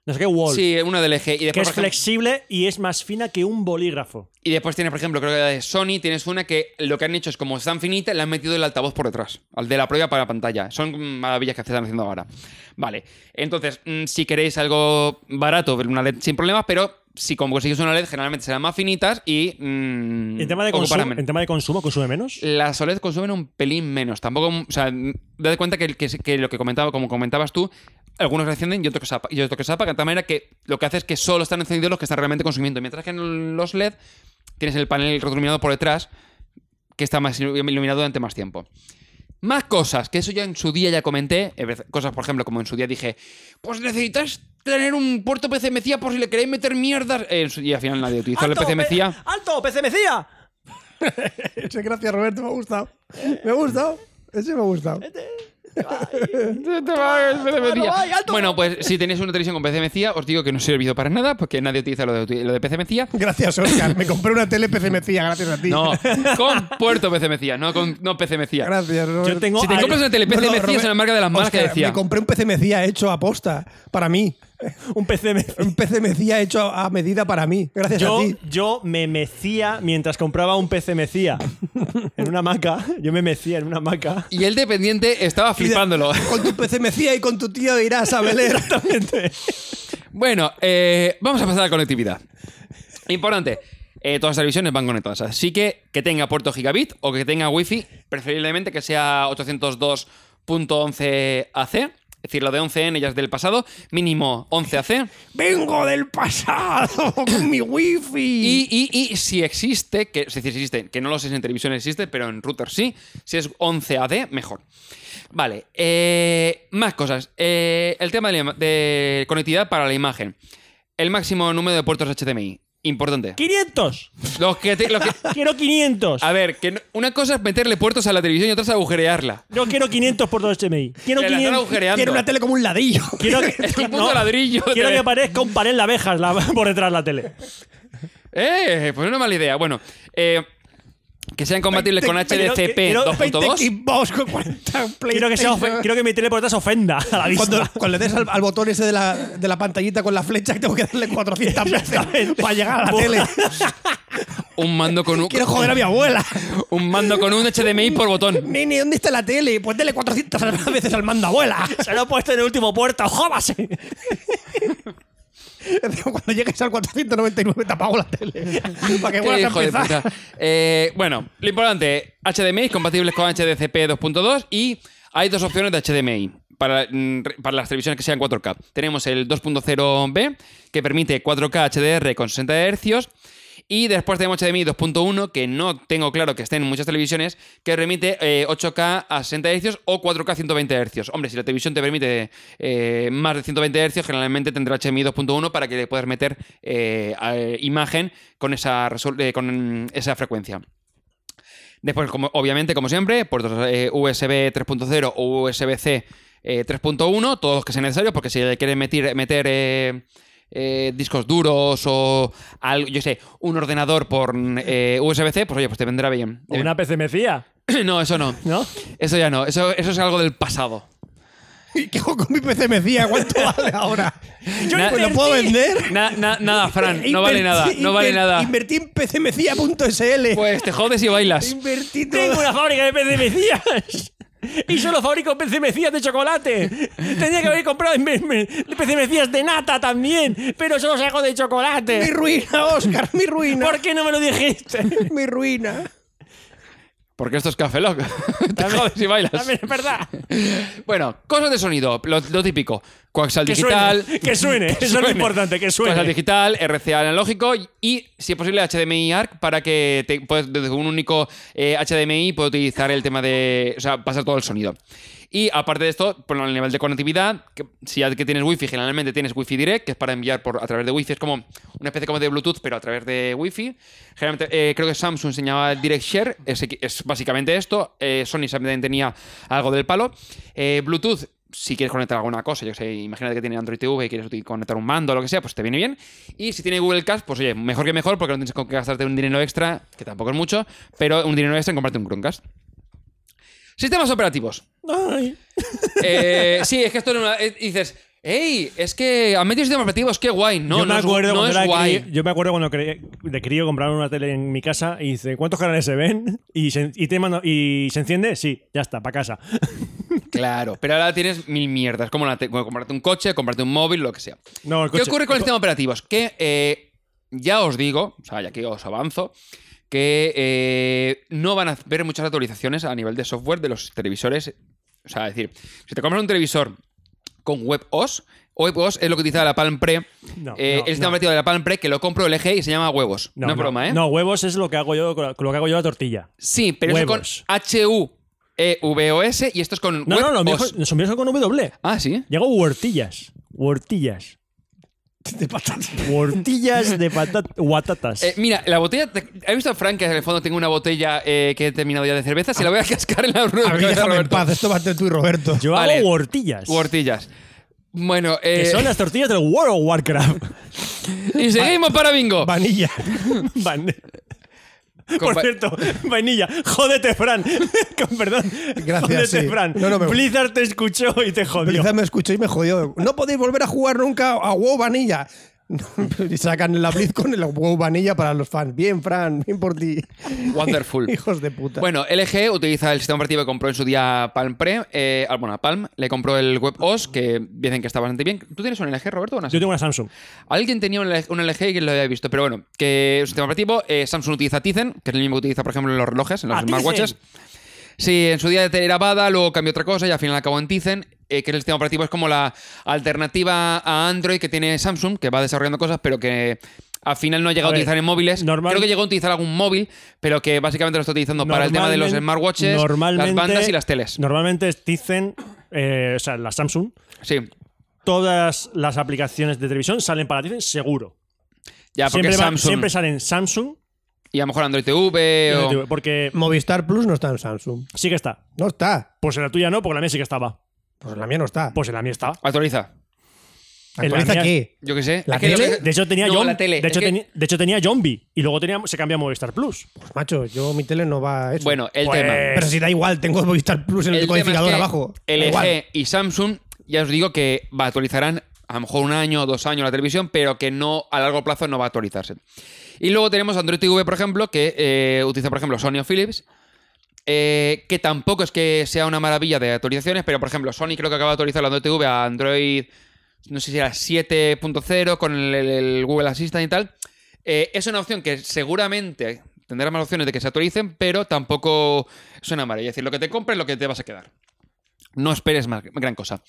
C: no sé qué Wall,
D: Sí, una del eje. Y
C: que
D: después,
C: es
D: por ejemplo-
C: flexible y es más fina que un bolígrafo.
D: y después tienes, por ejemplo, creo que la de Sony, tienes una que lo que han hecho es como están finitas, le han metido el altavoz por detrás, al de la prueba para la pantalla. Son maravillas que están haciendo ahora. Vale, entonces, mm, si queréis algo barato, ver una LED sin problemas, pero si como consigues una LED, generalmente serán más finitas y... mm, Eh,
C: En tema, de
D: ocuparán
C: consumo,
D: menos.
C: en tema de consumo, consume menos.
D: Las OLED consumen un pelín menos. Tampoco, o sea, mm, date cuenta que, que- que lo que comentaba, como comentabas tú, algunos encienden y otros que se apa- y otros que se apagan. De tal manera que lo que hace es que solo están encendidos los que están realmente consumiendo. Mientras que en los LED tienes el panel retroiluminado por detrás, que está más ilu- iluminado durante más tiempo. Más cosas, que eso ya en su día ya comenté. eh, vez- Cosas, por ejemplo, como en su día dije, pues necesitas tener un puerto PCMCIA por si le queréis meter mierdas. Eh, en su- y al final nadie utilizó el PCMCIA.
C: ¡Alto, PCMCIA!
A: Ese, gracias, Roberto, me ha gustado. Me ha gustado. Ese me ha gustado.
C: Este.
D: Bueno, pues si tenéis una televisión con PCMCIA, os digo que no sirvió para nada porque nadie utiliza lo de, lo de PCMCIA.
A: Gracias, Oscar. Me compré una tele PCMCIA gracias a ti.
D: No, con puerto PCMCIA, no con no PCMCIA.
A: Gracias, Roberto.
C: Yo tengo.
D: Si te
C: al-
D: compras una tele
A: No, no,
D: PCMCIA es
A: Robert-
D: una marca de las malas que
A: Oscar,
D: decía.
A: Me compré un PCMCIA hecho a posta para mí.
C: un PCMCIA.
A: Un PCMCIA hecho a, a medida para mí. Gracias
C: Yo,
A: a ti.
C: yo me mecía mientras compraba un PCMCIA. en una hamaca. Yo me mecía en una hamaca.
D: Y el dependiente estaba flipándolo.
A: Con tu PCMCIA y con tu tío irás a Belén.
C: Exactamente.
D: Bueno, eh, vamos a pasar a la conectividad. Importante. eh, todas las televisiones van conectadas. Así que que tenga puerto gigabit o que tenga wifi, preferiblemente que sea 802.11 AC. Es decir, lo de 11N ya es del pasado, mínimo 11 AC.
A: Vengo del pasado con mi wifi.
D: Y, y- y si existe, que, es decir, si existe, que no lo sé si en televisión existe, pero en router sí, si es 11 AD, mejor. Vale, eh, más cosas. Eh, el tema de, la ima- de conectividad para la imagen. El máximo número de puertos HDMI. Importante.
C: ¡500!
D: Los que te- los que-
C: Quiero 500.
D: a ver, que no- una cosa es meterle puertos a la televisión y otra es agujerearla.
C: Yo quiero 500 por dos HMI. Quiero
D: Que la están
C: 500.
D: agujereando.
A: Quiero una tele como un ladrillo.
C: Quiero que,
D: Es un puto ladrillo de-
C: Quiero que aparezca un panel de abejas la- por detrás de la tele.
D: Eh, pues no es mala idea. Bueno, eh, que sean compatibles con
C: Pero-
D: HDCP
C: pero-
D: 2.2.
A: Xbox con 40
C: Quiero que, sea
A: PlayStation.
C: ofe- quiero que mi tele por detrás ofenda a la vista.
A: Cuando, cuando le des al, al botón ese de la, de la pantallita con la flecha, tengo que darle 400 veces
C: Exactamente.
A: para llegar a la
C: Bu-
A: tele.
D: Un mando con un.
A: Quiero joder a mi abuela.
D: Un mando con un HDMI por botón.
A: Nene, ¿dónde está la tele? Pues dele 400 veces al mando, abuela.
C: Se lo he puesto en el último puerto. ¡Jóvase!
A: Cuando llegues al 499 te apago la tele. Para que
D: Qué
A: vuelvas
D: hijo
A: a
D: de
A: empezar.
D: puta. Eh, bueno, lo importante, HDMI compatibles con HDCP 2.2 y hay dos opciones de HDMI para, mm, re- para las televisiones que sean 4K. Tenemos el 2.0B que permite 4K HDR con 60 Hz y después tenemos HDMI 2.1 que no tengo claro que esté en muchas televisiones que permite eh, 8K a 60 Hz o 4K a 120 Hz. Hombre, si la televisión te permite eh, más de 120 Hz, generalmente tendrá HDMI 2.1 para que le puedas meter eh, a- eh, imagen con esa, resol- eh, con esa frecuencia. Después, como, obviamente, como siempre, puertos eh, USB 3.0 o USB-C eh, 3.1, todos los que sean necesarios, porque si le quieres meter, meter eh, eh, discos duros o algo, yo sé, un ordenador por mm, eh, USB-C, pues oye, pues te vendrá bien.
C: O Una PCMCIA,
D: No, eso no.
C: ¿no?
D: Eso ya no. Eso, eso es algo del pasado.
A: ¿Y qué hago con mi PCMCIA? ¿Cuánto vale ahora?
D: Yo
A: Pues lo
D: invertí.
A: puedo vender.
D: Na- na- nada, Fran, no vale
A: Invertí-
D: nada. No vale
A: inver-
D: nada.
A: Invertí en PCMCIA.sl.
D: Pues te jodes y bailas.
A: Invertí todo.
C: Tengo una fábrica de PCMCIAs. Y solo fabrico PCMCIAs de chocolate. Tendría que haber comprado me- me- PCMCIAs de nata también. Pero solo saco de
A: Mi
C: chocolate.
A: ruina, Oscar, mi ruina.
C: ¿Por qué no me lo dijiste?
A: Mi ruina.
D: Porque esto es Café Lock. te jodes y bailas.
C: También es verdad.
D: Bueno, cosas de sonido, lo, lo típico. Coaxial
C: Que
D: digital.
C: suene, que suene, eso es lo
D: suene.
C: importante, que suene.
D: Coaxial digital, RCA analógico y, si es posible, HDMI ARC para que te- puedas, desde un único eh, HDMI puedas utilizar el tema de. O sea, pasar todo el sonido. Y aparte de esto, por el nivel de conectividad, que si ya que tienes wifi, generalmente tienes wifi direct, que es para enviar por a través de wifi, es como una especie como de Bluetooth, pero a través de wifi. Generalmente, eh, creo que Samsung enseñaba el Direct Share, es, es básicamente esto. Eh, Sony también tenía algo del palo. Eh, Bluetooth, si quieres conectar alguna cosa, yo sé, imagínate que tiene Android TV y quieres util- conectar un mando o lo que sea, pues te viene bien. Y si tiene Google Cash, pues oye, mejor que mejor, porque no tienes con qué gastarte un dinero extra, que tampoco es mucho, pero un dinero extra en comprarte un Chromecast. Sistemas operativos.
C: Ay.
D: Eh, sí, es que esto es una- eh, dices, hey, es que han metido sistemas operativos, qué guay. No,
C: yo,
D: no
C: me
D: es-
C: acuerdo
D: no
C: cuando
D: es
C: era
D: guay.
C: cri- yo me acuerdo cuando cre- de crío compraron una tele en mi casa y dice, ¿cuántos canales se ven? Y se, y te mando- y se enciende, sí, ya está, para casa.
D: Claro, pero ahora tienes mil mierdas, como, la te- como comprarte un coche, comprarte un móvil, lo que sea.
C: No, el coche-
D: ¿Qué ocurre con el sistema operativos? Que eh, ya os digo, o sea, ya que os avanzo, que eh, no van a ver muchas actualizaciones a nivel de software de los televisores. O sea, es decir, si te compras un televisor con WebOS, WebOS es lo que utiliza la Palm Pre,
C: No,
D: eh,
C: no,
D: el sistema
C: no.
D: operativo de la Palm Pre que lo compro LG y se llama huevos. No, es broma, ¿eh?
C: No, huevos es lo que hago yo, con la- con lo que hago yo a la tortilla.
D: Sí, pero eso
C: Huevos.
D: con E H-U-E-V-O-S y esto es con
C: No, no,
D: WebOS.
C: los míos, son- los míos son con W.
D: Ah, sí.
C: Yo hago huertillas. Huertillas.
A: De patatas.
C: Huertillas de patata, guatatas.
D: Eh, mira, la botella. te- he visto a Frank que en el fondo tengo una botella eh, que he terminado ya de cerveza. Se la voy a cascar en la rueda.
A: A mí déjame en paz, esto va entre tú y Roberto.
C: yo
D: vale.
C: hago huertillas.
D: Huertillas. Bueno,
C: que
D: eh,
C: son las tortillas del World of Warcraft.
D: y seguimos para bingo.
A: Vanilla.
C: Van-
D: Con
C: Por
D: va-
C: cierto, vainilla, jódete, Fran. Con perdón.
A: Gracias,
C: Jódete,
A: sí.
C: Fran.
A: No, no, me-
C: Blizzard te escuchó y te jodió.
A: Blizzard me escuchó y me jodió. No podéis volver a jugar nunca a WoW Vanilla. y sacan la Blizz con el WoW Vanilla para los fans. Bien, Fran, bien por ti.
D: Wonderful.
A: Hijos de puta.
D: Bueno, LG utiliza el sistema operativo que compró en su día Palm Pre. Eh, ah, bueno, a Palm le compró el WebOS, que dicen que está bastante bien. ¿Tú tienes un LG, Roberto? o una
C: Yo tengo una Samsung.
D: Alguien tenía un LG, un LG y lo había visto, pero bueno, que es un sistema operativo. eh, Samsung utiliza Tizen, que es el mismo que utiliza, por ejemplo, en los relojes, en los
C: ¡Ah, Tizen!
D: smartwatches. Sí, en su día era Bada, luego cambió otra cosa y al final acabó en Tizen, eh, que es el sistema operativo, es como la alternativa a Android que tiene Samsung, que va desarrollando cosas, pero que al final no ha llegado
C: A
D: a,
C: ver,
D: utilizar en móviles.
C: normal-
D: Creo que llegó a utilizar algún móvil, pero que básicamente lo está utilizando para el tema de los
C: Normalmen-
D: smartwatches, las
C: normalmente-
D: bandas y las teles.
C: Normalmente dicen, eh, o sea, la Samsung,
D: Sí,
C: todas las aplicaciones de televisión salen para Tizen seguro.
D: ya, porque
C: siempre,
D: es
C: va-
D: Samsung.
C: siempre salen Samsung.
D: Y a lo mejor Android TV o...
C: Porque
A: Movistar Plus no está en Samsung.
C: sí que está.
A: No está.
C: Pues en la tuya no, porque en la mía sí que estaba.
A: Pues la mía no está.
C: Pues en la mía estaba.
D: Actualiza.
C: en la
A: ¿Actualiza
C: mía-
A: qué?
D: Yo qué sé.
A: ¿La
D: Es que lo
A: tele?
D: que-
C: De hecho tenía
D: No,
C: Yom-
D: la tele.
C: De hecho,
D: Es que-
C: teni- de hecho, tenía Zombie y luego tenía, se cambia a Movistar Plus.
A: Pues macho, yo mi tele no va a eso.
D: Bueno, el
C: Pues-
D: tema.
A: Pero si da igual, tengo Movistar Plus en el,
D: El tema es
A: codificador
D: que
A: abajo. Da
C: E
A: igual.
D: LG y Samsung, ya os digo que va, actualizarán a lo mejor un año o dos años la televisión, pero que no a largo plazo no va a actualizarse. Y luego tenemos Android TV, por ejemplo, que eh, utiliza, por ejemplo, Sony o Philips. eh, que tampoco es que sea una maravilla de actualizaciones, pero por ejemplo, Sony creo que acaba de actualizar la Android TV a Android, no sé si era 7.0 con el, el Google Assistant y tal. Eh, es una opción que seguramente tendrá más opciones de que se actualicen, pero tampoco es una maravilla. Es decir, lo que te compres es lo que te vas a quedar. No esperes más, gran cosa.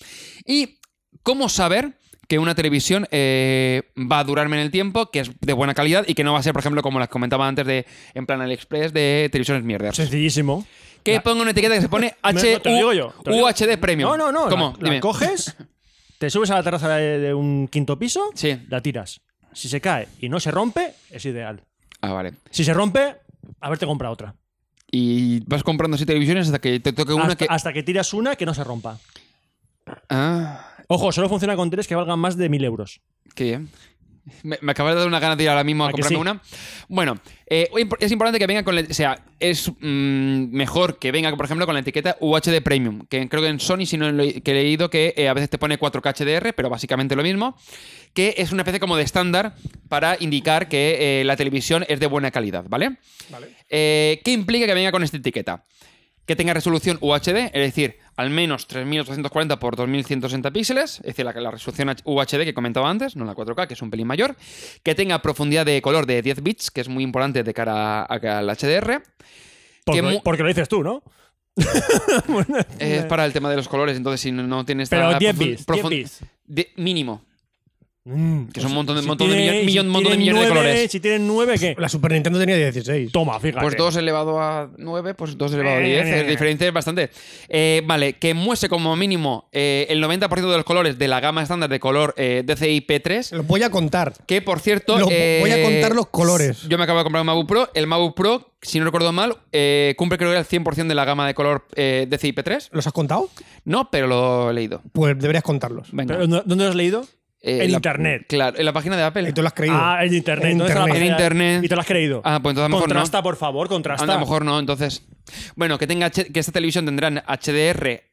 D: ¿Y cómo saber que una televisión eh, va a durarme en el tiempo, que es de buena calidad y que no va a ser, por ejemplo, como las comentaba antes de en plan AliExpress de televisiones mierdas?
C: Sencillísimo.
D: Que
C: La-
D: pongo una etiqueta que se pone
C: No, no, te lo digo yo, te lo digo.
D: UHD Premium.
C: No, no, no.
D: ¿Cómo?
C: La, la
D: Dime.
C: coges, te subes a la terraza de, de un quinto piso,
D: Sí.
C: la tiras. Si se cae y no se rompe, es ideal.
D: Ah, vale.
C: Si se rompe, haberte comprado otra.
D: Y vas comprando así televisiones hasta que te toque una
C: Hasta
D: que.
C: que... hasta que tiras una que no se rompa.
D: Ah,
C: Ojo, solo funciona con tres que valgan más de mil euros.
D: qué bien. Me, me acabas de dar una gana de ir ahora mismo a,
C: ¿A que
D: comprarme
C: sí?
D: una. Bueno, eh, imp- es importante que venga con. la- o sea, es mm, mejor que venga, por ejemplo, con la etiqueta UHD Premium. Que creo que en Sony, si no lo he- que he leído, que eh, a veces te pone 4K HDR, pero básicamente lo mismo. Que es una especie como de estándar para indicar que eh, la televisión es de buena calidad, ¿vale? Eh, ¿Qué implica que venga con esta etiqueta? Que tenga resolución UHD, es decir, al menos 3840 por 2160 píxeles, es decir, la, la resolución H- UHD que comentaba antes, no la 4K, que es un pelín mayor. Que tenga profundidad de color de 10 bits, que Eh, es muy importante de cara a- a- al HDR.
C: Porque,
D: mu-
C: porque lo dices tú, ¿no?
D: Es para el tema de los colores, entonces si no, no tienes
C: Pero
D: tanta
C: 10
D: profun-
C: bits. 10
D: profun-
C: bits.
D: de- mínimo.
C: Mm,
D: Que
C: pues
D: son un montón de-
C: si
D: montón de
C: tiene-
D: millón-
C: si
D: millón- montón de
C: tienen
D: millones de
C: nueve,
D: colores.
C: Si tienen nueve, ¿qué?
A: La Super Nintendo tenía 16.
C: Toma, fíjate.
D: Pues 2 elevado a 9, pues 2 elevado a
C: Eh,
D: 10.
C: eh,
D: Es
C: eh.
D: diferente es bastante. Eh, vale, que muestre como mínimo eh, el 90% de los colores de la gama estándar de color eh, DCI P3.
A: Lo voy a contar.
D: Que por cierto.
A: Lo-
D: eh,
A: voy a contar los colores.
D: Yo me acabo de comprar un Mabu Pro. El Mabu Pro, si no recuerdo mal, eh, cumple creo que el 100% de la gama de color eh, DCI P3.
A: ¿Los has contado?
D: No, pero lo he leído.
A: Pues deberías contarlos.
D: Venga.
C: Pero, ¿no- ¿Dónde lo has leído?
D: Eh,
C: en
D: la-
C: internet.
D: Claro, en la página de Apple.
A: Y tú lo has creído.
C: Ah, en internet.
A: En
C: ¿dónde está la
A: internet.
D: En
C: página?
D: internet.
C: ¿Y te lo has creído?
D: Ah, pues entonces a lo mejor no.
C: Contrasta, por favor, contrasta.
D: A lo mejor no, entonces. Bueno, que tenga H- que esta televisión tendrán HDR,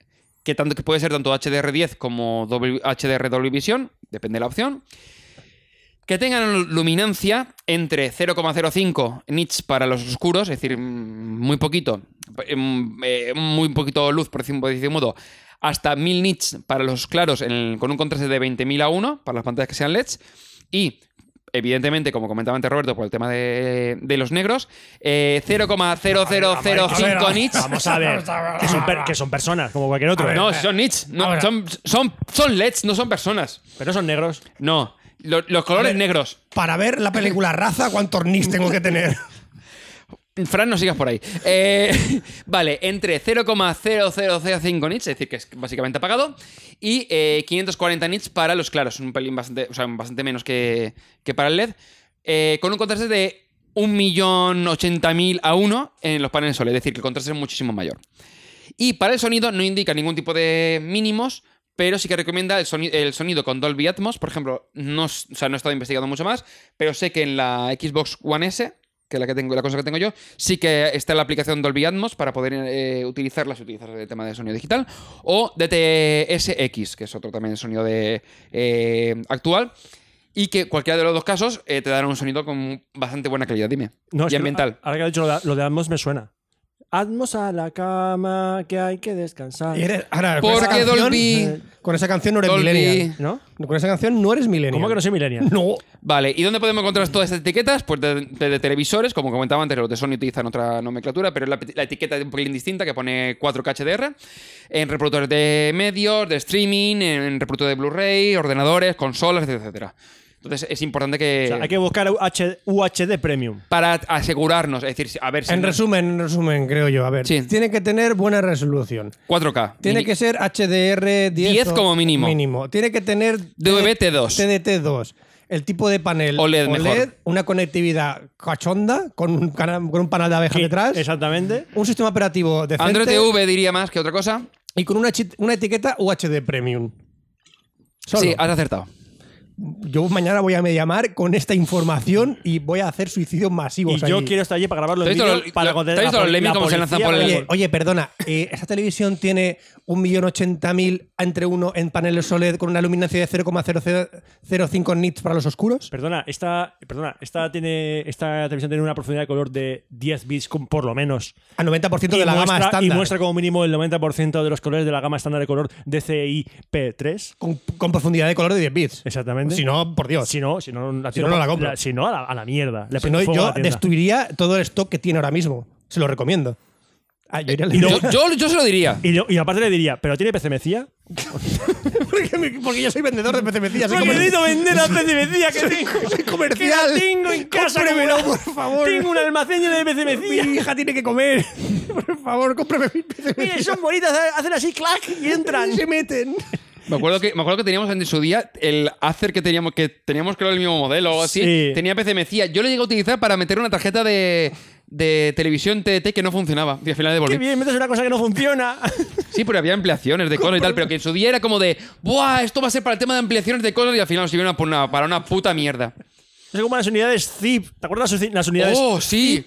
D: que tanto que puede ser tanto HDR10 como doble- HDR doble visión, depende de la opción. Que tengan luminancia entre 0,05 nits para los oscuros, es decir, mm, muy poquito, mm, eh, muy poquito luz, por decir por decir un modo, hasta 1000 nits para los claros en el- con un contraste de 20.000 a 1 para las pantallas que sean LEDs. Y, evidentemente, como comentaba antes Roberto, por el tema de, de los negros, eh,
A: A ver, a
D: 0,0005
A: ver,
D: nits.
C: Vamos a ver. que, son per- que son personas, como cualquier otro.
D: Ah,
C: ¿eh?
D: No, son nits, no,
A: Ahora.
D: son, son, son LEDs, no son personas.
C: Pero son negros.
D: No, lo- los colores negros.
A: Para ver la película Raza, ¿cuántos NIS tengo que tener?
D: Fran, no sigas por ahí. Eh, vale, entre 0,0005 nits, es decir, que es básicamente apagado, y eh, 540 nits para los claros, un pelín bastante, o sea, bastante menos que, que para el LED, eh, con un contraste de 1.080.000 a 1 en los paneles solares, es decir, que el contraste es muchísimo mayor. Y para el sonido no indica ningún tipo de mínimos, pero sí que recomienda el soni- el sonido, con Dolby Atmos. Por ejemplo, no, s- o sea, no he estado investigando mucho más, pero sé que en la Xbox One S, que es la, que tengo, la cosa que tengo yo, sí que está la aplicación Dolby Atmos para poder eh, utilizarla si utilizas el tema de sonido digital. O DTSX, que es otro también sonido de, eh, actual. Y que cualquiera de los dos casos eh, te dará un sonido con bastante buena calidad, dime.
C: No, es
D: y
C: que-
D: ambiental.
C: ahora que has dicho lo de, lo de Atmos, me suena. Atmos a la cama, que hay que descansar.
A: Y eres- ahora, con
D: Porque
A: esa canción,
D: Dolby-
A: Con esa canción no eres
D: Dolby-
A: millennial.
C: ¿No?
A: Con esa canción no eres millennial.
C: ¿Cómo que no soy millennial?
A: No.
D: Vale, ¿y dónde podemos encontrar todas estas etiquetas? Pues de, de- de televisores, como comentaba antes, los de Sony utilizan otra nomenclatura, pero la, la etiqueta es un poquilín distinta que pone 4K HDR. En reproductores de medios, de streaming, en reproductores de Blu-ray, ordenadores, consolas, etcétera. Entonces es importante que.
C: O sea, hay que buscar UH UHD Premium.
D: Para asegurarnos, es decir, a ver si.
A: En resumen, en resumen, creo yo. A ver,
D: Sí.
A: tiene que tener buena resolución.
D: 4K.
A: Tiene
D: Mini-
A: que ser HDR 10.
D: 10
A: o-
D: como mínimo.
A: Tiene que tener
D: DVB-T2.
A: TDT2. El tipo de panel E
D: OLED E mejor.
A: una conectividad cachonda con un, cana- con un panel de abejas
C: Sí,
A: detrás,
C: Exactamente.
A: un sistema operativo decente
D: Android TV diría más que otra cosa.
A: y con una, chi- una etiqueta UHD Premium. Solo.
D: Sí, has acertado.
A: Yo mañana voy a llamar con esta información y voy a hacer suicidios masivos.
C: Y yo
A: allí.
C: quiero estar allí para grabarlo en
D: ¿Te has visto
C: vídeo
D: lo-
C: para
D: lo-
C: contar
D: te has
C: a
D: visto los
C: poli-
D: lemmings
C: la
D: cómo se lanzan
C: policía
D: por el-
C: para-
A: Oye, oye, perdona, eh, esta televisión tiene 1.080.000 entre uno en paneles OLED con una luminancia de 0,005 nits para los oscuros.
C: Perdona, esta, perdona, esta tiene, esta televisión tiene una profundidad de color de 10 bits con- por lo menos.
A: A 90% de la
C: muestra,
A: gama
C: y
A: estándar.
C: muestra como mínimo el 90% de los colores de la gama estándar de color DCI P3.
A: Con, con profundidad de color de 10 bits.
C: Exactamente.
A: Si no, por Dios.
C: si no, si no, la,
A: Pues Si
C: tiro
A: no, no
C: pa-
A: la compro.
C: si no, a la, a la mierda. Le
A: Si
C: prendo
A: no,
C: fuego a
A: yo
C: la tienda.
A: destruiría todo el stock que tiene ahora mismo. Se lo recomiendo. Ah, yo iría
C: Eh,
A: al-
D: Yo, yo, yo se lo diría.
C: y, yo- y aparte le diría, ¿pero tiene PCMecía?
A: porque, me- porque yo soy vendedor de PCMC. Soy, comer-
C: necesito vender la PCMecía que tengo.
A: soy comercial.
C: Que la tengo en casa,
A: Cómpremelo,
C: como
A: por
C: la-
A: favor.
C: Tengo un almacén lleno de
A: Mi
C: PCMecía.
A: hija tiene que comer. Por favor, cómprame mi PCMecía.
C: Mire, son bonitas, hacen así, clac, y entran.
A: Y se meten.
D: Me acuerdo que, me acuerdo que teníamos en su día el hacer que teníamos, que teníamos creo el mismo modelo o algo así.
C: Sí.
D: Tenía PCMecía. Yo lo llegué a utilizar para meter una tarjeta de, de televisión TDT que no funcionaba. Y al final
C: Qué
D: devolví.
C: bien, metes una cosa que no funciona.
D: Sí, pero había ampliaciones de cosas y tal. Pero que en su día era como de, ¡buah! Esto va a ser para el tema de ampliaciones de cosas y al final nos sirvió una- para una puta mierda.
C: No sé cómo las unidades zip. ¿Te acuerdas las, las unidades?
D: ¡Oh, sí!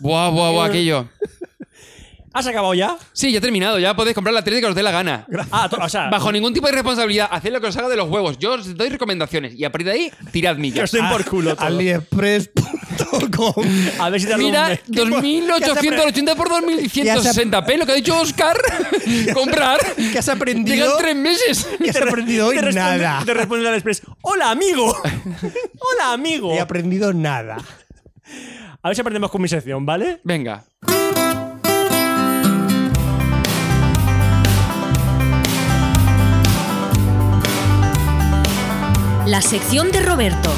D: ¡Buah, buah, buah! Aquello.
C: ¿Has acabado ya?
D: Sí, ya he terminado. Ya podéis comprar la tele que os dé la gana.
C: Ah, to- o sea,
D: Bajo ningún tipo de responsabilidad, haced lo que os haga de los huevos. Yo os doy recomendaciones y a partir de ahí, tirad
C: que
D: millas.
C: os den por culo todo.
A: Aliexpress.com.
C: A ver si te
D: Mira, 2880 por 2160 p lo que ha dicho Oscar. comprar.
A: ¿Qué has aprendido?
D: Llegan tres meses.
A: ¿Qué has aprendido hoy?
C: te responde-
A: Nada.
C: Te responde al Express. Hola, amigo. Hola, amigo.
A: He aprendido nada.
C: A ver si aprendemos con mi sección, ¿vale?
D: Venga.
F: La sección de Roberto.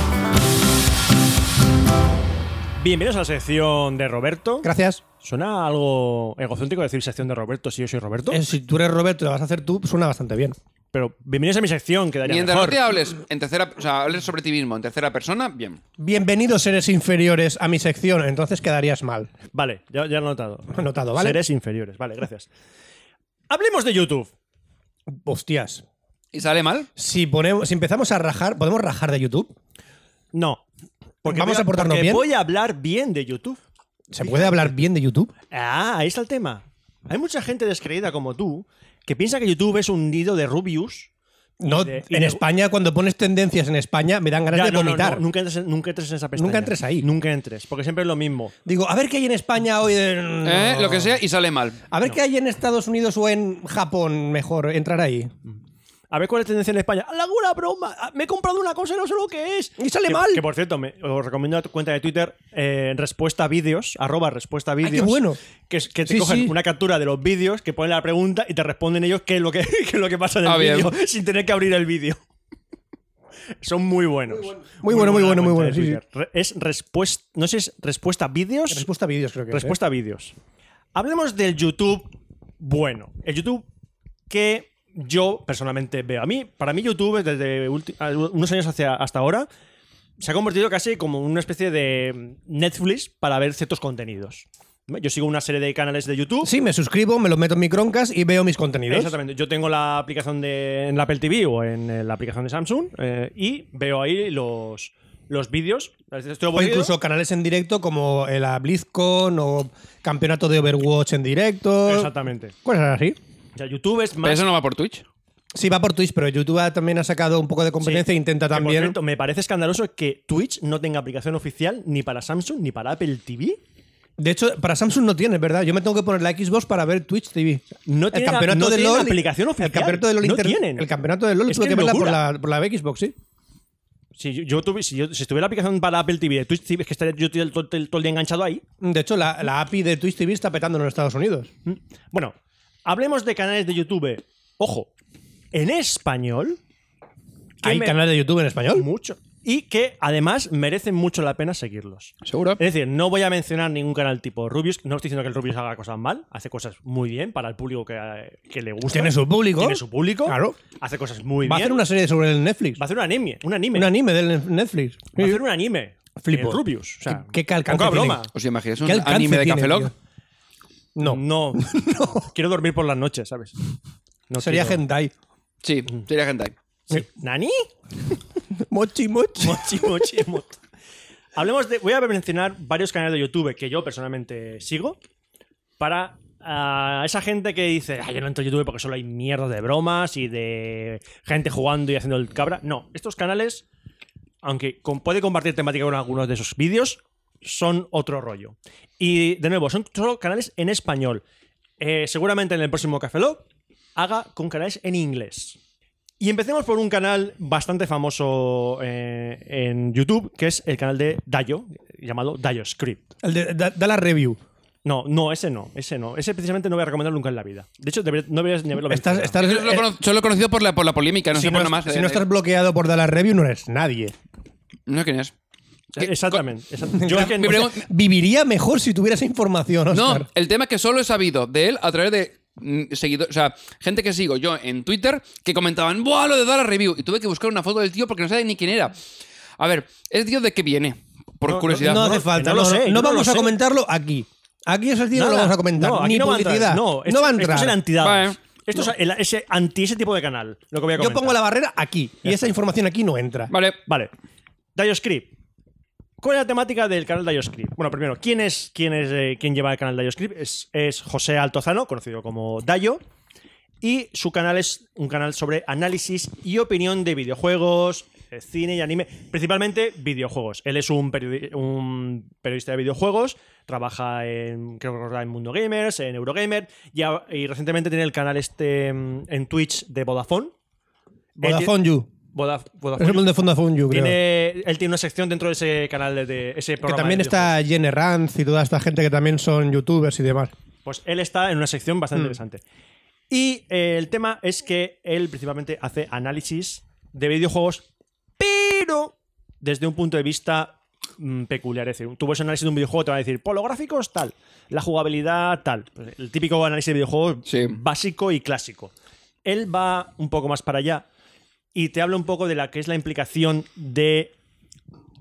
C: Bienvenidos a la sección de Roberto.
A: Gracias.
C: Suena algo egocéntrico decir sección de Roberto si yo soy Roberto,
A: Eh, si tú eres Roberto y la vas a hacer tú, suena bastante bien.
C: pero bienvenidos a mi sección, quedaría
D: Mientras no
C: mejor.
D: te hables en tercera, o sea, hables sobre ti mismo en tercera persona, bien.
A: Bienvenidos seres inferiores a mi sección, entonces quedarías mal.
C: Vale, ya, ya lo he notado.
A: Lo he notado, ¿vale?
C: Seres inferiores. Vale, gracias. Hablemos de YouTube.
A: Hostias.
D: ¿Y sale mal?
A: Si, ponemos, si empezamos a rajar, ¿podemos rajar de YouTube?
C: No.
A: ¿Vamos
C: voy
A: a portarnos
C: porque
A: bien?
C: voy a hablar bien de YouTube.
A: ¿Se puede hablar bien de YouTube?
C: Ah, ahí está el tema. Hay mucha gente descreída como tú que piensa que YouTube es un nido de Rubius.
A: No,
C: De- y
A: en
C: de-
A: España, cuando pones tendencias en España, me dan ganas
C: Ya,
A: de
C: no, no,
A: vomitar.
C: no, nunca, entres, nunca entres en esa pestaña.
A: Nunca entres ahí.
C: Nunca entres, porque siempre es lo mismo.
A: Digo, a ver qué hay en España hoy. de-
D: ¿Eh? Lo que sea, y sale mal.
A: A ver qué hay en Estados Unidos o en Japón, mejor entrar ahí.
C: A ver cuál es la tendencia en España. ¡Alguna broma! Ah, Me he comprado una cosa y no sé lo que es.
A: Y sale
C: Que-
A: mal.
C: Que por cierto, me- os recomiendo tu cuenta de Twitter, eh, respuesta a vídeos, arroba respuesta a
A: Ah, qué
C: vídeos.
A: bueno.
C: Que, es- que te
A: Sí,
C: cogen
A: sí.
C: una captura de los vídeos, que ponen la pregunta y te responden ellos qué es lo que, qué es lo que pasa en el
D: Ah, bien.
C: vídeo, sin tener que abrir el vídeo. Son muy buenos.
A: Muy bueno, muy bueno,
C: buena
A: muy
C: cuenta de
A: bueno, sí, sí.
C: Twitter. Re- Es respuesta. No sé si es respuesta a
D: Pues
C: vídeos.
A: Respuesta a vídeos, creo que es, ¿eh?
C: Respuesta a vídeos. Hablemos del YouTube bueno. El YouTube que yo personalmente veo. A mí, para mí, YouTube desde ulti- a- unos años hacia, hasta ahora se ha convertido casi como una especie de Netflix para ver ciertos contenidos. ¿no? Yo sigo una serie de canales de YouTube.
A: Sí, me suscribo, me lo meto en mi croncast y veo mis contenidos.
C: Exactamente. Yo tengo la aplicación de en la Apple TV o en eh, la aplicación de Samsung eh, y veo ahí los, los vídeos. Estoy
A: O
C: aburrido.
A: incluso canales en directo como eh, la BlizzCon o campeonato de Overwatch en directo.
C: Exactamente.
A: Cosas así.
C: O sea, YouTube es
D: Pero
C: más
D: eso no va por Twitch.
A: Sí, va por Twitch, pero YouTube ha- también ha sacado un poco de competencia e intenta
C: Que, por
A: también.
C: cierto, me parece escandaloso que Twitch no tenga aplicación oficial ni para Samsung ni para Apple TV.
A: De hecho, para Samsung no tiene, ¿verdad? Yo me tengo que poner la Xbox para ver Twitch TV.
C: No
A: El
C: tiene-
A: campeonato
C: no
A: de
C: tiene
A: LOL-
C: aplicación oficial.
A: El campeonato de LOL
C: No
A: inter-
C: tienen.
A: El campeonato de LOL
C: Es
A: tuve
C: que
A: que verla por
C: locura.
A: la, por la Xbox, sí.
C: Si yo, yo tuvi- si, yo- si tuviera la aplicación para Apple TV de Twitch TV, es que estaría yo todo, el- todo el- todo el día enganchado ahí.
A: De hecho, la, la API de Twitch TV está petando en los Estados Unidos.
C: Bueno, hablemos de canales de YouTube. Ojo, en español. que
A: ¿Hay
C: me-
A: canales de YouTube en español?
C: Mucho. Y que además merecen mucho la pena seguirlos.
D: Seguro.
C: Es decir, no voy a mencionar ningún canal tipo Rubius. No estoy diciendo que el Rubius haga cosas mal. Hace cosas muy bien para el público que, eh, que le gusta.
A: Tiene su público.
C: Tiene su público.
A: Claro.
C: Hace cosas muy
A: Va a
C: bien.
A: hacer una serie sobre el Netflix.
C: Va a hacer un anime. Un anime.
A: Un anime del Netflix.
C: Va a hacer un anime.
A: Flipo.
C: El Rubius. O sea,
A: ¿Qué- qué alcance
C: poca
A: tiene?
C: broma.
D: ¿Os imagináis
A: ¿Qué
D: un
A: alcance
D: anime de
A: tiene,
D: Café Lock?
A: tío? No,
C: No. Quiero dormir por las noches, ¿sabes? No
A: sería
C: quiero-
A: hentai.
D: Sí, sería hentai.
C: Sí. ¿Nani?
A: Mochi, mochi.
C: Mochi, mochi, mochi. Hablemos de. Voy a mencionar varios canales de YouTube que yo personalmente sigo. Para ah, esa gente que dice, "Ay, yo no entro en YouTube porque solo hay mierda de bromas y de gente jugando y haciendo el cabra. No, estos canales, aunque con- puede compartir temática con algunos de sus vídeos, son otro rollo. Y de nuevo, son solo canales en español. Eh, seguramente en el próximo Café Lock haga con canales en inglés. Y empecemos por un canal bastante famoso eh, en YouTube, que es el canal de Dayo, llamado Dayo Script.
A: El de- da, da la review.
C: No, no, ese no, ese no. Ese precisamente no voy a recomendar nunca en la vida. De hecho, debería- no deberías ni haberlo
A: Estás,
C: mencionado.
A: estás-
D: Yo solo,
A: eh,
D: cono- solo he conocido por la, por la polémica, no
A: si
D: sé
A: no,
D: por nada más.
A: si
D: Eh,
A: no estás bloqueado por dar la review, no eres nadie.
D: No sé quién es. ¿Qué-
C: Eh, Exactamente. exactamente. Yo es que-
D: Mi pregunta-
A: Viviría mejor si tuvieras información, Oscar.
D: No, el tema es que solo he sabido de él a través de seguidores, o sea, gente que sigo yo en Twitter que comentaban, ¡buah, lo de dar la review! Y tuve que buscar una foto del tío porque no sabía ni quién era. A ver, ¿es tío de qué viene? Por
C: No,
D: curiosidad.
A: No
C: no,
A: hace
C: que
A: falta.
C: no
A: No,
C: lo sé,
A: no
C: yo no
A: vamos
C: lo
A: a
C: sé.
A: comentarlo aquí. Aquí ese día no lo
C: Nada.
A: vamos a comentar.
C: No, aquí
A: ni
C: no va a entrar.
A: publicidad.
C: No, esto,
A: va a
C: esto
A: entrar.
C: es en entidades.
D: Vale.
C: Esto es el- ese, anti ese tipo de canal, lo que voy a
A: Yo
C: comentar.
A: pongo la barrera aquí. Y esa información aquí no entra.
D: Vale,
C: Vale. Dioscript. ¿Cuál es la temática del canal Dioscript? Bueno, primero, ¿quién es quién es eh, quién lleva el canal Dioscript? Es, es José Altozano, conocido como Dayo. Y su canal es un canal sobre análisis y opinión de videojuegos, eh, cine y anime, principalmente videojuegos. Él es un, periodi- un periodista de videojuegos, trabaja en, creo que recordar, en Mundo Gamers, en Eurogamer, y, a- y recientemente tiene el canal este mm, en Twitch de Vodafone.
A: Vodafone You.
C: Vodaf-
A: Es
C: Vodafone.
A: el de Vodafone You, creo.
C: eh, Tiene, él tiene una sección dentro de ese canal de, de ese
A: que
C: programa.
A: también
C: de
A: está Jenny Ranz y toda esta gente que también son youtubers y demás.
C: videojuegos. Pues él está en una sección bastante
A: Mm.
C: interesante. Y eh, el tema es que él principalmente hace análisis de videojuegos, pero desde un punto de vista mm, peculiar. Es decir, tú ves un análisis de un videojuego, te van a decir, por los gráficos tal, la jugabilidad tal. Pues, El típico análisis de videojuego
D: Sí.
C: básico y clásico. Él va un poco más para allá y te habla un poco de la que es la implicación de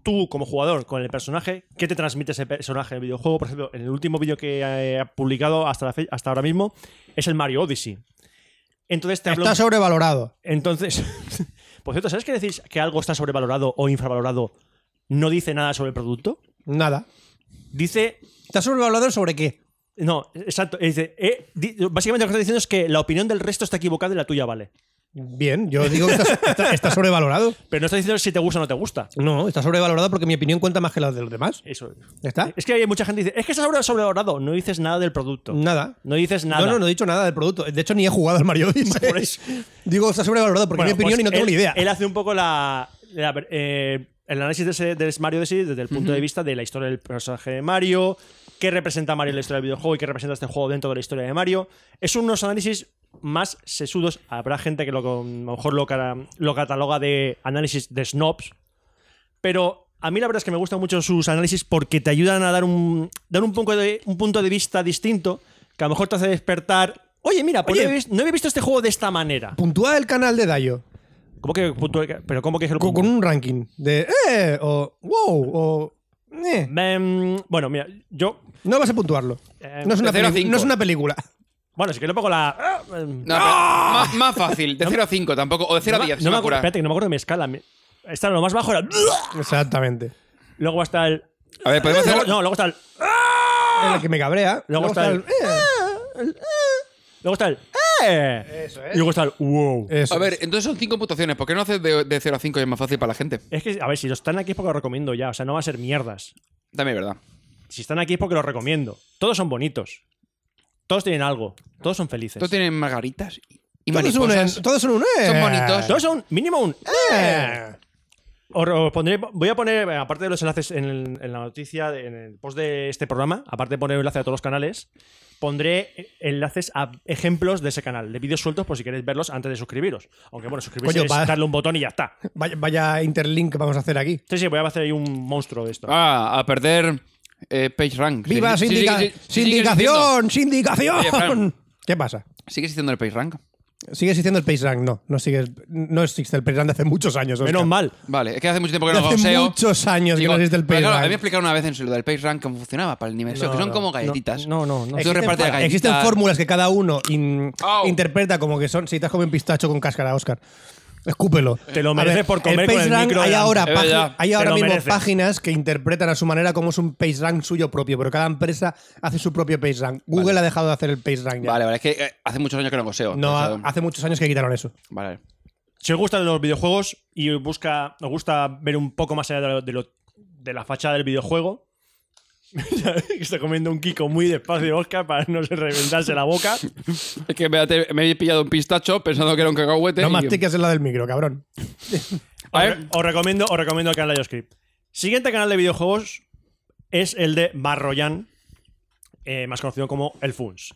C: tú como jugador con el personaje, qué te transmite ese personaje del videojuego. Por ejemplo, en el último vídeo que ha publicado hasta, la fe- hasta ahora mismo es el Mario Odyssey. Entonces te hablo
A: Está sobrevalorado.
C: entonces, por cierto, ¿sabes que decís que algo está sobrevalorado o infravalorado? No dice nada sobre el producto.
A: Nada.
C: Dice.
A: ¿Está sobrevalorado sobre qué?
C: No, exacto. dice, eh, di- básicamente lo que está diciendo es que la opinión del resto está equivocada y la tuya vale.
A: Bien, yo digo que está, está- está sobrevalorado.
C: Pero no está diciendo si te gusta o no te gusta.
A: No, está sobrevalorado porque mi opinión cuenta más que la de los demás.
C: Eso.
A: ¿Ya está?
C: Es que hay mucha gente que dice, es que está sobre- sobrevalorado. No dices nada del producto.
A: Nada.
C: No dices nada.
A: No, no, no he dicho nada del producto. De hecho, ni he jugado al Mario Odyssey.
C: Por eso.
A: Digo, está sobrevalorado porque
C: Bueno,
A: es mi opinión
C: pues
A: y no tengo
C: él-
A: ni idea.
C: Él hace un poco la, la- eh, el análisis de, ese- de Mario Odyssey desde el punto de vista de la historia del personaje de Mario, qué representa Mario en la historia del videojuego y qué representa este juego dentro de la historia de Mario. Es unos análisis más sesudos. Habrá gente que lo, con- a lo mejor lo, cara- lo cataloga de análisis de snobs, pero a mí la verdad es que me gustan mucho sus análisis porque te ayudan a dar un, dar un, poco de, un punto de vista distinto que a lo mejor te hace despertar. Oye, mira, pues
A: Oye.
C: no he vis- no había visto este juego de esta manera.
A: Puntúa el canal de Dayo
C: ¿Cómo que puntual- ¿Pero cómo que es el
A: con, con
C: punto?
A: un ranking de eh o wow o eh.
C: Em, Bueno, mira, yo.
A: No vas a puntuarlo.
C: Eh,
A: No es, una
D: de cero a
A: peli-
D: cinco.
A: no es una película.
C: Bueno, si que le pongo la. ah, em,
D: No, pero más, más fácil, de 0 a 5 tampoco, o de 0
C: no
D: a
C: me-
D: 10.
C: no me
D: sin
C: acuerdo,
D: apurar.
C: espérate, que no me acuerdo de mi escala. Mi- Está lo más bajo era.
A: Exactamente.
C: Luego está el.
D: A ver, podemos hacer.
C: luego- no, luego está el.
A: Es la que me cabrea.
C: Luego está el- Luego está el. eh. Y luego está el. Wow.
A: eh. Eso.
D: A ver, entonces son 5 puntuaciones. ¿Por qué no haces de, de 0 a 5 y es más fácil para la gente?
C: Es que, a ver, si los están aquí es porque los recomiendo ya. O sea, no va a ser mierdas.
D: También es verdad.
C: Si están aquí es porque los recomiendo. Todos son bonitos. Todos tienen algo. Todos son felices.
D: Todos tienen margaritas y
A: todos, son un,
D: mariposas.
A: todos son un eh.
D: Son bonitos.
C: Todos son mínimo un.
A: Eh.
C: Os- os pondré- voy a poner, eh, aparte de los enlaces en, el- en la noticia, de- en el post de este programa, aparte de poner enlace a todos los canales, pondré eh, enlaces a ejemplos de ese canal, de vídeos sueltos por si queréis verlos antes de suscribiros. Aunque bueno, suscribirse
A: Coño,
C: es
A: va.
C: darle un botón y ya está.
A: Vaya, vaya interlink que vamos a hacer aquí.
C: Sí, sí, voy a hacer ahí un monstruo de esto.
D: Ah, a perder eh, PageRank.
A: ¡Viva
D: Sí, sí,
A: sindica-
D: sí, sí, sí, sigue existiendo.
A: sindicación!
D: Oye,
A: ¡Sindicación!
D: Fran.
A: ¿Qué pasa?
D: ¿Sigue existiendo el PageRank?
A: ¿Sigue existiendo el PageRank? No, no, sigue, no existe el PageRank de hace muchos años. Oscar.
C: Menos mal.
D: Vale, es que hace mucho tiempo que no
A: Hace
D: lo SEO.
A: muchos años que no existe el
D: pero claro,
A: PageRank.
D: a mí me explicaron una vez en su- lo del PageRank cómo funcionaba para el nivel SEO, que son como galletitas.
C: No, no, no.
D: Tú repartes
A: fórmulas-
D: galletitas.
A: existen fórmulas que cada uno in-
D: Au.
A: interpreta como que son. Si te has comido un pistacho con cáscara, Oscar. Escúpelo.
C: Te lo
A: A
C: mereces por comer
A: el
C: con el
A: PageRank
C: micro
A: Hay
C: delante.
A: ahora,
D: Es
A: págin-
D: verdad.
A: hay
C: Te
A: ahora
C: lo
A: mismo
C: mereces.
A: páginas que interpretan a su manera como es un PageRank suyo propio, pero cada empresa hace su propio PageRank. Google ha dejado de hacer el PageRank ya.
D: Vale, vale, es que eh, hace muchos años que no goseo.
A: No, ha-
D: Entonces,
A: hace muchos años que quitaron eso.
D: Vale.
C: Si os gustan los videojuegos y os busca, os gusta ver un poco más allá de, lo- de lo- de la fachada del videojuego, está comiendo un Kiko muy despacio, Oscar, para no se reventarse la boca.
D: Es que me, me he pillado un pistacho pensando que era un cacahuete.
A: No
D: y-
A: mastiques en la del micro, cabrón.
D: A
C: Os,
D: ver.
C: re- os recomiendo, os recomiendo el canal de JavaScript. Siguiente canal de videojuegos es el de Marroyan, eh, más conocido como El Funs.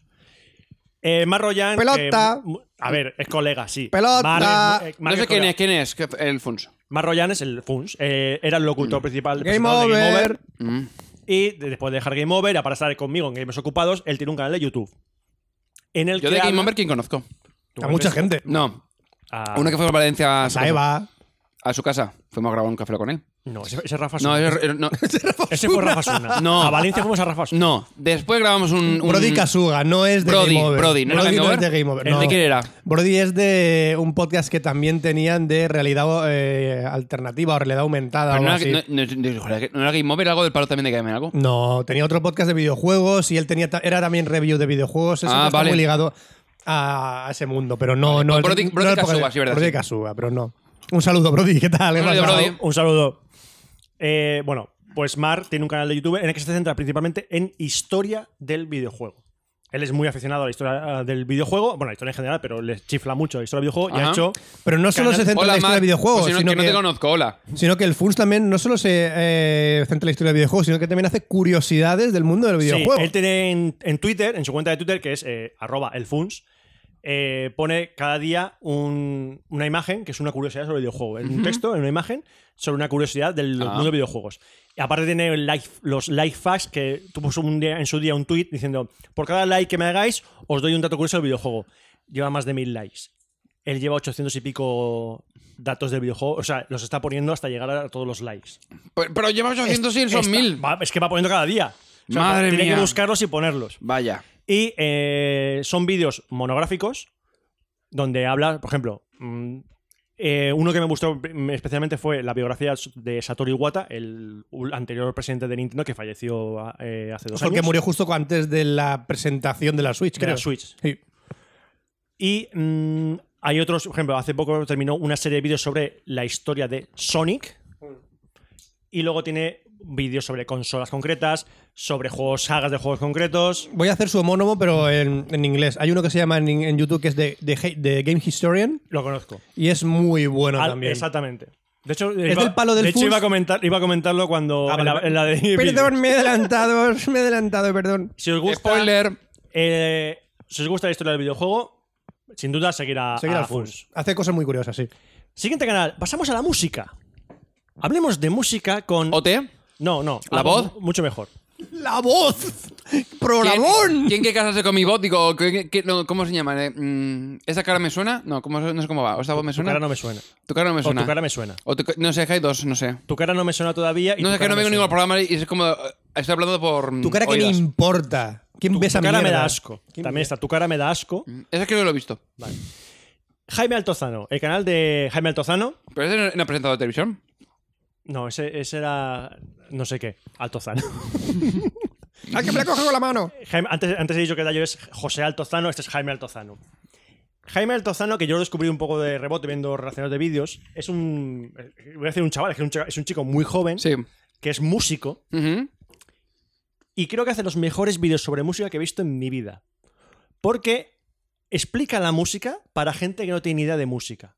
C: Eh, Marroyan. que
A: Pelota.
C: mu- a ver, es colega, sí.
A: Pelota.
C: eh,
D: No
C: que
D: sé quién
C: colega.
D: es, quién es, que- el Funso.
C: Marroyan es el Funs. eh, era el locutor principal
A: Game
C: presentador de Game
A: Over.
C: Over. Y de- después de dejar Game Over, y para estar conmigo en Games Ocupados, él tiene un canal de YouTube. En el
D: Yo
C: que
D: de Game
C: habla-
D: Over, ¿quién conozco?
C: ¿Tú
A: A mucha
C: conoces?
A: gente.
D: No,
C: Ah,
D: uno que fue a Valencia a su,
A: La
D: casa,
A: Eva.
D: a su casa. Fuimos a grabar un café con él.
C: No, ese, ese es Rafa
D: No,
C: Suna.
D: es- es- no,
C: Ese fue Rafa Suna.
D: No.
C: A Valencia fuimos a Rafa Suna.
D: no. después grabamos un. un-
A: Brody Kasuga, no es de
D: Brody,
A: Game Over.
D: Brody, ¿no era Game
A: no es
D: Over?
A: de Game Over.
D: ¿El
A: no.
D: de quién era?
A: Brody es de un podcast que también tenían de realidad eh, alternativa o realidad aumentada.
D: pero
A: o
D: no,
A: algo así.
D: era, no- no- joder, ¿no era Game Over, algo del paro también de Game algo.
A: No, tenía otro podcast de videojuegos y él tenía ta- era también review de videojuegos. Él
D: Ah,
A: siempre está
D: vale.
A: muy ligado a a ese mundo, pero no. no
D: Brody-
A: no
D: Brody
A: el podcast-
D: Kasuga, sí, verdad,
A: Brody
D: sí.
A: Kasuga, pero no. Un saludo, Brody. ¿Qué tal? ¿Qué
D: Un saludo,
A: pasa?
D: Brody.
C: Un saludo. Eh, bueno, pues Mar tiene un canal de YouTube en el que se centra principalmente en historia del videojuego. Él es muy aficionado a la historia ah, del videojuego, bueno, a la historia en general, pero le chifla mucho la historia del videojuego y ha
D: Ajá.
C: hecho.
A: Pero no solo
C: Canal-
A: se centra en la
D: Hola,
A: historia de
D: Mar.
A: videojuegos,
D: Pues si no,
A: sino,
D: que no te
A: que,
D: conozco, hola.
A: sino que el FUNS también no solo se eh, centra en la historia de videojuegos, sino que también hace curiosidades del mundo del
C: Sí,
A: videojuego.
C: él tiene en, en Twitter, en su cuenta de Twitter, que es eh, arroba elfuns, eh, pone cada día un- una imagen, que es una curiosidad sobre el videojuego. En un texto, en una imagen, sobre una curiosidad del
D: Ah.
C: mundo de videojuegos. Y aparte tiene el like- los like facts que tú puso un día, en su día un tweet diciendo, por cada like que me hagáis, os doy un dato curioso del videojuego. Lleva más de mil likes. Él lleva 800 y pico datos del videojuego. O sea, los está poniendo hasta llegar a todos los likes.
D: Pero, Pues, pero lleva 800 y
C: Está-
D: son 1000.
C: va- es que va poniendo cada día. O sea,
D: Madre
C: tiene
D: mía.
C: que buscarlos y ponerlos.
D: Vaya.
C: Y eh, son vídeos monográficos donde habla, por ejemplo, mm, eh, uno que me gustó mm, especialmente fue la biografía de Satoru Iwata, el ul- anterior presidente de Nintendo que falleció a- eh, hace dos
A: Porque
C: años.
A: murió justo antes de la presentación de la Switch,
C: de
A: creo.
C: la Switch.
A: Sí.
C: Y mm, hay otros, por ejemplo, hace poco terminó una serie de vídeos sobre la historia de Sonic. Y luego tiene vídeos sobre consolas concretas, sobre juegos, sagas de juegos concretos.
A: Voy a hacer su homónomo, pero en, en inglés. Hay uno que se llama en, en YouTube que es de, de He- de Game Historian
C: Lo conozco.
A: y es muy bueno
C: Al-
A: también.
C: Exactamente. De hecho,
A: del palo del
C: de hecho
A: Fus.
C: iba, a comentar, iba a comentarlo cuando.
A: Ah,
C: en
A: vale,
C: la-
A: vale.
C: en la de-
A: Perdón, me he adelantado, me he adelantado, perdón.
C: Si os gusta.
D: Spoiler.
C: eh, si os gusta la historia del videojuego, sin duda seguir a,
A: Seguir
C: a
A: al
C: Funs.
A: Funs. Hace cosas muy curiosas, sí.
C: Siguiente canal. Pasamos a la música. Hablemos de música con.
D: ¿OT?
C: No, no.
D: ¿La
C: algo
D: voz?
C: mu- Mucho mejor.
A: ¡La voz!
D: ¿Quién,
A: ¡Programón!
D: ¿Quién quiere casarse con mi voz? Digo, ¿qué- qué- no, ¿cómo se llama? Eh, mm, ¿Esa cara me suena? No, ¿cómo, no sé cómo va. ¿O esta voz me
C: Tu
D: suena?
C: cara no me suena.
D: Tu cara no me
C: O
D: suena.
C: tu cara me suena.
D: O tu ca- no sé, que hay dos, no sé.
C: Tu cara no me suena todavía. Y
D: No
C: tu
D: sé, que
C: cara
D: no
C: me
D: vengo a ningún
C: suena.
D: programa y es como. eh, Estoy hablando por. mm,
A: Tu cara que me
D: oídas.
A: importa. ¿Quién
C: Tu,
A: ve esa
C: tu cara me
A: mierda?
C: da asco.
A: ¿Quién
C: También
A: ve?
C: está. Tu cara me da asco.
D: Mm, Esa creo que lo he visto.
C: Jaime Altozano. El canal de Jaime Altozano.
D: Pero ese no- no ha presentado de televisión.
C: No, ese, ese era. No sé qué. Altozano.
A: ¡Al que me la coge con la mano!
C: Jaime- antes, antes he dicho que Dayo es José Altozano, este es Jaime Altozano. Jaime Altozano, que yo lo descubrí un poco de rebote viendo relacionados de vídeos, es un. eh, Voy a decir un chaval, es que un cha- es un chico muy joven,
D: Sí.
C: que es músico,
D: Ujú.
C: y creo que hace los mejores vídeos sobre música que he visto en mi vida. Porque explica la música para gente que no tiene idea de música.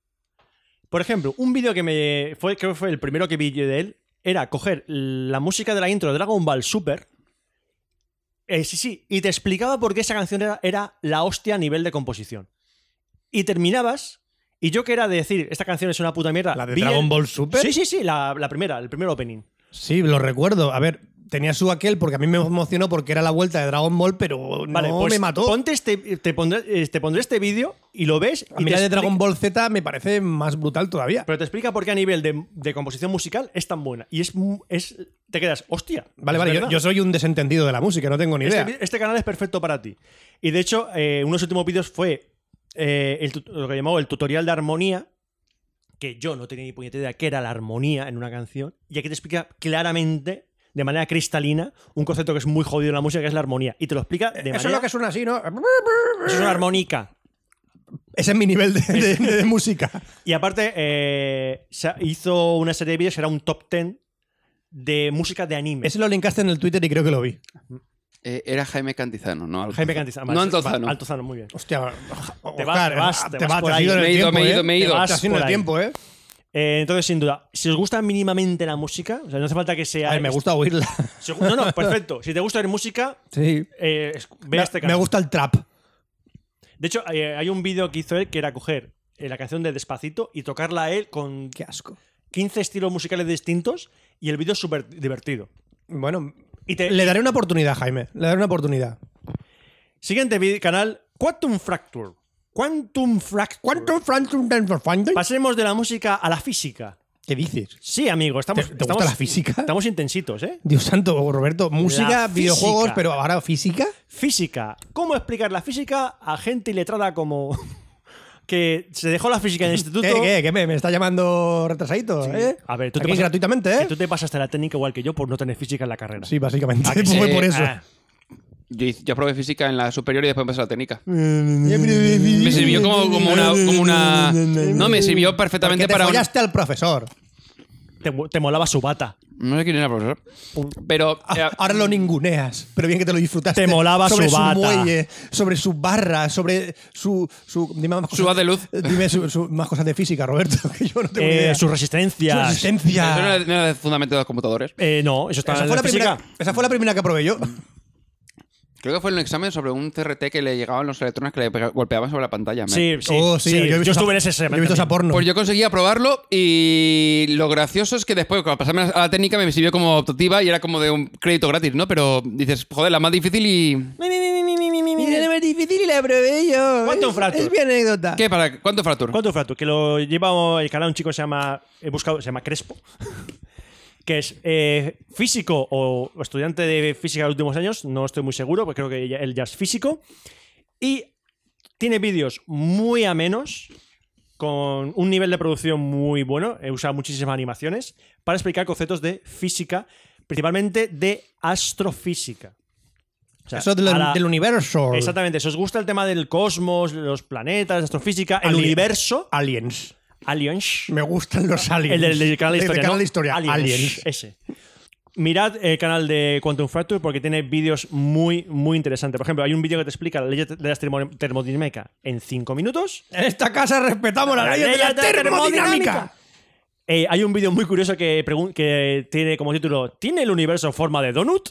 C: Por ejemplo, un vídeo que me fue, creo que fue el primero que vi yo de él, era coger la música de la intro de Dragon Ball Super. eh, sí, sí, y te explicaba por qué esa canción era, era la hostia a nivel de composición. Y terminabas, y yo que era de decir, esta canción es una puta mierda.
A: ¿La de
C: vi el-
A: Dragon Ball Super?
C: Sí, sí, sí, la, la primera, el primer opening.
A: Sí, lo recuerdo. A ver, tenía su aquel porque a mí me emocionó porque era la vuelta de Dragon Ball, pero
C: Vale,
A: no
C: pues
A: me mató.
C: Ponte este, te, pondré, eh, te pondré este vídeo y lo ves.
A: A
C: Y
A: mí
C: te
A: la de
C: expli-
A: Dragon Ball Z me parece más brutal todavía.
C: Pero te explica por qué a nivel de, de composición musical es tan buena. Y es. mu- es te quedas, hostia.
A: Vale,
C: es
A: vale, yo,
C: verdad.
A: yo soy un desentendido de la música, no tengo ni idea.
C: Este, este canal es perfecto para ti. Y de hecho, eh, uno de los últimos vídeos fue eh, el tut- lo que llamó el tutorial de armonía, que yo no tenía ni puñetera idea qué era la armonía en una canción. Y aquí te explica claramente, de manera cristalina, un concepto que es muy jodido en la música, que es la armonía. Y te lo explica de manera.
A: suena así, ¿no?
C: eso es una armónica.
A: Ese es mi nivel de, de- de- de música.
C: Y aparte, eh, se hizo una serie de vídeos, era un top 10 de música de anime.
A: Ese lo linkaste en el Twitter y creo que lo vi.
D: Eh, era Jaime Cantizano, ¿no? Al-
C: Jaime ah, Cantizano.
D: No Altozano.
C: Va- Altozano, muy bien.
A: Hostia,
C: Te
A: Oscar,
C: vas, te vas, te vas por
A: has
C: ahí.
A: ido en
D: Me
A: el
D: he ido,
A: tiempo,
D: me he ido,
A: ¿eh?
D: me he ido.
A: Te
C: Vas
A: has ido en
C: por
A: el
C: ahí.
A: tiempo, ¿eh?
C: Eh, entonces, sin duda, si os gusta mínimamente la música, o sea, no hace falta que sea.
A: A ver, me gusta oírla.
C: Si- no, no, perfecto. Si te gusta oír música,
A: Sí.
C: eh, es- ve
A: Me,
C: este
A: me
C: canal.
A: gusta el trap.
C: De hecho, eh, hay un vídeo que hizo él que era coger eh, la canción de Despacito y tocarla a él con
A: Qué asco.
C: 15 estilos musicales distintos y el vídeo es súper divertido.
A: Bueno,
C: Y te,
A: le daré una oportunidad, Jaime. Le daré una oportunidad.
C: Siguiente vi- canal, Quantum Fracture. Quantum Fracture.
A: ¿Cuánto Phantom Dance Finding?
C: Pasemos de la música a la física.
A: ¿Qué dices?
C: Sí, amigo,
A: ¿Te,
C: estamos.
A: te
C: estamos-
A: gusta la física?
C: Estamos intensitos, ¿eh?
A: Dios santo, Roberto. Música,
C: La
A: videojuegos,
C: física.
A: pero ahora física.
C: Física. ¿Cómo explicar la física a gente letrada como. que se dejó la física en el instituto?
A: ¿Qué, qué? ¿Qué me, me está llamando retrasadito? ¿eh?
C: A ver, tú te
A: Aquí
C: pasas-
A: gratuitamente, ¿eh?
C: que tú te pasas de la técnica igual que yo por no tener física en la carrera.
A: Sí, básicamente.
C: que
A: Fue
D: sí?
A: por eso.
C: Ah,
D: Yo, hice- yo probé física en la superior y después empecé la técnica.
A: me
D: Me sirvió como, como una, como una. No, me sirvió perfectamente
A: Porque te
D: para. un-
A: follaste al profesor.
C: Te, mo- te molaba su bata.
D: No sé quién era el profesor. Pero.
A: Ah,
D: eh,
A: Ahora lo ninguneas, pero bien que te lo disfrutaste.
C: Te molaba su
A: sobre
C: bata.
A: muelle, sobre su barra, sobre su. su dime más
D: Su
A: cosas. eh,
D: haz de luz.
A: Dime su- su- más cosas de física, Roberto, que yo no tengo ni
C: Eh,
A: idea.
C: sus
A: Su
C: resistencias.
A: resistencia.
D: Eso no era, no era de fundamento de los computadores.
C: Eh, no, eso está
A: Esa
C: en
A: fue,
C: la
A: la primera,
C: física.
A: esa fue la primera que probé yo.
D: Creo que fue en un examen sobre un CRT que le llegaban los electrones que le pega- golpeaban sobre la pantalla. me-
C: Sí, sí.
A: Oh, sí,
C: sí,
A: yo he
C: Yo,
A: visto esa-
C: estuve en ese
A: Yo
C: examen
A: he visto esa
C: también.
A: porno.
D: Pues yo conseguí aprobarlo y lo gracioso es que después, cuando pasarme a la técnica, me sirvió como optativa y era como de un crédito gratis, ¿no? Pero dices, joder, la más difícil y...
H: Mira, no es difícil y la probé yo.
C: ¿Cuánto
H: Es-
C: fratur?
H: Es mi anécdota.
D: ¿Qué? ¿Para cuánto fractura?
C: ¿Cuánto frato? Que lo lleva el canal un chico que se llama. He buscado, se llama Crespo. Que es eh, físico o estudiante de física de los últimos años. No estoy muy seguro, porque creo que ya- él ya es físico. Y tiene vídeos muy amenos. Con un nivel de producción muy bueno. He usado muchísimas animaciones. Para explicar conceptos de física. Principalmente de astrofísica. O sea,
A: Eso del,
C: a la-
A: del universo.
C: Exactamente, si os gusta el tema del cosmos, los planetas, astrofísica, el
A: Alien.
C: universo,
A: Aliens.
C: aliens,
A: Me gustan los aliens.
C: el del, del canal de
A: El
C: historia.
A: canal
C: ¿no?
A: de historia. Aliens.
C: Ese. Mirad el canal de Quantum Fracture porque tiene vídeos muy, muy interesantes. Por ejemplo, hay un vídeo que te explica la ley de la termo- termodinámica en 5 minutos.
A: En esta casa respetamos las leyes de la termodinámica.
C: Eh, hay un vídeo muy curioso que, pregun- que tiene como título ¿Tiene el universo forma de donut?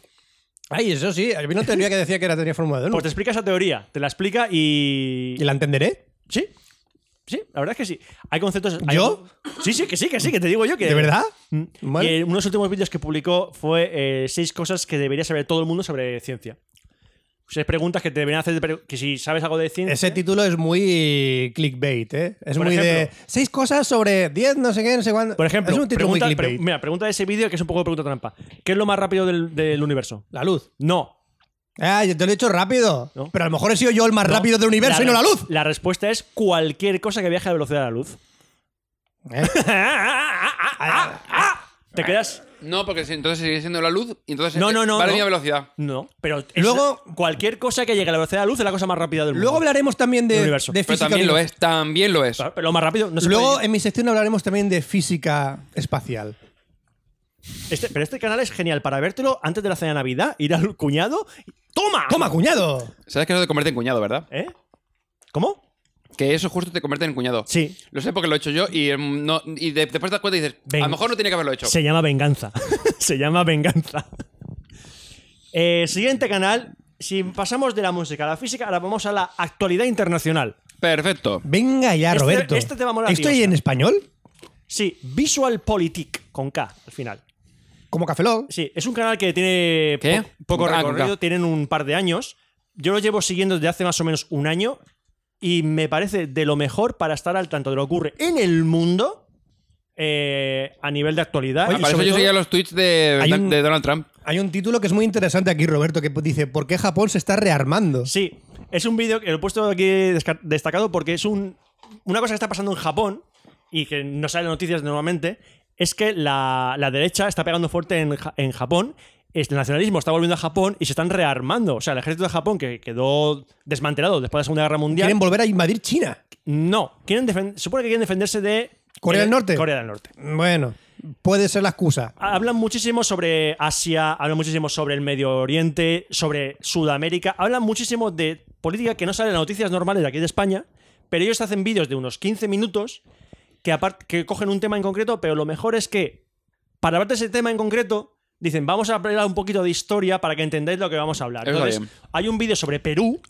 A: Ay, eso sí. A mí no tenía que decía que era tenía forma de donut.
C: Pues te explica esa teoría, te la explica y...
A: ¿Y la entenderé?
C: Sí. Sí, la verdad es que sí. Hay conceptos. hay-
A: ¿Yo?
C: Sí, sí, que sí, que sí, que te digo yo que.
A: ¿De verdad?
C: Mm.
A: Vale.
C: Y en uno de los últimos vídeos que publicó fue eh, seis cosas que debería saber todo el mundo sobre ciencia. Seis preguntas que te deberían hacer. de pre- Que si sabes algo de ciencia.
A: Ese título es muy clickbait, ¿eh? Es
C: Por
A: muy de
C: ejemplo.
A: seis cosas sobre diez, no sé qué, no sé cuándo.
C: Por ejemplo,
A: es un título
C: pregunta,
A: muy
C: pre-
A: clickbait.
C: mira, pregunta de ese vídeo que es un poco de pregunta trampa. ¿Qué es lo más rápido del, del universo?
A: la luz.
C: No.
A: Ah, yo te lo he hecho rápido.
C: No.
A: Pero a lo mejor he sido yo el más
C: no.
A: rápido del universo y no la
C: re-
A: luz.
C: La respuesta es cualquier cosa que viaje a la velocidad de la luz. Ah,
A: ¿Eh?
C: ¿Te quedas?
D: No, porque si- entonces sigue siendo la luz y entonces
C: No, no, no,
D: vale
C: no.
D: mi velocidad.
C: No, pero es-
A: Luego-
C: cualquier cosa que llegue a la velocidad de la luz es la cosa más rápida del mundo.
A: Luego hablaremos también de,
C: El universo.
A: de
D: Pero
A: física.
D: también lo
A: universal.
D: es, también lo es.
C: Claro, pero lo más rápido no se
A: Luego
C: puede-
A: en mi sección hablaremos también de física espacial.
C: Este- pero este canal es genial para vértelo antes de la cena de Navidad, ir al cuñado. y- ¡Toma!
A: ¡Toma, cuñado!
D: Sabes que eso te convierte en cuñado, ¿verdad?
C: ¿Eh? ¿Cómo?
D: Que eso justo te convierte en cuñado.
C: Sí.
D: Lo sé porque lo he hecho yo y, mm, no, y de- después te das cuenta y dices,
C: Ven.
D: a lo mejor no tenía que haberlo hecho.
C: Se llama Venganza. se llama Venganza. Eh, siguiente canal. Si pasamos de la música a la física, ahora vamos a la actualidad internacional.
D: Perfecto.
A: Venga ya,
C: Este-
A: Roberto.
C: este te va a molar,
A: ¿Estoy
C: tío,
A: en
C: o sea.
A: español?
C: Sí, Visual Politic, con K al final.
A: Como Café Lock.
C: Sí, es un canal que tiene
D: ¿Qué?
C: po- poco
D: Ah,
C: recorrido,
D: claro.
C: tienen un par de años. Yo lo llevo siguiendo desde hace más o menos un año y me parece de lo mejor para estar al tanto de lo que ocurre en el mundo eh, a nivel de actualidad.
D: Ah,
C: y
D: para eso
C: sobre
D: yo
C: todo-
D: seguía los tweets de,
A: Hay un-
D: de Donald Trump.
A: Hay un título que es muy interesante aquí, Roberto, que dice ¿Por qué Japón se está rearmando?
C: Sí, es un vídeo que lo he puesto aquí desca- destacado porque es un, una cosa que está pasando en Japón y que no sale en noticias normalmente, es que la, la derecha está pegando fuerte en, Ja- en Japón, es- el nacionalismo está volviendo a Japón y se están rearmando. O sea, el ejército de Japón que quedó desmantelado después de la Segunda Guerra Mundial...
A: Quieren volver a invadir China.
C: no, quieren defen- se supone que quieren defenderse de...
A: ¿Corea del
C: eh,
A: Norte?
C: Corea del Norte.
A: Bueno, puede ser la excusa.
C: Ah, Hablan muchísimo sobre Asia, hablan muchísimo sobre el Medio Oriente, sobre Sudamérica, hablan muchísimo de política que no sale en las noticias normales de aquí de España, pero ellos hacen vídeos de unos 15 minutos que, apart- que cogen un tema en concreto, pero lo mejor es que para hablar de ese tema en concreto, dicen, vamos a hablar un poquito de historia para que entendáis lo que vamos a hablar.
D: Eso está
C: Entonces,
D: bien.
C: hay un vídeo sobre Perú,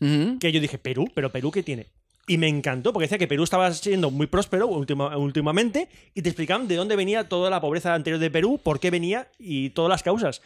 D: Ujú.
C: que yo dije, Perú, pero Perú, ¿qué tiene? Y me encantó, porque decía que Perú estaba siendo muy próspero última- últimamente y te explicaban de dónde venía toda la pobreza anterior de Perú, por qué venía y todas las causas.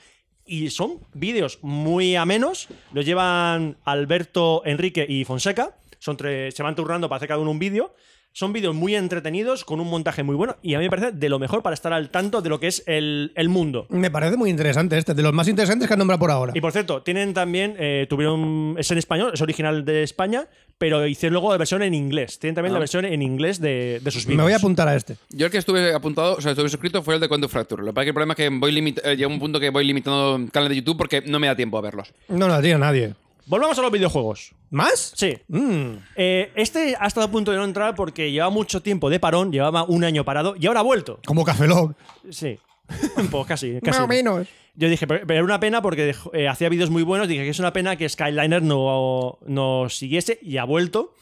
C: Y son vídeos muy amenos, los llevan Alberto, Enrique y Fonseca, son tres, se van turnando para hacer cada uno un vídeo. Son vídeos muy entretenidos, con un montaje muy bueno y a mí me parece de lo mejor para estar al tanto de lo que es el, el mundo.
A: Me parece muy interesante este, de los más interesantes que han nombrado por ahora.
C: Y por cierto, tienen también, eh, tuvieron, es en español, es original de España, pero hicieron luego la versión en inglés. Tienen también la versión en inglés de, de sus vídeos.
A: Me voy a apuntar a este.
D: Yo el que estuve apuntado, o sea, estuve suscrito fue el de Quantum Fracture. Lo que pasa es que el problema es que voy limit- eh, llega un punto que voy limitando canal de YouTube porque no me da tiempo a verlos.
A: No lo tiene nadie.
C: Volvamos a los videojuegos.
A: ¿Más?
C: Sí.
A: Mm.
C: Eh, este ha estado a punto de no entrar porque llevaba mucho tiempo de parón, llevaba un año parado y ahora ha vuelto.
A: Como Café Lock.
C: Sí. pues casi,
A: Más
C: casi.
A: o menos.
C: Yo dije, pero pero era una pena porque dejó- eh, hacía vídeos muy buenos. Dije que es una pena que Skyliner no, no siguiese y ha vuelto.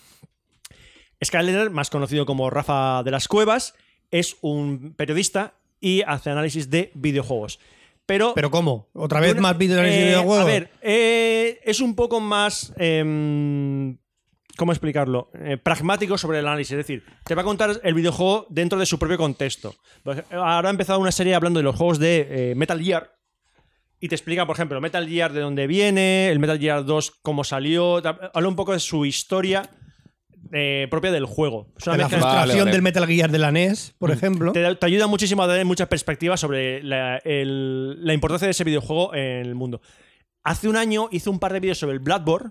C: Skyliner, más conocido como Rafa de las Cuevas, es un periodista y hace análisis de videojuegos. pero.
A: ¿Pero cómo? ¿Otra vez
C: Una-
A: más vídeos
C: eh,
A: de videojuegos?
C: A ver, eh, es un poco más. em, ¿Cómo explicarlo? Eh, pragmático sobre el análisis. Es decir, te va a contar el videojuego dentro de su propio contexto. Por ej- Ahora ha empezado una serie hablando de los juegos de eh, Metal Gear. Y te explica, por ejemplo, Metal Gear de dónde viene, el Metal Gear 2 cómo salió. ta- Habla un poco de su historia eh, propia del juego. Es una
A: De la
C: mezcla-
A: frustración
D: Vale, vale.
A: del Metal Gear de la NES, por ejemplo.
C: Mm, te, da- te ayuda muchísimo a tener muchas perspectivas sobre la, el- la importancia de ese videojuego en el mundo. Hace un año hizo un par de vídeos sobre el Bloodborne,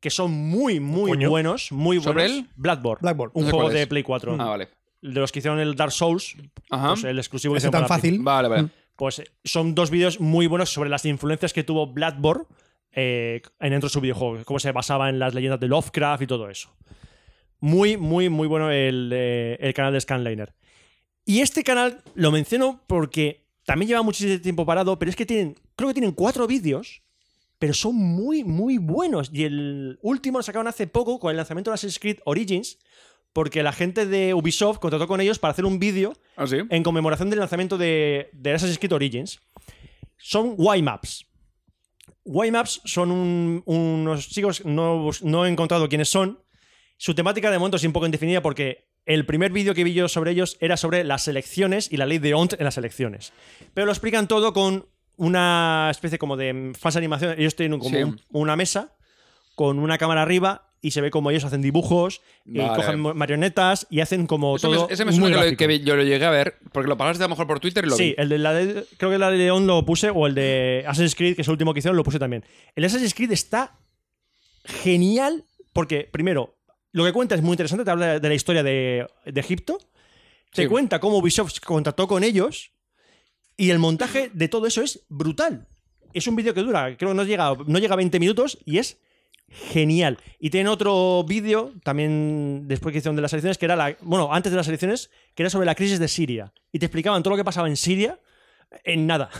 C: que son muy, muy Coño. buenos. Muy buenos.
D: ¿Sobre el?
C: Bloodborne.
A: Blackboard.
C: Un
D: No sé
C: juego
D: cuál es.
C: de Play 4.
D: Ah, vale. ¿Ah?
C: De los que hicieron el Dark Souls,
D: Ajá.
C: pues el exclusivo que
A: Ese
C: hicieron
A: tan
C: para Play.
A: fácil.
D: Vale, vale.
C: Pues eh, son dos vídeos muy buenos sobre las influencias que tuvo Bloodborne eh, en dentro de su videojuego, cómo se basaba en las leyendas de Lovecraft y todo eso. Muy, muy, muy bueno el, eh, el canal de Scanliner. Y este canal lo menciono porque también lleva muchísimo tiempo parado, pero es que tienen, creo que tienen cuatro vídeos, pero son muy, muy buenos. Y el último lo sacaron hace poco con el lanzamiento de Assassin's Creed Origins, porque la gente de Ubisoft contrató con ellos para hacer un vídeo
D: Ah, sí.
C: en conmemoración del lanzamiento de, de Assassin's Creed Origins. Son YMAPs. YMAPs son un- unos chicos, no, bus- no he encontrado quiénes son. Su temática de momento es un poco indefinida porque el primer vídeo que vi yo sobre ellos era sobre las elecciones y la ley de ONT en las elecciones. Pero lo explican todo con una especie como de mm, falsa animación. Ellos tienen como
D: Sí.
C: un- una mesa con una cámara arriba y se ve como ellos hacen dibujos, y
D: Vale.
C: cogen mo- marionetas y hacen como
D: Eso
C: todo.
D: me, ese me suena
C: muy
D: que, lo-
C: gráfico.
D: que vi- yo lo llegué a ver, porque lo pasaste a lo mejor por Twitter y lo
C: Sí,
A: eh.
D: vi.
C: el de la de- creo que el de León lo puse, o el de Assassin's Creed, que es el último que hicieron, lo puse también. El Assassin's Creed está genial porque, primero, lo que cuenta es muy interesante, te habla de la historia de, de Egipto, te
D: Sí.
C: cuenta cómo Ubisoft contactó con ellos, y el montaje de todo eso es brutal. Es un vídeo que dura, creo que no llega, no llega a 20 minutos y es genial. Y tienen otro vídeo también después que hicieron de las elecciones, que era la, bueno, antes de las elecciones, que era sobre la crisis de Siria. Y te explicaban todo lo que pasaba en Siria en nada.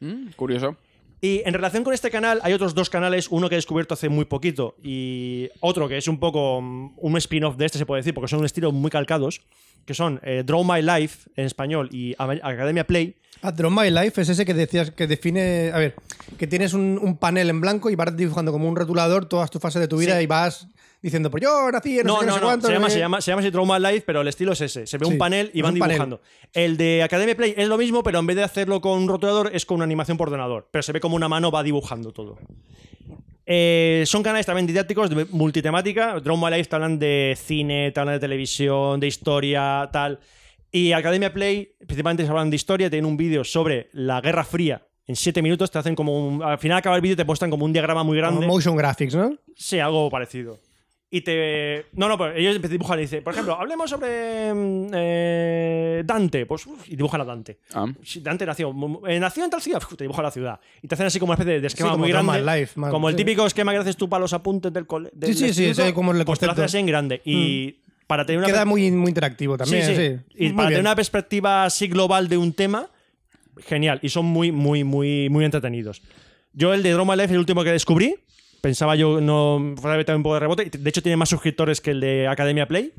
D: Mm, curioso.
C: Y en relación con este canal, hay otros dos canales, uno que he descubierto hace muy poquito y otro que es un poco mm, un spin-off de este, se puede decir, porque son un estilo muy calcados, que son eh, Draw My Life en español y Ama- Academia Play,
A: Ah, Draw My Life es ese que decías que define. A ver, que tienes un, un panel en blanco y vas dibujando como un rotulador todas tus fases de tu vida
C: Sí.
A: y vas diciendo, pues yo nací en no,
C: No,
A: sé qué, no
C: no,
A: sé
C: no.
A: cuánto,
C: Se
A: no
C: llama,
A: sé
C: se
A: qué.
C: llama, se llama así Draw My Life, pero el estilo es ese. Se ve
A: Sí,
C: un panel y
A: es
C: van
A: un panel.
C: dibujando. El de Academy Play es lo mismo, pero en vez de hacerlo con un rotulador, es con una animación por ordenador. Pero se ve como una mano va dibujando todo. Eh, son canales también didácticos de multitemática. Draw My Life te hablan de cine, te hablan de televisión, de historia, tal. Y Academia Play, principalmente se hablan de historia, tienen un vídeo sobre la Guerra Fría. En 7 minutos te hacen como un. Al final acaba el vídeo y te muestran como un diagrama muy
A: Como
C: grande.
A: Motion Graphics, ¿no?
C: Sí, algo parecido. Y te. No, no, pero ellos empiezan a dibujar y dicen, por ejemplo, hablemos sobre mm, eh, Dante. Pues, uf, y dibujan a Dante.
D: Ah.
C: Si Dante nació, mu- eh, nació en tal ciudad, uf, te dibujan la ciudad. Y te hacen así como una especie de esquema
A: como
C: muy
A: Draw My
C: grande.
A: Life, man,
C: como el
A: sí.
C: típico esquema que haces tú para los apuntes del colegio.
A: Sí, sí, sí, sé cómo es el
C: Pues te lo
A: concepto. Mm.
C: haces así en grande. Y para tener una.
A: Queda
C: per-
A: muy, muy interactivo también. Sí,
C: Y
A: Muy
C: para
A: bien.
C: tener una perspectiva así global de un tema, genial. Y son muy, muy, muy, muy entretenidos. Yo el de Droma Life, el último que descubrí, pensaba yo, no, fue también un poco de rebote. De hecho, tiene más suscriptores que el de Academia Play.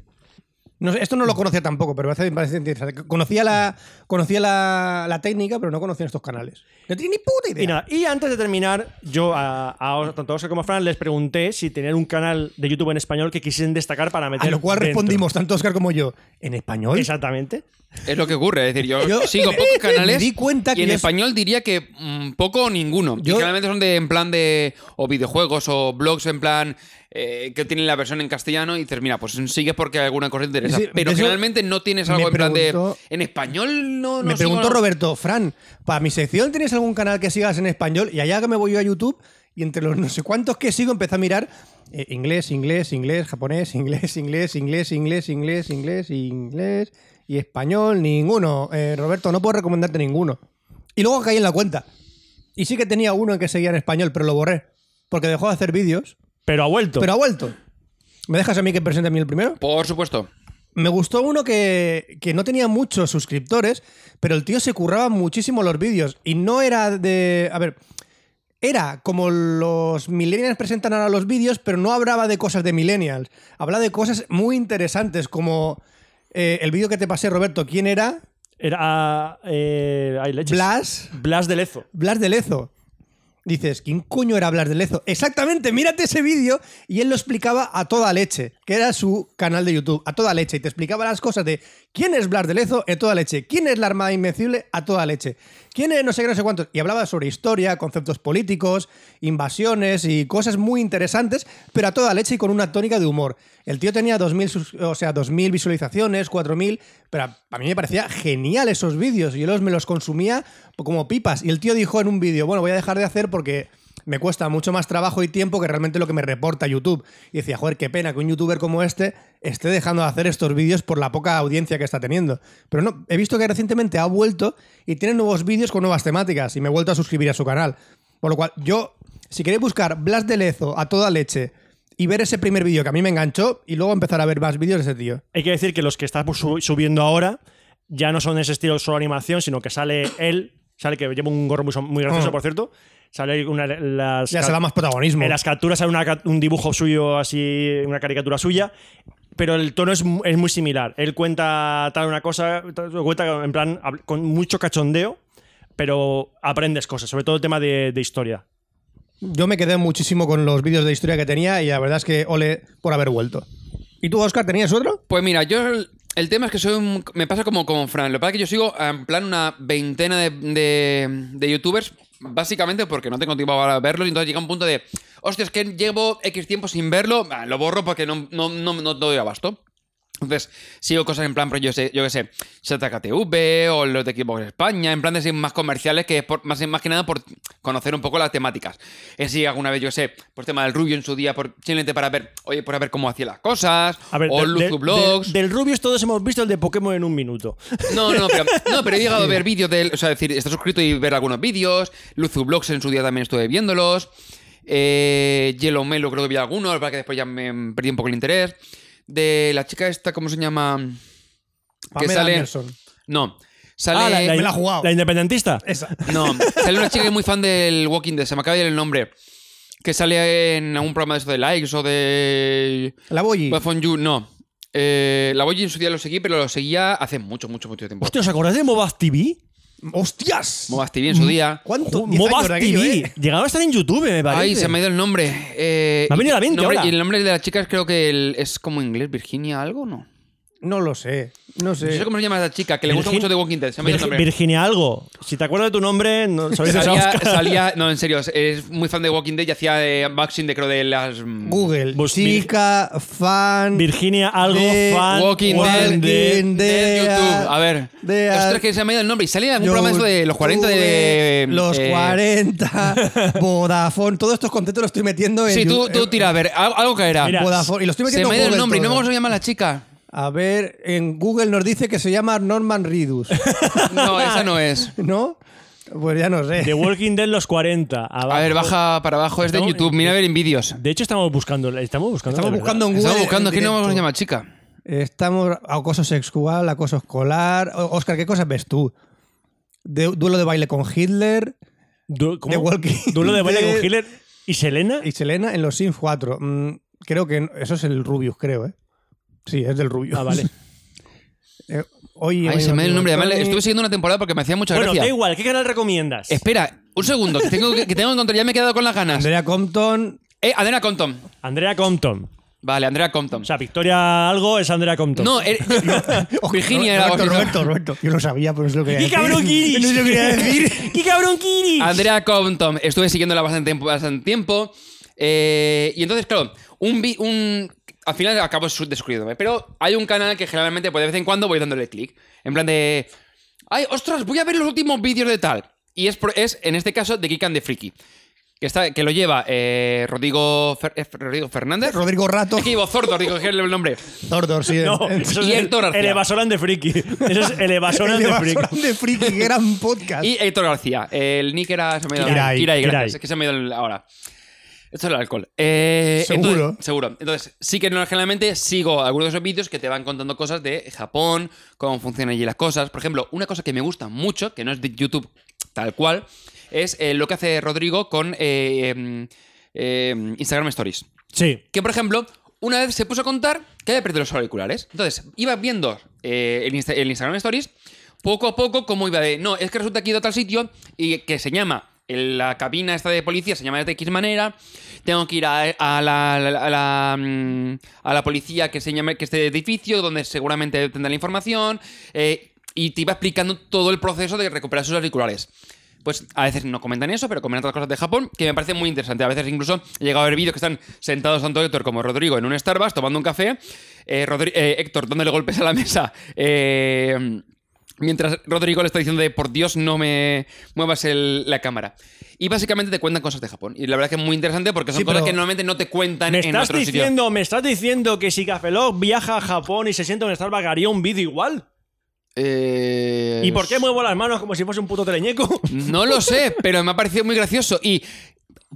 A: No sé, esto no lo conocía tampoco, pero me parece, me parece interesante. Conocía, la, conocía la, la técnica, pero no conocía estos canales. No tiene ni puta idea.
C: Y nada, y antes de terminar, yo a, a- tanto a Oscar como a Fran les pregunté si tenían un canal de YouTube en español que quisiesen destacar para meter
A: a lo cual
C: dentro.
A: respondimos tanto Oscar como yo. ¿En español?
C: Exactamente.
D: Es lo que ocurre. Es decir, yo,
A: Yo-
D: sigo pocos canales.
A: Me di cuenta que
D: y en
A: yo-
D: español diría que mm, poco o ninguno.
A: Yo-
D: Yo, generalmente son de en plan de. O videojuegos o blogs en plan. eh, que tienen la versión en castellano y termina, pues sigues porque alguna cosa te interesa.
A: Sí,
D: Pero
A: eso
D: generalmente no tienes
A: me
D: algo en plan
A: preguntó-
D: de. En español no. no
A: me
D: sigo-
A: preguntó Roberto, Fran, ¿para mi sección tienes algún canal que sigas en español? Y allá que me voy yo a YouTube y entre los no sé cuántos que sigo empecé a mirar eh, inglés, inglés, inglés, japonés, inglés, inglés, inglés, inglés, inglés, inglés, inglés y español, ninguno. Eh, Roberto, no puedo recomendarte ninguno. Y luego caí en la cuenta. Y sí que tenía uno en que seguía en español, pero lo borré. Porque dejó de hacer vídeos,
C: Pero ha vuelto.
A: pero ha vuelto. ¿Me dejas a mí que presente a mí el primero?
D: Por supuesto.
A: Me gustó uno que, que no tenía muchos suscriptores, pero el tío se curraba muchísimo los vídeos. Y no era de. A ver. Era como los millennials presentan ahora los vídeos, pero no hablaba de cosas de millennials. Hablaba de cosas muy interesantes, como eh, el vídeo que te pasé, Roberto. ¿Quién era?
C: Era. Eh, ay, leches.
A: Blas,
C: Blas de Lezo.
A: Blas de Lezo. Dices, ¿quién coño era Blas de Lezo? Exactamente, mírate ese vídeo y él lo explicaba a toda leche, que era su canal de YouTube, a toda leche, y te explicaba las cosas de quién es Blas de Lezo a toda leche, quién es la Armada Invencible a toda leche, quién es no sé qué, no sé cuántos, y hablaba sobre historia, conceptos políticos, invasiones y cosas muy interesantes, pero a toda leche y con una tónica de humor. El tío tenía 2000, sus- o sea, 2000 visualizaciones, 4000, pero a- a mí me parecía genial esos vídeos, yo los me los consumía como pipas, y el tío dijo en un vídeo, bueno, voy a dejar de hacer porque me cuesta mucho más trabajo y tiempo que realmente lo que me reporta YouTube. Y decía, joder, qué pena que un youtuber como este esté dejando de hacer estos vídeos por la poca audiencia que está teniendo. Pero no, he visto que recientemente ha vuelto y tiene nuevos vídeos con nuevas temáticas y me he vuelto a suscribir a su canal. Por lo cual, yo, si queréis buscar Blas de Lezo a toda leche y ver ese primer vídeo que a mí me enganchó y luego empezar a ver más vídeos de ese tío.
C: Hay que decir que los que está su- subiendo ahora ya no son ese estilo solo animación, sino que sale él, sale que lleva un gorro muy, son- muy gracioso,
A: Mm.
C: por cierto. Sale una las
A: Ya
C: ca-
A: se da más protagonismo.
C: En las capturas sale una ca- un dibujo suyo así, una caricatura suya. Pero el tono es, mu- es muy similar. Él cuenta tal una cosa, tal- lo cuenta en plan hab- con mucho cachondeo, pero aprendes cosas, sobre todo el tema de, de historia.
A: Yo me quedé muchísimo con los vídeos de historia que tenía y la verdad es que ole por haber vuelto. ¿Y tú, Oscar, tenías otro?
D: Pues mira, yo el, el tema es que soy un- me pasa como con Fran. Lo que pasa es que yo sigo en plan una veintena de, de- de youtubers, básicamente porque no tengo tiempo para verlos y entonces llega un punto de, hostia, es que llevo X tiempo sin verlo, ah, lo borro porque no, no, no, no doy abasto. Entonces, sigo cosas en plan, pero yo sé, yo qué sé, ZKTV o los de Xbox España, en plan de ser más comerciales que es por- más, más que nada por conocer un poco las temáticas. En sí, alguna vez, yo qué sé, por tema del Rubio en su día, por, simplemente para ver, oye, para ver cómo hacía las cosas,
C: A ver,
D: o
C: de- de-
D: Luzu Blogs.
C: de- del Rubius todos hemos visto el de Pokémon en un minuto.
D: No, no, pero, no, pero he llegado a ver vídeos de él. O sea, decir, estar suscrito y ver algunos vídeos. Luzu Blogs en su día también estuve viéndolos. Eh, Yellow Melo creo que vi algunos, para que después ya me perdí un poco el interés. De la chica esta, ¿cómo se llama?
A: Pamela
D: sale-
A: Anderson.
D: No. Sale.
C: Ah, la,
A: me la ha jugado.
C: la independentista.
A: Esa.
D: No, sale una chica que es muy fan del Walking Dead, se me acaba de ir el nombre. Que sale en algún programa de eso de likes o de.
A: La Boyi.
D: Vodafone You, no. Eh, la Boy en su día lo seguí, pero lo seguía hace mucho, mucho, mucho tiempo.
C: Hostia, ¿os acordáis de Mobaz TV?
A: ¡Hostias!
D: Movasti bien en su día.
A: ¿Cuánto? Diez
C: Mobaz
A: años de
C: TV.
A: aquello, ¿eh?
C: Llegaba a estar en YouTube, me parece.
D: Ay, se me ha ido el nombre. Eh,
C: Me ha venido a la mente
D: nombre-
C: ahora.
D: Y el nombre de la chica es creo que el- es como inglés, Virginia algo, ¿no?
A: No lo sé. No
D: No
A: sé.
D: sé cómo se llama esa chica, que le gusta
C: Virgin-
D: mucho de Walking Dead. Se me ha ido
C: Virgi-
D: el nombre.
C: Virginia algo. Si te acuerdas de tu nombre, no, se lo dices a
D: Salía,
C: Oscar.
D: salía- no, en serio, es- es muy fan de Walking Dead y hacía de unboxing de creo de las... mm,
A: Google.
C: Bus-
A: chica, fan.
C: Virginia algo
A: de
C: fan
D: Walking Dead,
A: Walking
C: de-
A: de-
D: Dead YouTube. A ver.
A: de-
D: Ostras, que se me ha ido el nombre. Y salía en algún programa eso de los 40 de...
A: YouTube, Los
D: eh,
A: 40, Vodafone, todos estos conceptos los estoy metiendo en.
D: Sí, tú,
A: Yu-
D: tú tira, a ver, algo algo caerá.
A: eh,
C: Mira,
A: Vodafone. Y los estoy
D: se
A: metiendo
D: me ha
A: en
D: ido el
A: Google
D: nombre y no me
A: todo.
D: acuerdo cómo se llama la chica.
A: A ver, en Google nos dice que se llama Norman Reedus.
D: No, esa no es.
A: ¿No? Pues ya no sé.
C: The Walking Dead los 40. abajo.
D: A ver, baja para abajo, es de
C: Estamos-
D: YouTube. Mira a ver en vídeos.
C: De hecho, estamos buscando. Estamos buscando.
A: Estamos
C: de verdad.
A: buscando en Google.
D: Estaba buscando,
A: en
D: es que no me acuerdo
A: directo.
D: cómo se llama chica.
A: Estamos acoso sexual, acoso escolar. O- Oscar, ¿qué cosas ves tú? De- duelo de baile con Hitler
C: Du- ¿cómo?
A: The Walking
C: Duelo de baile
A: Dead.
C: con Hitler y Selena.
A: y Selena en los Sims 4. Mm, creo que no- eso es el Rubius, creo, ¿eh? Sí, es del Rubius.
C: Ah, vale.
A: Eh, hoy
D: Ay,
A: hoy
D: se
A: no
D: me da el
A: tengo
D: nombre. Además, le-
A: Tony.
D: estuve siguiendo una temporada porque me hacía mucha
C: Bueno, da
D: gracia.
C: igual. ¿Qué canal recomiendas?
D: Espera, un segundo, que tengo que, que tengo que encontrar. Ya me he quedado con las ganas.
A: Andrea Compton.
D: Eh, Andrea Compton.
C: Andrea Compton.
D: Vale, Andrea Compton.
C: O sea, Victoria algo es Andrea Compton.
D: No, er- Virginia era
A: Roberto,
D: la
A: Roberto, Roberto. Yo no sabía, pero es lo que
C: ¡Qué cabrón Kiris!
A: No sé lo que quería decir.
C: ¡Qué cabrón Kiris!
D: eh, Andrea Compton. Estuve siguiéndola bastante tiempo. Bastante tiempo. Eh, y entonces, claro, un, vi- un al final acabo su- descubriéndome. Pero hay un canal que generalmente, pues de vez en cuando voy dándole clic. En plan de. ¡Ay, ostras! Voy a ver los últimos vídeos de tal. Y es, por- es en este caso, de Kick and the Freaky. Que, está, que lo lleva eh, Rodrigo, Fer- eh, Rodrigo Fernández.
A: Rodrigo Rato.
D: Es que digo Zordo, digo que es el nombre.
A: Zordor, sí.
C: No,
A: en-
C: eso es
D: Y
C: el-
D: Héctor García.
C: El Evasoran de Friki. Eso es el Evasoran
A: El
C: de
A: Evasor
C: Friki.
A: de friki, gran podcast.
D: Y Héctor García. El nick era. Se me ha ido-
A: Kirai.
D: Kirai, gracias.
C: Kirai.
D: Es que se me ha ido el- ahora. Esto es el alcohol. Eh,
A: Seguro.
D: entonces- seguro. Entonces, sí que no, generalmente sigo algunos de esos vídeos que te van contando cosas de Japón, cómo funcionan allí las cosas. Por ejemplo, una cosa que me gusta mucho, que no es de YouTube tal cual, es eh, lo que hace Rodrigo con eh, em, em, Instagram Stories.
C: Sí.
D: Que, por ejemplo, una vez se puso a contar que había perdido los auriculares. Entonces, iba viendo eh, el, Insta- el Instagram Stories poco a poco cómo iba de, no, es que resulta que he ido a tal sitio y que se llama, en la cabina esta de policía se llama de X manera, tengo que ir a, a la, a, la, a la, mm, a la policía que se llama, que este edificio, donde seguramente tendrá la información, eh, y te iba explicando todo el proceso de recuperar sus auriculares. Pues a veces no comentan eso, pero comentan otras cosas de Japón que me parece muy interesante. A veces incluso he llegado a ver vídeos que están sentados tanto Héctor como Rodrigo en un Starbucks tomando un café. eh, Rodri- eh, Héctor dándole golpes a la mesa. eh, Mientras Rodrigo le está diciendo de por Dios no me muevas el- la cámara. Y básicamente te cuentan cosas de Japón. Y la verdad es que es muy interesante porque son
A: Sí,
D: cosas
A: pero-
D: que normalmente no te cuentan
C: Me
D: en
C: estás
D: otro sitio.
C: diciendo, me estás diciendo que si Cafelog viaja a Japón y se sienta en Starbucks haría un vídeo igual.
D: Eh,
C: ¿Y por qué muevo las manos como si fuese un puto teleñeco?
D: No lo sé, pero me ha parecido muy gracioso. Y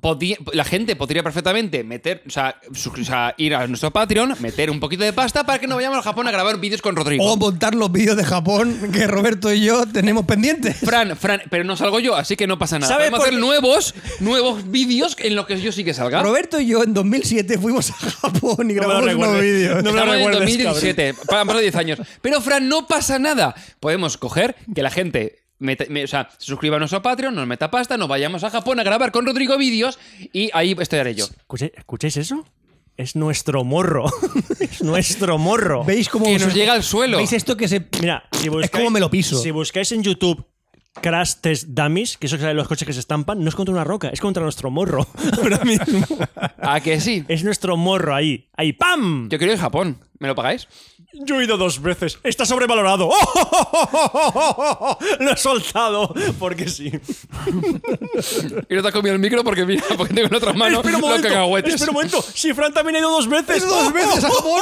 D: podía- la gente podría perfectamente meter, o sea, suscri- o sea, ir a nuestro Patreon, meter un poquito de pasta para que no vayamos a Japón a grabar vídeos con Rodrigo.
C: Oh,
I: O montar los vídeos de Japón que Roberto y yo tenemos pendientes.
D: Fran, Fran, pero no salgo yo, así que no pasa nada.
C: ¿Sabes
D: Podemos
C: por
D: hacer
C: qué?
D: nuevos, nuevos vídeos en los que yo sí que salga.
I: Roberto y yo en 2007 fuimos a Japón y
C: me lo
I: grabamos unos
C: recuerdes.
I: vídeos.
C: No me lo
D: Estamos en
C: recuerdes,
D: 2017, pa- han pasado 10 años. Pero, Fran, no pasa nada. Podemos coger que la gente meta- me- o sea, se suscriba a nuestro Patreon, nos meta pasta, nos vayamos a Japón a grabar con Rodrigo vídeos y ahí haré yo.
C: ¿Escuché- ¿Escucháis eso? Es nuestro morro. es nuestro morro.
I: ¿Veis cómo
D: Que
I: os-
D: nos llega al suelo.
I: ¿Veis esto que se
C: Mira, si buscáis,
I: como me lo piso.
C: Si buscáis en YouTube Crash Test Dummies, que eso que salen los coches que se estampan, no es contra una roca, es contra nuestro morro. Ahora mismo.
D: ¿A que sí?
C: Es nuestro morro ahí. Ahí, ¡pam!
D: Yo quiero ir a Japón. ¿Me lo pagáis?
C: Yo he ido dos veces. Está sobrevalorado. ¡Oh, oh, oh, oh, oh, oh, oh, oh! Lo he soltado porque sí.
D: Y no te has comido el micro porque mira, porque tengo en otra mano
C: espera un
D: los
C: momento.
D: Ah, cacahuetes.
C: Espera un momento. Si Fran también ha ido dos veces. Oh,
I: dos veces a Japón.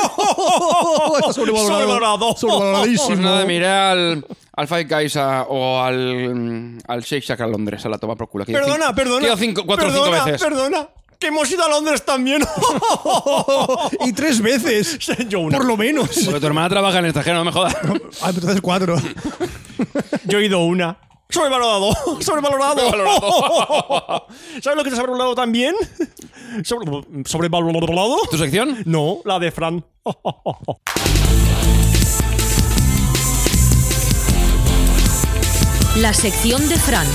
I: Está sobrevalorado.
C: Sobrevalorado.
I: Sobrevaloradísimo.
D: Pues nada, miré al, al Five Guys a- o al, mm, al Shake Shack a Londres, a la toma por culo. Aquí
C: Perdona,
D: cinco-
C: perdona.
D: Quiero cinco, cuatro o cinco
C: perdona,
D: veces.
C: Perdona, que hemos ido a Londres también. Oh,
I: Y tres veces.
C: yo, una.
I: Por lo menos.
D: Porque tu hermana trabaja en el extranjero, no me jodas.
I: Ah, entonces cuatro.
C: yo he ido una. Sobrevalorado. Sobrevalorado. ¿Sabes lo que es sobrevalorado también? Sobre- ¿Sobrevalorado?
D: ¿Tu sección?
C: No, la de Fran. Oh,
F: La sección de Fran.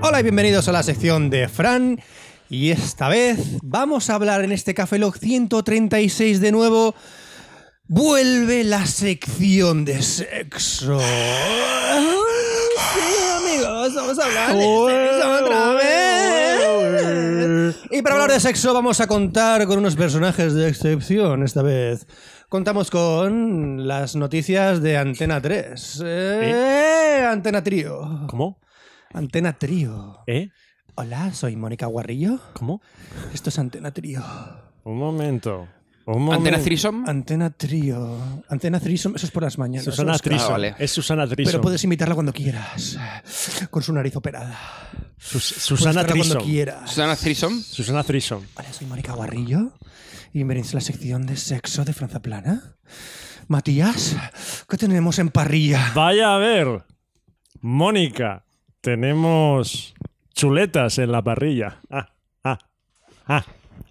A: Hola y bienvenidos a la sección de Fran. Y esta vez vamos a hablar en este Café Lock 136 de nuevo. Vuelve la sección de sexo.
I: Amigos, vamos a hablar de sexo otra vez.
A: Y para hablar de sexo vamos a contar con unos personajes de excepción esta vez. Contamos con las noticias de Antena 3. Eh, Antena Trío.
C: ¿Cómo?
A: Antena Trío.
C: ¿Eh?
A: Hola, soy Mónica Guarrillo.
C: ¿Cómo?
A: Esto es Antena Trío.
C: Un momento. Un
D: ¿Antena
C: momento.
D: Threesome?
A: Antena Trío. Antena Threesome, eso es por las mañanas.
C: Susana
A: Oscar.
C: Trison.
D: Ah, vale.
C: Es Susana Trison.
A: Pero puedes imitarla cuando quieras. Con su nariz operada. Puedes
C: Susana
A: hacerla
C: Trison.
A: cuando quieras.
D: ¿Susana Threesome?
C: Susana Trison.
A: Hola, soy Mónica Guarrillo. Y bienvenidos a la sección de sexo de Franza Plana. Matías, ¿qué tenemos en parrilla?
C: Vaya a ver. Mónica, tenemos chuletas en la parrilla. Ah, ah, ah.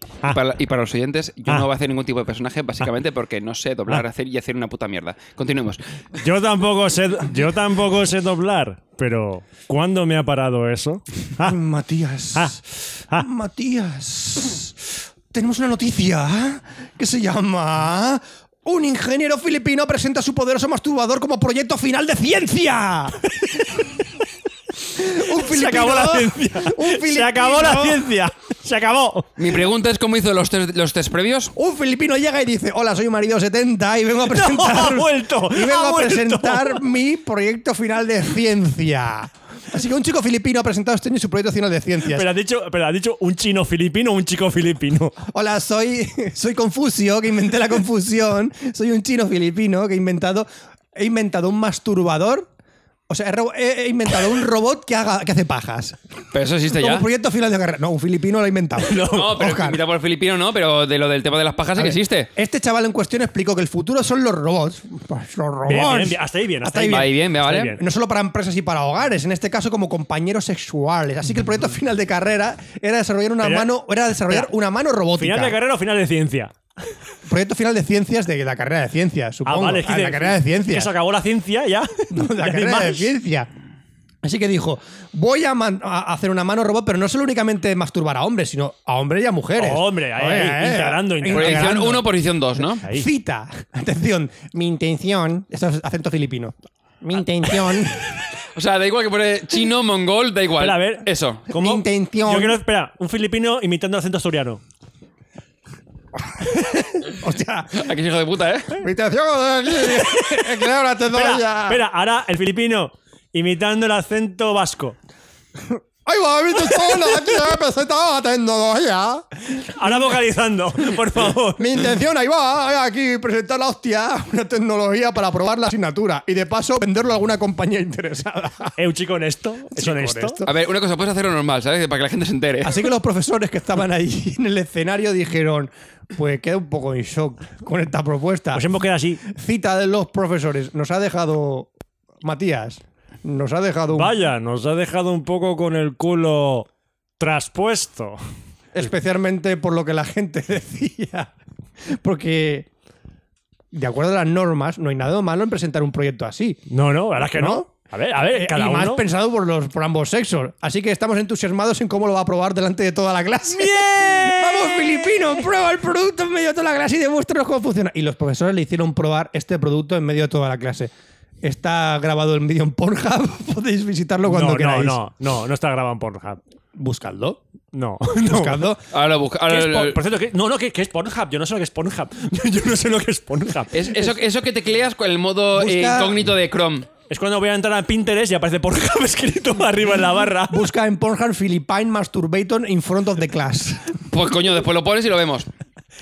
D: Y para, y para los oyentes, yo
C: Ah.
D: no voy a hacer ningún tipo de personaje, básicamente porque no sé doblar, hacer y hacer una puta mierda. Continuemos.
C: Yo tampoco sé, yo tampoco sé doblar, pero ¿cuándo me ha parado eso? Ah,
A: Matías.
C: ah, ah.
A: Matías. Tenemos una noticia ¿eh? que se llama... Un ingeniero filipino presenta su poderoso masturbador como proyecto final de ciencia. Un
C: Se
A: filipino-
C: acabó la ciencia.
A: un
C: Se acabó la
A: filipino-
C: ciencia. Se acabó.
D: Mi pregunta es cómo hizo los test, los test previos.
A: Un filipino llega y dice, hola, soy marido 70 y vengo a
C: ha
A: presentar...
C: vuelto,
A: Y vengo
C: ha
A: a
C: vuelto".
A: presentar mi proyecto final de ciencia. Así que un chico filipino ha presentado este año su proyecto final de ciencias.
C: Pero ha dicho, pero ha dicho un chino filipino o un chico filipino.
A: Hola, soy, soy Confucio, que inventé la confusión. Soy un chino filipino que he inventado, he inventado un masturbador. O sea, he ro- he, he inventado un robot que, haga, que hace pajas.
D: Pero eso existe
A: Como
D: ya.
A: proyecto final de carrera. No, un filipino lo ha inventado.
D: No, pero
A: Oscar.
D: invitado por el filipino no, pero de lo del tema de las pajas sí que existe.
A: Este chaval en cuestión explicó que el futuro son los robots. Pues los robots.
C: Bien, bien, bien. Hasta ahí bien, hasta ahí bien.
D: Ahí bien,
C: Está
D: ¿vale?
C: bien.
A: No solo para empresas y para hogares, en este caso como compañeros sexuales. Así que el proyecto final de carrera era desarrollar una
C: Pero-
A: mano, era desarrollar
C: espera.
A: una mano robótica.
C: Final de carrera o final de ciencia.
A: Proyecto final de ciencias de la carrera de ciencias,
C: Ah,
A: supongo.
C: vale, es que
A: Ah, la
C: dice
A: carrera de
C: Que
A: ciencias.
C: se acabó la ciencia ya.
A: la
C: Ya no hay
A: carrera de
C: más.
A: ciencia. Así que dijo, voy a, man- a hacer una mano robot, pero no solo únicamente masturbar a hombres, sino a hombres y a mujeres.
C: Oh, Hombre, ahí,
A: Oye,
C: ahí,
A: eh,
C: integrando, integrando.
D: Proyección
A: integrando.
D: 1, posición 2, ¿no?
C: Ahí.
A: Cita. Atención. Mi intención. Esto es acento filipino. Mi intención.
D: O sea, da igual que pone chino, mongol, da igual.
C: Espera, a ver.
D: Eso.
C: ¿Cómo?
A: Intención.
C: Yo quiero, espera, un filipino imitando acento asturiano.
A: Hostia.
D: Aquí hijo de puta, ¿eh?
A: Mi intención. es que ahora te doy
C: Espera,
A: ya.
C: espera, ahora el filipino imitando el acento vasco.
A: ¡Ay, va, mi intención! Aquí he presentado la tecnología.
C: Ahora vocalizando, por favor.
A: Mi intención, ahí va, eh, aquí presentar la hostia, eh, una tecnología para probar la asignatura y de paso venderlo a alguna compañía interesada.
C: ¿Es Eh, un chico honesto? ¿Es
A: Chico
C: honesto?
A: honesto.
D: A ver, una cosa, puedes hacerlo normal, ¿sabes? Para que la gente se entere.
A: Así que los profesores que estaban ahí en el escenario dijeron, pues queda un poco en shock con esta propuesta.
C: Pues hemos quedado así.
A: Cita de los profesores. Nos ha dejado Matías. Nos ha dejado un
C: Vaya, nos ha dejado un poco con el culo traspuesto.
A: especialmente por lo que la gente decía. Porque, de acuerdo a las normas, no hay nada malo en presentar un proyecto así.
C: No, no, la verdad es que no.
A: ¿No? Eh,
C: A ver, a ver, cada
A: y más
C: uno.
A: pensado por, los, por ambos sexos. Así que estamos entusiasmados en cómo lo va a probar delante de toda la clase. ¡Vamos, filipino! ¡Prueba el producto en medio de toda la clase y demuéstranos cómo funciona! Y los profesores le hicieron probar este producto en medio de toda la clase. Está grabado el vídeo en Pornhub. Podéis visitarlo cuando
C: no, no,
A: queráis.
C: no, no, no está grabado en Pornhub.
A: Buscadlo.
C: No, no.
A: Buscadlo.
D: Ahora lo busca.
C: ¿Qué
D: ahora
C: es
D: lo-
C: Por- por cierto, ¿qué- no, no, ¿qué, qué es Pornhub? Yo no sé lo que es Pornhub. Yo no sé lo que es Pornhub.
D: Es- eso, eso que tecleas con el modo eh,
A: Busca-
D: incógnito de Chrome.
C: Es cuando voy a entrar a Pinterest y aparece Pornhub escrito arriba en la barra.
A: Busca en Pornhub Philippine Masturbator in front of the class.
D: Pues coño, después lo pones y lo vemos.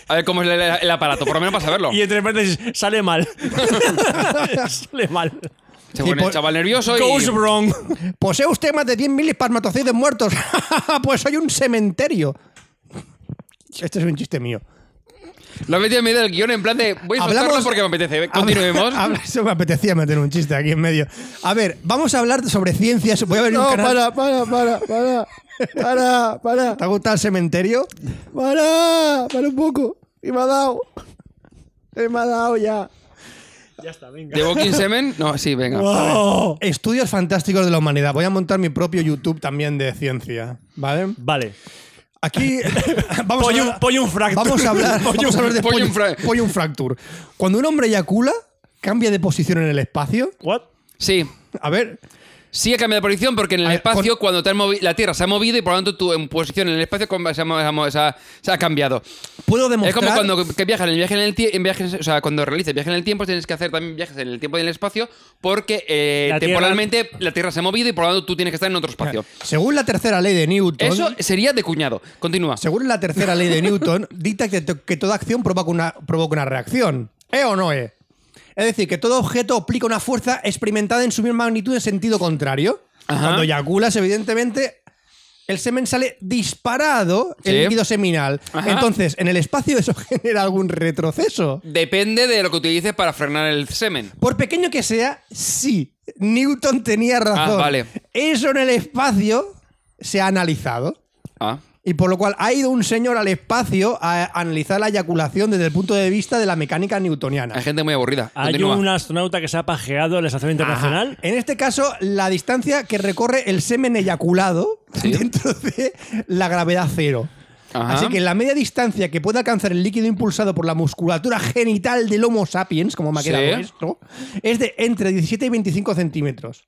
D: A ver cómo es el, el aparato, por lo menos para saberlo.
C: Y entre paréntesis, sale mal. sale mal.
D: Se pone
A: y
D: el
A: por-
D: chaval nervioso y.
C: Goes wrong.
A: ¿Posee usted más de 10.000 espermatozoides muertos? pues soy un cementerio. Este es un chiste mío.
D: Lo ha metido en medio del guión en plan de. Voy a soltarlo porque me apetece. ¿eh? Continuemos.
A: Habla- Eso me apetecía meter un chiste aquí en medio. A ver, vamos a hablar sobre ciencias. Voy a ver un canal.
I: para, para, para, para, para,
A: ¿Te ha gustado el cementerio?
I: para, para un poco. Y me ha dado. Eh, Me ha dado ya.
D: ¿De Walking Semen? No, sí, venga.
C: Oh.
A: Estudios fantásticos de la humanidad. Voy a montar mi propio YouTube también de ciencia, ¿vale?
C: Vale.
A: Aquí vamos
C: Pollo-
A: a hablar,
C: pollo un fractur.
A: Vamos a hablar,
C: Pollo
A: vamos a hablar de
D: pollo
A: pollo,
D: un fra-
A: pollo un fractur. Cuando un hombre eyacula, cambia de posición en el espacio.
C: What?
D: Sí.
A: A ver,
D: Sí, ha cambiado de posición porque en el
A: Ay,
D: espacio, cuando te has movi- la Tierra se ha movido y por lo tanto tu en posición en el espacio com- se ha, mo- se ha mo- se ha- se ha cambiado.
A: puedo
D: Es
A: demostrar.
D: como cuando que viajas en el viaje en el tiempo, o sea, cuando realizas viajes en el tiempo tienes que hacer también viajes en el tiempo y en el espacio porque eh,
C: La Tierra-
D: temporalmente la Tierra se ha movido y por lo tanto tú tienes que estar en otro espacio.
A: Según la tercera ley de Newton.
D: Eso sería de cuñado. Continúa.
A: Según la tercera ley de Newton, dicta que, to- que toda acción provoca una, provoca una reacción. ¿Eh o no eh? Es decir, que todo objeto aplica una fuerza experimentada en su misma magnitud en sentido contrario.
D: Ajá.
A: Cuando eyaculas, evidentemente, el semen sale disparado el
D: Sí.
A: líquido seminal.
D: Ajá.
A: Entonces, en el espacio eso genera algún retroceso.
D: Depende de lo que utilices para frenar el semen.
A: Por pequeño que sea, sí, Newton tenía razón.
D: vale.
A: Eso en el espacio se ha analizado.
D: Ah.
A: Y por lo cual ha ido un señor al espacio a analizar la eyaculación desde el punto de vista de la mecánica
D: Hay
A: newtoniana.
D: gente muy aburrida.
C: Hay
D: Continúa.
C: un astronauta que se ha pajeado en la estación internacional.
A: En este caso, la distancia que recorre el semen eyaculado dentro de la gravedad cero.
D: Ajá.
A: Así que la media distancia que puede alcanzar el líquido impulsado por la musculatura genital del Homo sapiens, como me ha quedado
D: Sí.
A: esto, es de entre 17 y 25 centímetros.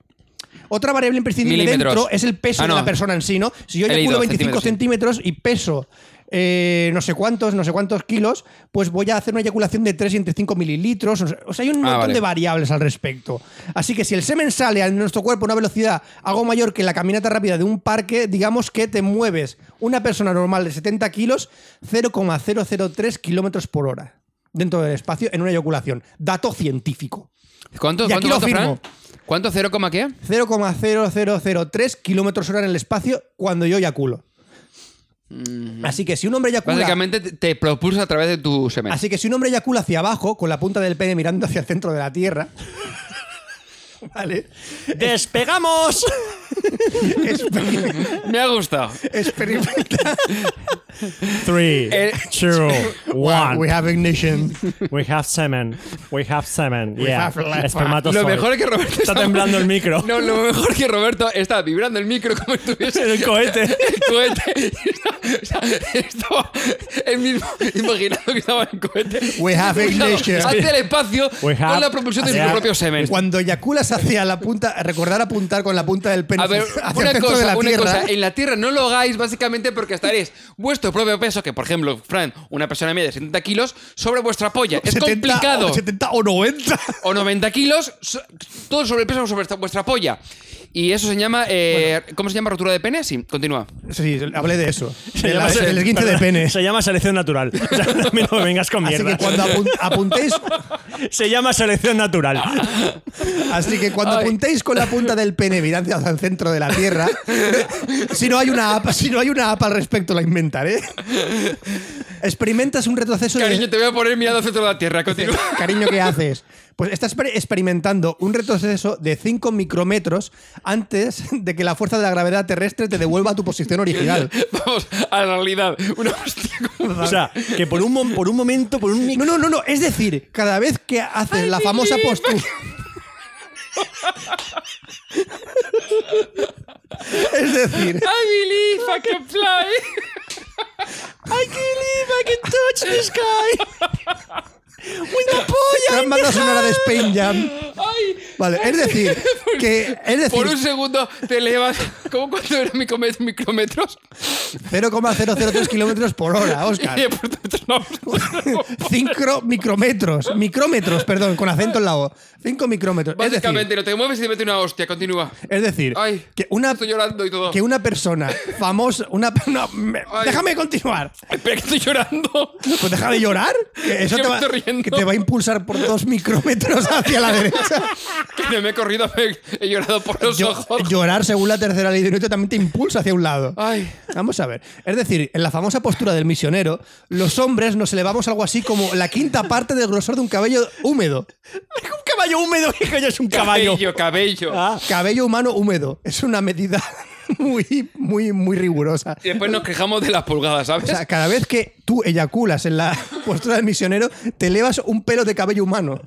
A: Otra variable imprescindible
D: Milímetros.
A: dentro es el peso
D: Ah, no.
A: de la persona en sí, ¿no? Si yo
D: He leído,
A: eyaculo 25
D: centímetros,
A: centímetros y peso eh, no sé cuántos, no sé cuántos kilos, pues voy a hacer una eyaculación de 3 y entre 5 mililitros. O sea, o sea, hay un montón
D: Ah, vale.
A: de variables al respecto. Así que si el semen sale a nuestro cuerpo a una velocidad algo mayor que la caminata rápida de un parque, digamos que te mueves una persona normal de 70 kilos 0,003 kilómetros por hora dentro del espacio en una eyaculación. Dato científico.
D: ¿Cuánto,
A: Y aquí
D: cuánto,
A: lo
D: cuánto, Fran?
A: firmo.
D: ¿Cuánto? ¿Cero coma qué?
A: 0,0003 kilómetros hora en el espacio cuando yo eyaculo. Así que si un hombre eyacula
D: Mm. Básicamente te- te propulsa a través de tu semen.
A: Así que si un hombre eyacula hacia abajo, con la punta del pene mirando hacia el centro de la Tierra, Vale.
D: Ah.
C: ¡Despegamos!
A: Espe-
D: Me ha gustado.
A: Experimenta.
D: Eh,
C: 3, 2, 1.
A: We have ignition.
C: We have semen. We have semen.
A: We
C: yeah.
A: have lava.
C: Espermatozoide.
D: Lo mejor es que Roberto
C: Está temblando el micro.
D: No, lo mejor es que Roberto está vibrando el micro como si tuviese
C: El cohete.
D: el cohete. O sea, estaba él mismo imaginando que estaba el cohete.
A: We have ignition.
D: Hacia el espacio
C: We have-
D: con la propulsión de
C: hacia-
D: su propio semen.
A: Cuando eyaculas hacia la punta, recordar apuntar con la punta del pene
D: A ver,
A: hacia el
D: una
A: centro de
D: cosa,
A: la
D: una
A: tierra.
D: cosa, en la Tierra no lo hagáis básicamente porque estaréis vuestro propio peso, que por ejemplo, Fran, una persona media de 70 kilos, sobre vuestra polla. Es
A: 70
D: complicado.
A: O 70 o 90.
D: o 90 kilos, so- todo sobre el peso sobre esta- vuestra polla. Y eso se llama. eh, ¿Cómo se llama? ¿Rotura de pene? Sí, continúa.
A: Sí, hablé de eso. De
C: llama
A: la-
C: se-
A: del esguince de
C: perdón,
A: pene.
C: Se llama selección natural. O sea, a mí no me vengas con
A: Así
C: mierda.
A: que cuando apun- apuntéis,
C: Se llama selección natural.
A: Ah, así que cuando
D: Ay.
A: apuntéis con la punta del pene mirando hacia el centro de la Tierra, si no hay una app, si no hay una app al respecto la inventaré. Experimentas un retroceso de-
D: Cariño, te voy a poner mirando al centro de la Tierra. Continúa.
A: Cariño, ¿qué haces? Pues estás per- experimentando un retroceso de 5 micrómetros antes de que la fuerza de la gravedad terrestre te devuelva a tu posición original.
D: Vamos a la realidad. Una hostia como-
C: O sea, que por un, mom- por un momento, por un
A: No, no, no, no. Es decir, cada vez que haces la famosa postura. es decir,
D: I believe I can fly.
A: gran banda sonora de Spain Jam. Vale, es decir, que es
D: Por
A: decir,
D: un segundo te elevas. ¿Cómo cuánto eran microme- micrómetros?
A: 0,003 kilómetros por hora, Oscar.
D: Y por tanto, no.
A: 5 micrómetros, micrómetros, perdón, con acento en la O. 5 micrómetros. Es decir,
D: Básicamente, no te mueves y te mete una hostia. Continúa.
A: es decir
D: Ay,
A: que, una,
D: estoy llorando y todo.
A: que una persona famosa. Una, no, me-
D: Ay.
A: déjame continuar.
D: Espera, que estoy llorando.
A: Pues déjame llorar. Que eso
D: Que
A: te
D: me
A: va,
D: estoy riendo.
A: que te va a impulsar por dos micrómetros hacia la derecha.
D: Que no me he corrido, me- he llorado por los
A: Llo-
D: ojos.
A: llorar según la tercera ley de Newton también te impulsa hacia un lado.
D: Ay.
A: Vamos a ver. Es decir, en la famosa postura del misionero, los hombres nos elevamos algo así como la quinta parte del grosor de un cabello húmedo.
C: Un caballo húmedo, que coño es un caballo.
D: Cabello, cabello.
C: Ah,
A: Cabello humano húmedo. Es una medida muy, muy, muy rigurosa.
D: Y después nos quejamos de las pulgadas, ¿sabes?
A: O sea, cada vez que tú eyaculas en la postura del misionero, te elevas un pelo de cabello humano.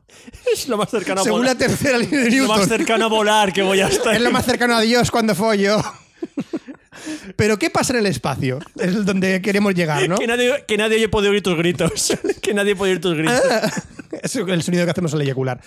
C: es lo más cercano a
A: según
C: volar.
A: la tercera ley de
C: Es pues, lo más
A: Newton.
C: cercano a volar que voy a estar.
A: Es lo más cercano a Dios cuando follo. Pero ¿qué pasa en el espacio? Es donde queremos llegar, ¿no?
C: Que nadie, que nadie oye puede oír tus gritos. que nadie puede oír tus gritos.
A: Ah. Es el sonido que hacemos al eyacular.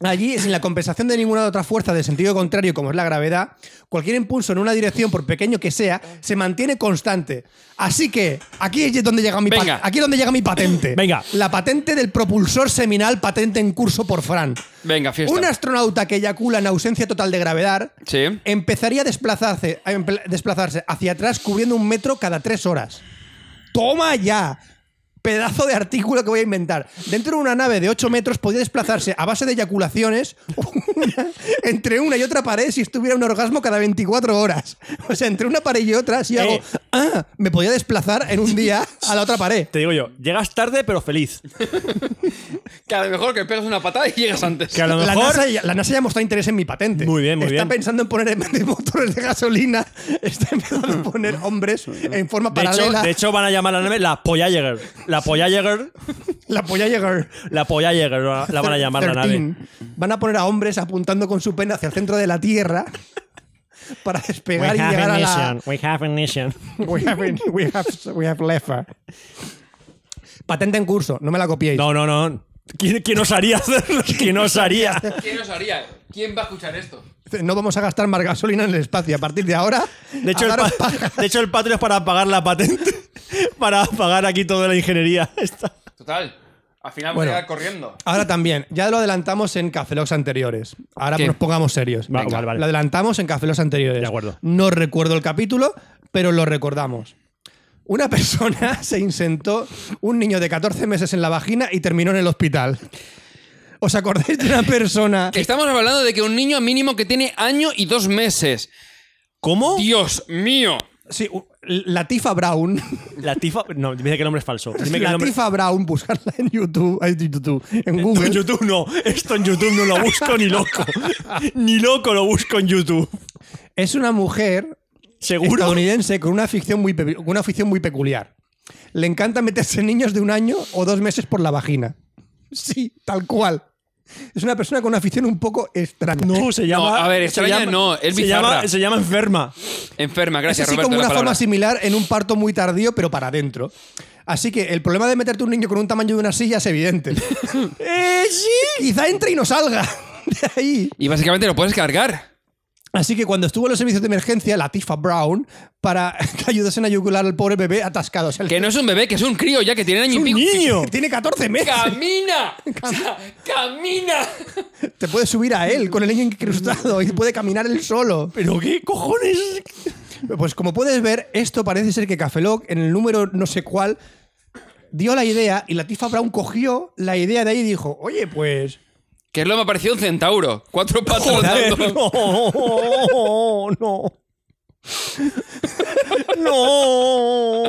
A: Allí, sin la compensación de ninguna otra fuerza de sentido contrario como es la gravedad, cualquier impulso en una dirección, por pequeño que sea, se mantiene constante. Así que aquí es donde llega mi, pa-
D: Venga.
A: aquí es donde llega mi patente.
C: Venga.
A: La patente del propulsor seminal patente en curso por Fran.
D: Venga, fiesta.
A: Un astronauta que eyacula en ausencia total de gravedad
D: Sí.
A: empezaría a desplazarse, a emple- desplazarse hacia atrás cubriendo un metro cada tres horas. ¡Toma ya! Pedazo de artículo que voy a inventar. Dentro de una nave de 8 metros podría desplazarse a base de eyaculaciones una- entre una y otra pared si estuviera un orgasmo cada 24 horas. O sea, entre una pared y otra, si hago,
C: Eh.
A: ah, me podía desplazar en un día a la otra pared.
C: Te digo yo, llegas tarde pero feliz.
D: Que a lo mejor que pegas una patada y llegas antes.
C: Que a lo
A: La
C: mejor
A: NASA, ya- la NASA ya mostró interés en mi patente.
C: Muy bien, muy
A: está
C: bien.
A: Está pensando en poner en vez de motores de gasolina, está empezando a poner hombres en forma
C: De hecho,
A: paralela.
C: de hecho, van a llamar a la nave la Polla Jäger. La Polla Jäger,
A: la polla llegar.
C: la Polla Jäger la la van a llamar la nave.
A: 13. Van a poner a hombres apuntando con su pene hacia el centro de la Tierra para despegar y llegar a la.
C: We have ignition.
A: We have, we have- we have left her. Patente en curso, no me la copiéis.
C: No, no, no. ¿Quién, quién osaría hacerlo? ¿Quién osaría?
D: ¿Quién os haría? ¿Quién va a escuchar esto?
A: No vamos a gastar más gasolina en el espacio. A partir de ahora.
C: De hecho, el
A: a daros
C: pa-
A: paja.
C: de hecho, el Patreon es para pagar la patente. Para pagar aquí toda la ingeniería. esta.
D: Total. Al final
A: Bueno.
D: voy a llegar corriendo.
A: Ahora también, ya lo adelantamos en Cafelox anteriores. Ahora
D: ¿Qué?
A: nos pongamos serios.
C: Va- vale, vale.
A: Lo adelantamos en Cafelox anteriores.
C: De acuerdo.
A: No recuerdo el capítulo, pero lo recordamos. Una persona se insentó un niño de 14 meses en la vagina y terminó en el hospital. ¿Os acordáis de una persona?
D: Estamos hablando de que un niño mínimo que tiene año y dos meses.
C: ¿Cómo?
D: Dios mío.
A: Sí, u- Latifa Brown.
C: Latifa. No, dime que el nombre es falso. Dime que el nombre.
A: Latifa Brown, buscarla en YouTube, ay, en YouTube, en Google.
C: En YouTube no. Esto en YouTube no lo busco ni loco. ni loco lo busco en YouTube.
A: Es una mujer
C: Seguro.
A: estadounidense con una afición muy, pe- con una afición muy peculiar. Le encanta meterse niños de un año o dos meses por la vagina. Sí, tal cual. Es una persona con una afición un poco extraña.
C: No, se llama.
D: No, a ver,
C: se
D: extraña
C: llama-
D: no, es
C: se
D: bizarra.
C: llama, se llama enferma.
D: Enferma,
A: es
D: gracias,
A: así
D: Roberto.
A: como
D: la
A: una forma
D: palabra.
A: similar en un parto muy tardío, pero para adentro. Así que el problema de meterte un niño con un tamaño de una silla es evidente. eh, sí. Quizá entre y no salga de ahí.
D: Y básicamente lo puedes cargar.
A: Así que cuando estuvo en los servicios de emergencia, la Tifa Brown, para que ayudasen a yugular al pobre bebé atascado. O sea, el-
D: Que no es un bebé, que es un crío ya que tiene año y
A: ¡Un
D: pico.
A: niño! Tiene 14 meses.
D: ¡Camina! O sea, ¡Camina!
A: Te puedes subir a él con el niño incrustado y puede caminar él solo.
C: ¿Pero qué cojones?
A: Pues como puedes ver, esto parece ser que Cafeloc, en el número no sé cuál, dio la idea y la Tifa Brown cogió la idea de ahí y dijo, oye, pues...
D: Que es lo que me ha parecido un centauro. Cuatro patas rodando.
C: No, no. No.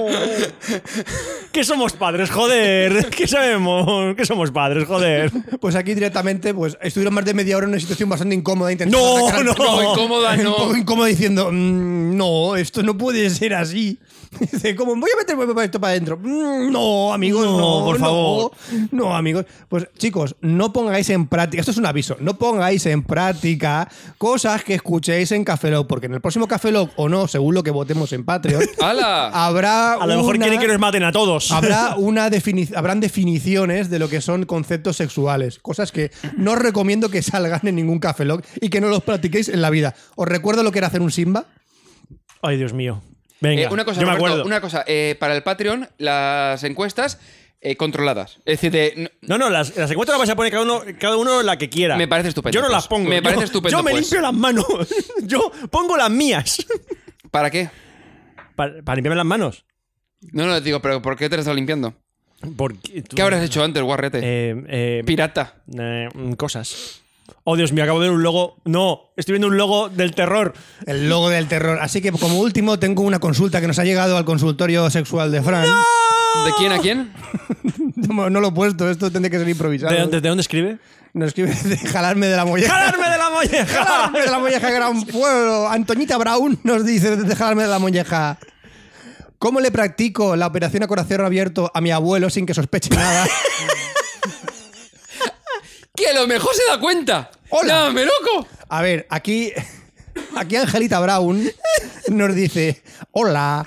C: Que somos padres, joder. Que sabemos que somos padres, joder.
A: Pues aquí directamente pues estuvieron más de media hora en una situación bastante incómoda. intentando
C: No,
A: sacar-
D: No,
C: no.
D: incómoda,
A: Un
D: no.
A: poco incómoda diciendo, "Mm, no, esto no puede ser así. Dice, ¿cómo voy a meter esto para adentro? "Mm, no, amigos, no,
C: No, por
A: no,
C: favor.
A: No, amigos. Pues chicos, no pongáis en práctica, esto es un aviso, no pongáis en práctica cosas que escuchéis en Café Lock, porque en el próximo Café Lock, o no, según lo que votemos en Patreon,
D: ¡Hala!
A: habrá
C: A lo mejor
A: una-
C: quieren que nos maten a todos.
A: Habrá una defini- habrán definiciones de lo que son conceptos sexuales, cosas que no os recomiendo que salgan en ningún café log y que no los practiquéis en la vida. ¿Os recuerdo lo que era hacer un Simba?
C: Ay, Dios mío. Venga,
D: Eh, una cosa,
C: yo me
D: Roberto,
C: acuerdo.
D: una cosa. eh, para el Patreon, las encuestas eh, controladas. Es decir, de, n-
C: No, no, las, las encuestas las vais a poner cada uno, cada uno la que quiera.
D: Me parece estupendo,
C: Yo no
D: pues.
C: las pongo.
D: Me
C: Yo-
D: parece estupendo,
C: Yo me
D: pues.
C: limpio las manos. Yo pongo las mías.
D: ¿para qué?
C: Para, para limpiarme las manos.
D: No, no, digo, pero ¿por qué te lo estás limpiando?
C: Porque, tú-
D: ¿Qué habrás hecho antes, guarrete?
C: Eh, eh,
D: Pirata.
C: eh, mm, cosas. Oh, Dios mío, acabo de ver un logo. No, estoy viendo un logo del terror.
A: El logo del terror. Así que como último tengo una consulta que nos ha llegado al consultorio sexual de Fran.
D: ¿De quién a quién?
A: No, lo he puesto, esto tendría que ser improvisado.
C: ¿De, dónde- de dónde escribe?
A: Nos escribe de jalarme de la molleja.
C: ¡Jalarme de la molleja!
A: Jalarme de la molleja, gran pueblo. Antoñita Brown nos dice desde jalarme de la molleja. ¿Cómo le practico la operación a corazón abierto a mi abuelo sin que sospeche nada?
D: ¡Que a lo mejor se da cuenta!
A: Hola.
D: ¡No, me loco!
A: A ver, aquí, aquí Angelita Brown nos dice, hola,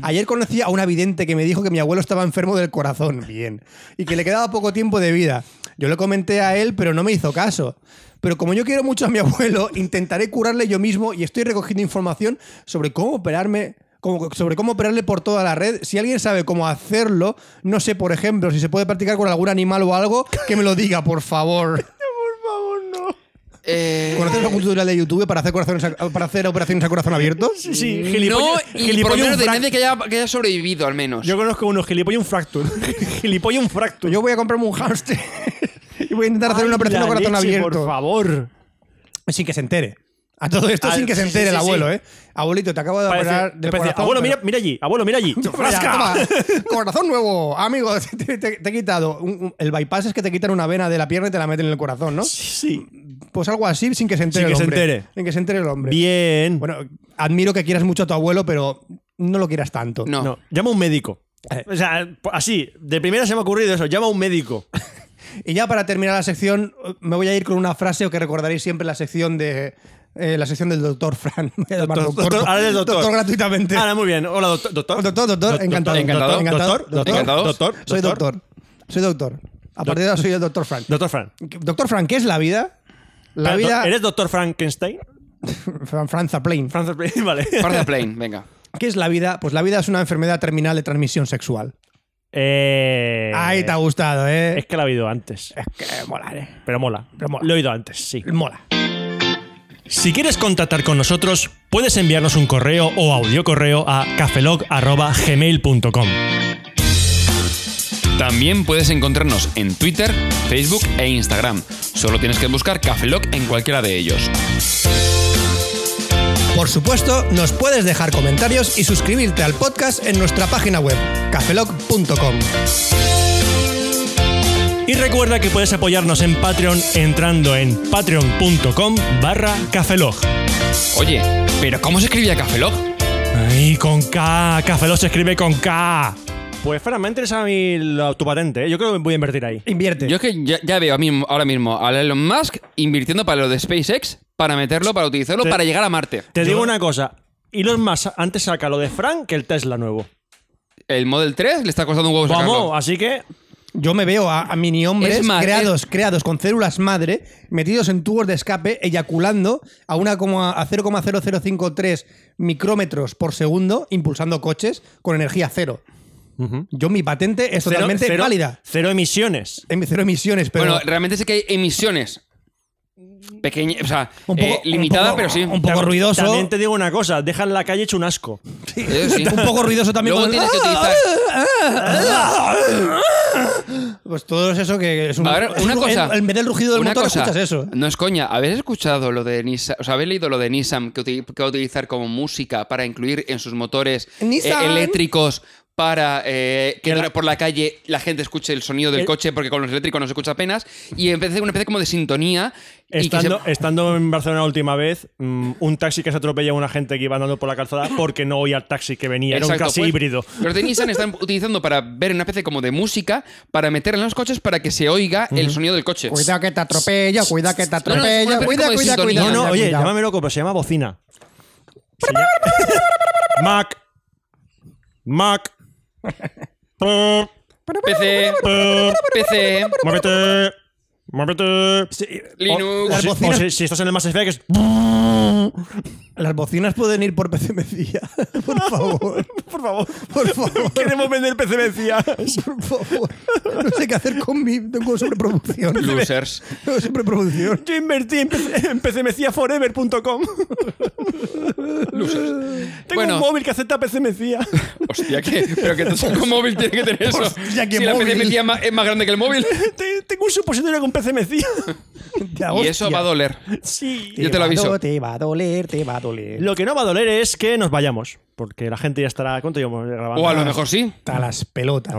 A: ayer conocí a una vidente que me dijo que mi abuelo estaba enfermo del corazón, bien, y que le quedaba poco tiempo de vida. Yo le comenté a él, pero no me hizo caso. Pero como yo quiero mucho a mi abuelo, intentaré curarle yo mismo y estoy recogiendo información sobre cómo operarme. como- sobre cómo operarle por toda la red. Si alguien sabe cómo hacerlo, no sé, por ejemplo, si se puede practicar con algún animal o algo, que me lo diga, por favor.
D: Eh,
A: ¿Conoces algún tutorial de YouTube para hacer, corazones a- para hacer operaciones a corazón abierto?
C: Sí, sí,
D: no,
C: gilipollas.
D: y por lo menos
C: un
D: de
C: frac-
D: nadie que haya, que haya sobrevivido, al menos.
C: Yo conozco uno, gilipollas un fractur. gilipollas un fractur.
A: Pues Yo voy a comprarme un hamster y voy a intentar hacer una
C: Ay,
A: operación a
C: la
A: corazón
C: leche, Por
A: abierto.
C: favor.
A: Sin que se entere. A todo esto
C: Ah,
A: sin que se
C: sí,
A: entere
C: sí,
A: el
C: sí,
A: abuelo,
C: sí.
A: ¿eh? Abuelito, te acabo de
C: Parece-
A: operar del
C: parece,
A: corazón,
C: abuelo,
A: pero-
C: mira, mira allí. Abuelo, mira allí.
A: Mira,
C: ¡Frasca!
A: toma, corazón nuevo, amigo, te, te- te he quitado. un- un- el bypass es que te quitan una vena de la pierna y te la meten en el corazón, ¿no?
C: Sí.
A: Pues algo así sin que se entere
C: Sin que
A: el
C: se
A: hombre.
C: entere.
A: Sin que se entere el hombre.
C: Bien.
A: Bueno, admiro que quieras mucho a tu abuelo, pero no lo quieras tanto.
D: no.
C: No, llama a un médico. O sea, así, de primera se me ha ocurrido eso, llama a un médico.
A: Y ya para terminar la sección, me voy a ir con una frase o que recordaréis siempre la sección de. eh, la sección del doctor Fran. Voy a llamar
C: Doctor, doctor, ahora es doctor.
A: gratuitamente.
C: Ahora, Ah, muy bien. Hola, doctor. Doctor,
A: Doctor, doctor, encantado.
D: encantado,
A: encantado,
C: Doctor, doctor,
D: encantado.
C: doctor,
A: Soy doctor. Soy doctor. A partir de ahora soy el doctor Fran.
C: Doctor Fran.
A: Doctor Fran, ¿qué es la vida? La
C: Pero,
A: vida.
C: do- ¿Eres doctor Frankenstein?
A: Fran, Fran Zaplin.
C: Franz- vale.
D: Parte de plane, venga.
A: ¿Qué es la vida? Pues la vida es una enfermedad terminal de transmisión sexual.
C: Eh,
A: Ahí te ha gustado, ¿eh?
C: Es que lo he oído antes.
A: Es que mola, ¿eh?
C: Pero mola.
A: Pero mola.
C: Lo he oído antes, sí.
A: Mola.
C: Si quieres contactar con nosotros, puedes enviarnos un correo o audiocorreo a cafelog.gmail.com.
D: También puedes encontrarnos en Twitter, Facebook e Instagram. Solo tienes que buscar Cafeloc en cualquiera de ellos.
A: Por supuesto, nos puedes dejar comentarios y suscribirte al podcast en nuestra página web, cafelog.com.
C: Y recuerda que puedes apoyarnos en Patreon entrando en patreon.com barra cafelog.
D: Oye, ¿pero cómo se escribía Cafelog?
C: Ay, con K, cafelog se escribe con K. Pues Fran, me interesa a mí la- tu patente, ¿eh? yo creo que voy a invertir ahí.
A: Invierte.
D: Yo es que ya, ya veo a mí- ahora mismo a Elon Musk invirtiendo para lo de SpaceX, para meterlo, para utilizarlo,
C: Te-
D: para llegar a Marte.
C: Te digo una cosa, Elon Musk antes saca lo de Frank que el Tesla nuevo.
D: El Model 3 le está costando un huevo
C: Vamos,
D: sacarlo.
C: así que
A: Yo me veo a, a mini hombres
D: Es más, eh,
A: creados, creados con células madre, metidos en tubos de escape, eyaculando a, una como a a 0,0053 micrómetros por segundo, impulsando coches con energía cero. Yo, mi patente es
C: cero-
A: totalmente
C: cero-
A: válida.
C: Cero emisiones.
A: En cero emisiones, pero.
D: Bueno, realmente sí que hay emisiones pequeñas, o sea,
A: Un poco-
D: eh, limitadas,
A: un poco-
D: pero sí.
A: un poco ruidoso.
C: También te digo una cosa, deja en la calle hecho un asco.
D: Eh, sí.
A: un poco ruidoso también.
D: Luego
A: con- ¡Ah!
D: tienes que utilizar.
A: Pues todo es eso que es un.
D: A ver,
A: es
D: una
A: un-
D: cosa.
A: En, en vez del rugido del
D: una
A: motor,
D: cosa,
A: escuchas eso.
D: No es coña. ¿Habéis escuchado lo de Nissan? O sea, ¿habéis leído lo de Nissan que, uti- que va a utilizar como música para incluir en sus motores eh,
A: Nissan.
D: eléctricos para eh, que
C: Que la-
D: dure por la calle la gente escuche el sonido del
C: El-
D: coche porque con los eléctricos no se escucha apenas? Y empecé una especie como de sintonía. y que se-
C: Estando, estando en Barcelona la última vez, mm, un taxi que se atropella a una gente que iba andando por la calzada porque no oía el taxi que venía, era
D: Exacto,
C: un taxi
D: pues,
C: híbrido.
D: Los de Nissan están utilizando para ver una especie como de música para meter en los coches para que se oiga el sonido del coche.
A: Cuidado que te atropella, cuidado que te
D: no, es
A: atropella.
D: una
A: cuidado,
D: especie
A: cuidado,
D: como
A: cuidado.
D: de sintonía.
C: No, no,
A: cuidado,
C: oye,
A: cuidado.
C: llámame loco, pero se llama bocina. Se llama- Mac. Mac. Pum,
D: PC,
C: pum,
D: PC,
C: Muévete. Muévete. Oh, Sí,
D: Linux.
C: o- o
A: Las
C: si- o
A: bocinas-
C: si, si estás en el Mass Effect, es.
A: Las bocinas pueden ir por PC Mesía. Por favor.
C: Por favor.
A: Por favor.
C: Queremos vender PC vencidas.
A: Por favor. No sé qué hacer con mi. Tengo sobreproducción.
D: losers.
A: Tengo sobreproducción.
C: Yo invertí en, PC en PCMeciaForever.com. Tengo
D: Bueno.
C: un móvil que acepta PCMecía.
D: Hostia, ¿qué? ¿Pero que un móvil tiene que tener eso?
A: Hostia, qué
D: si la
A: móvil.
D: PC es más, es más grande que el móvil.
C: Te- Tengo un supositorio con PCMecía.
A: Ya,
D: Y
A: hostia.
D: eso va a doler.
C: Sí.
D: Yo te lo aviso.
A: do- Te va a doler, te va a doler.
C: Lo que no va a doler es que nos vayamos. Porque la gente ya estará. ¿Cuánto llevamos grabando?
D: O a lo mejor sí.
A: Hasta las pelotas.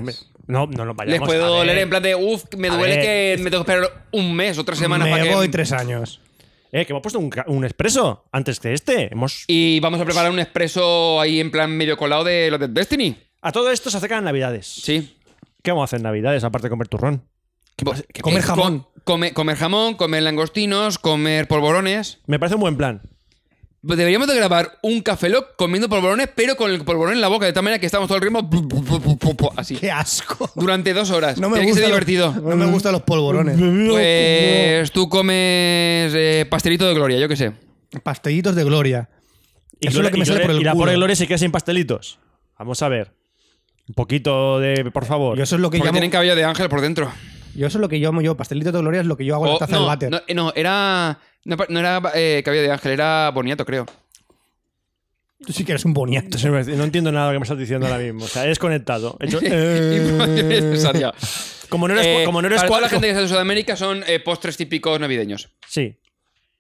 C: No, no nos
D: Les
C: vayamos.
D: puedo
C: A ver,
D: doler en plan de, uff, me
C: A
D: duele
C: ver.
D: que me tengo que esperar un mes o tres semanas para
A: Me
D: que.
A: voy tres años.
C: Eh, que hemos puesto un, ca- un expreso antes que este. Hemos.
D: Y vamos a preparar un expreso ahí en plan medio colado de los de Destiny.
C: A todo esto se acercan navidades.
D: Sí.
C: ¿Qué vamos a hacer en navidades aparte de comer turrón?
D: Bo-
A: Comer
D: eh,
A: jamón.
D: co- come- comer jamón, comer langostinos, comer polvorones.
C: Me parece un buen plan.
D: Pues Deberíamos de grabar un café lock comiendo polvorones, pero con el polvorón en la boca, de tal manera que estamos todo el ritmo pu- pu- pu- pu- pu- pu- así.
A: Qué asco.
D: Durante dos horas.
A: No me
D: Tiene que
A: gusta
D: ser divertido.
A: No me gustan los polvorones.
D: Pues tú comes eh, pastelito de gloria, yo qué sé.
A: Pastellitos de gloria.
C: Y
A: Eso es lo
C: Gloria-
A: que me
C: y
A: sale
C: Gloria-
A: por el
C: Y la
A: culo.
C: pobre Gloria se queda sin pastelitos. Vamos a ver. Un poquito de. Por favor.
A: Yo eso es lo que
D: Porque
A: llamo.
D: tienen cabello de ángel por dentro.
A: Yo eso es lo que llamo yo. Pastelito de gloria es lo que yo hago en
D: O-
A: la taza del
D: no,
A: váter.
D: no, eh, no, era. No, pa- no era eh, cabello de ángel, era boniato, creo.
A: Tú sí que eres un boniato.
C: Se me- No entiendo nada de lo que me estás diciendo ahora mismo. O sea, eres conectado. He hecho,
A: Eh.
D: Es necesario.
C: como Eh. no eres,
D: Eh,
C: como no eres
D: para toda la
C: cuadro-
D: gente que está de Sudamérica son eh, postres típicos navideños.
C: Sí.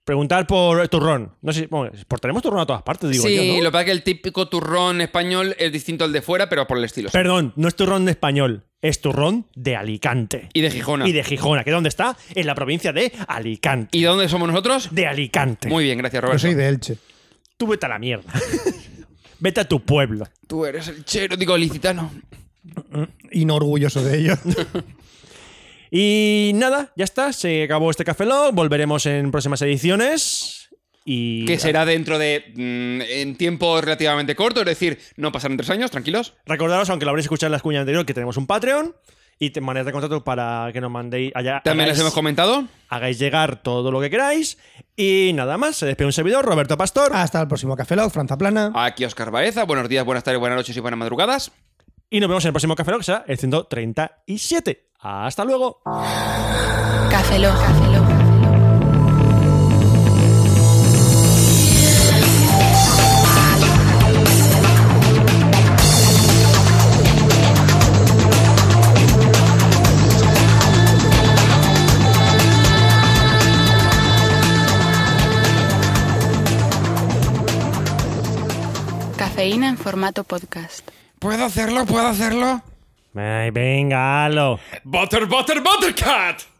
C: Preguntar por turrón. No sé, si- bueno, exportaremos turrón a todas partes, digo
D: sí,
C: yo, ¿no?
D: lo que pasa es que el típico turrón español es distinto al de fuera, pero por el estilo.
C: Perdón, no es turrón de español, es turrón de Alicante.
D: y de Gijona.
C: Y de Gijona, que dónde está? En la provincia de Alicante.
D: ¿Y de dónde somos nosotros?
C: De Alicante.
D: Muy bien, gracias,
A: Yo
D: Roberto.
A: soy de Elche.
C: Tú vete a la mierda. vete a tu pueblo.
D: Tú eres el chero, digo, licitano.
A: Y no orgulloso de ello.
C: Y nada, ya está, se acabó este café Lock, volveremos en próximas ediciones y
D: Que será dentro de. mm, en tiempo relativamente corto, es decir, no pasarán tres años, tranquilos.
C: recordaros, aunque lo habréis escuchado en la escuña anterior, que tenemos un Patreon y te- maneras de contacto para que nos mandéis allá.
D: También les
C: hagáis-
D: hemos comentado.
C: hagáis llegar todo lo que queráis. Y nada más, se despide un servidor, Roberto Pastor.
A: Hasta el próximo Café Lock, Franza Plana.
D: Aquí Oscar Baeza. Buenos días, buenas tardes, buenas noches y buenas madrugadas.
C: Y nos vemos en el próximo Café Lock, que será el 137. Hasta luego.
B: Café Lock. Café Lock. Cafeína en formato podcast.
D: ¿Puedo hacerlo? ¿Puedo hacerlo?
C: Ay, venga, halo.
D: ¡Butter, butter, buttercat!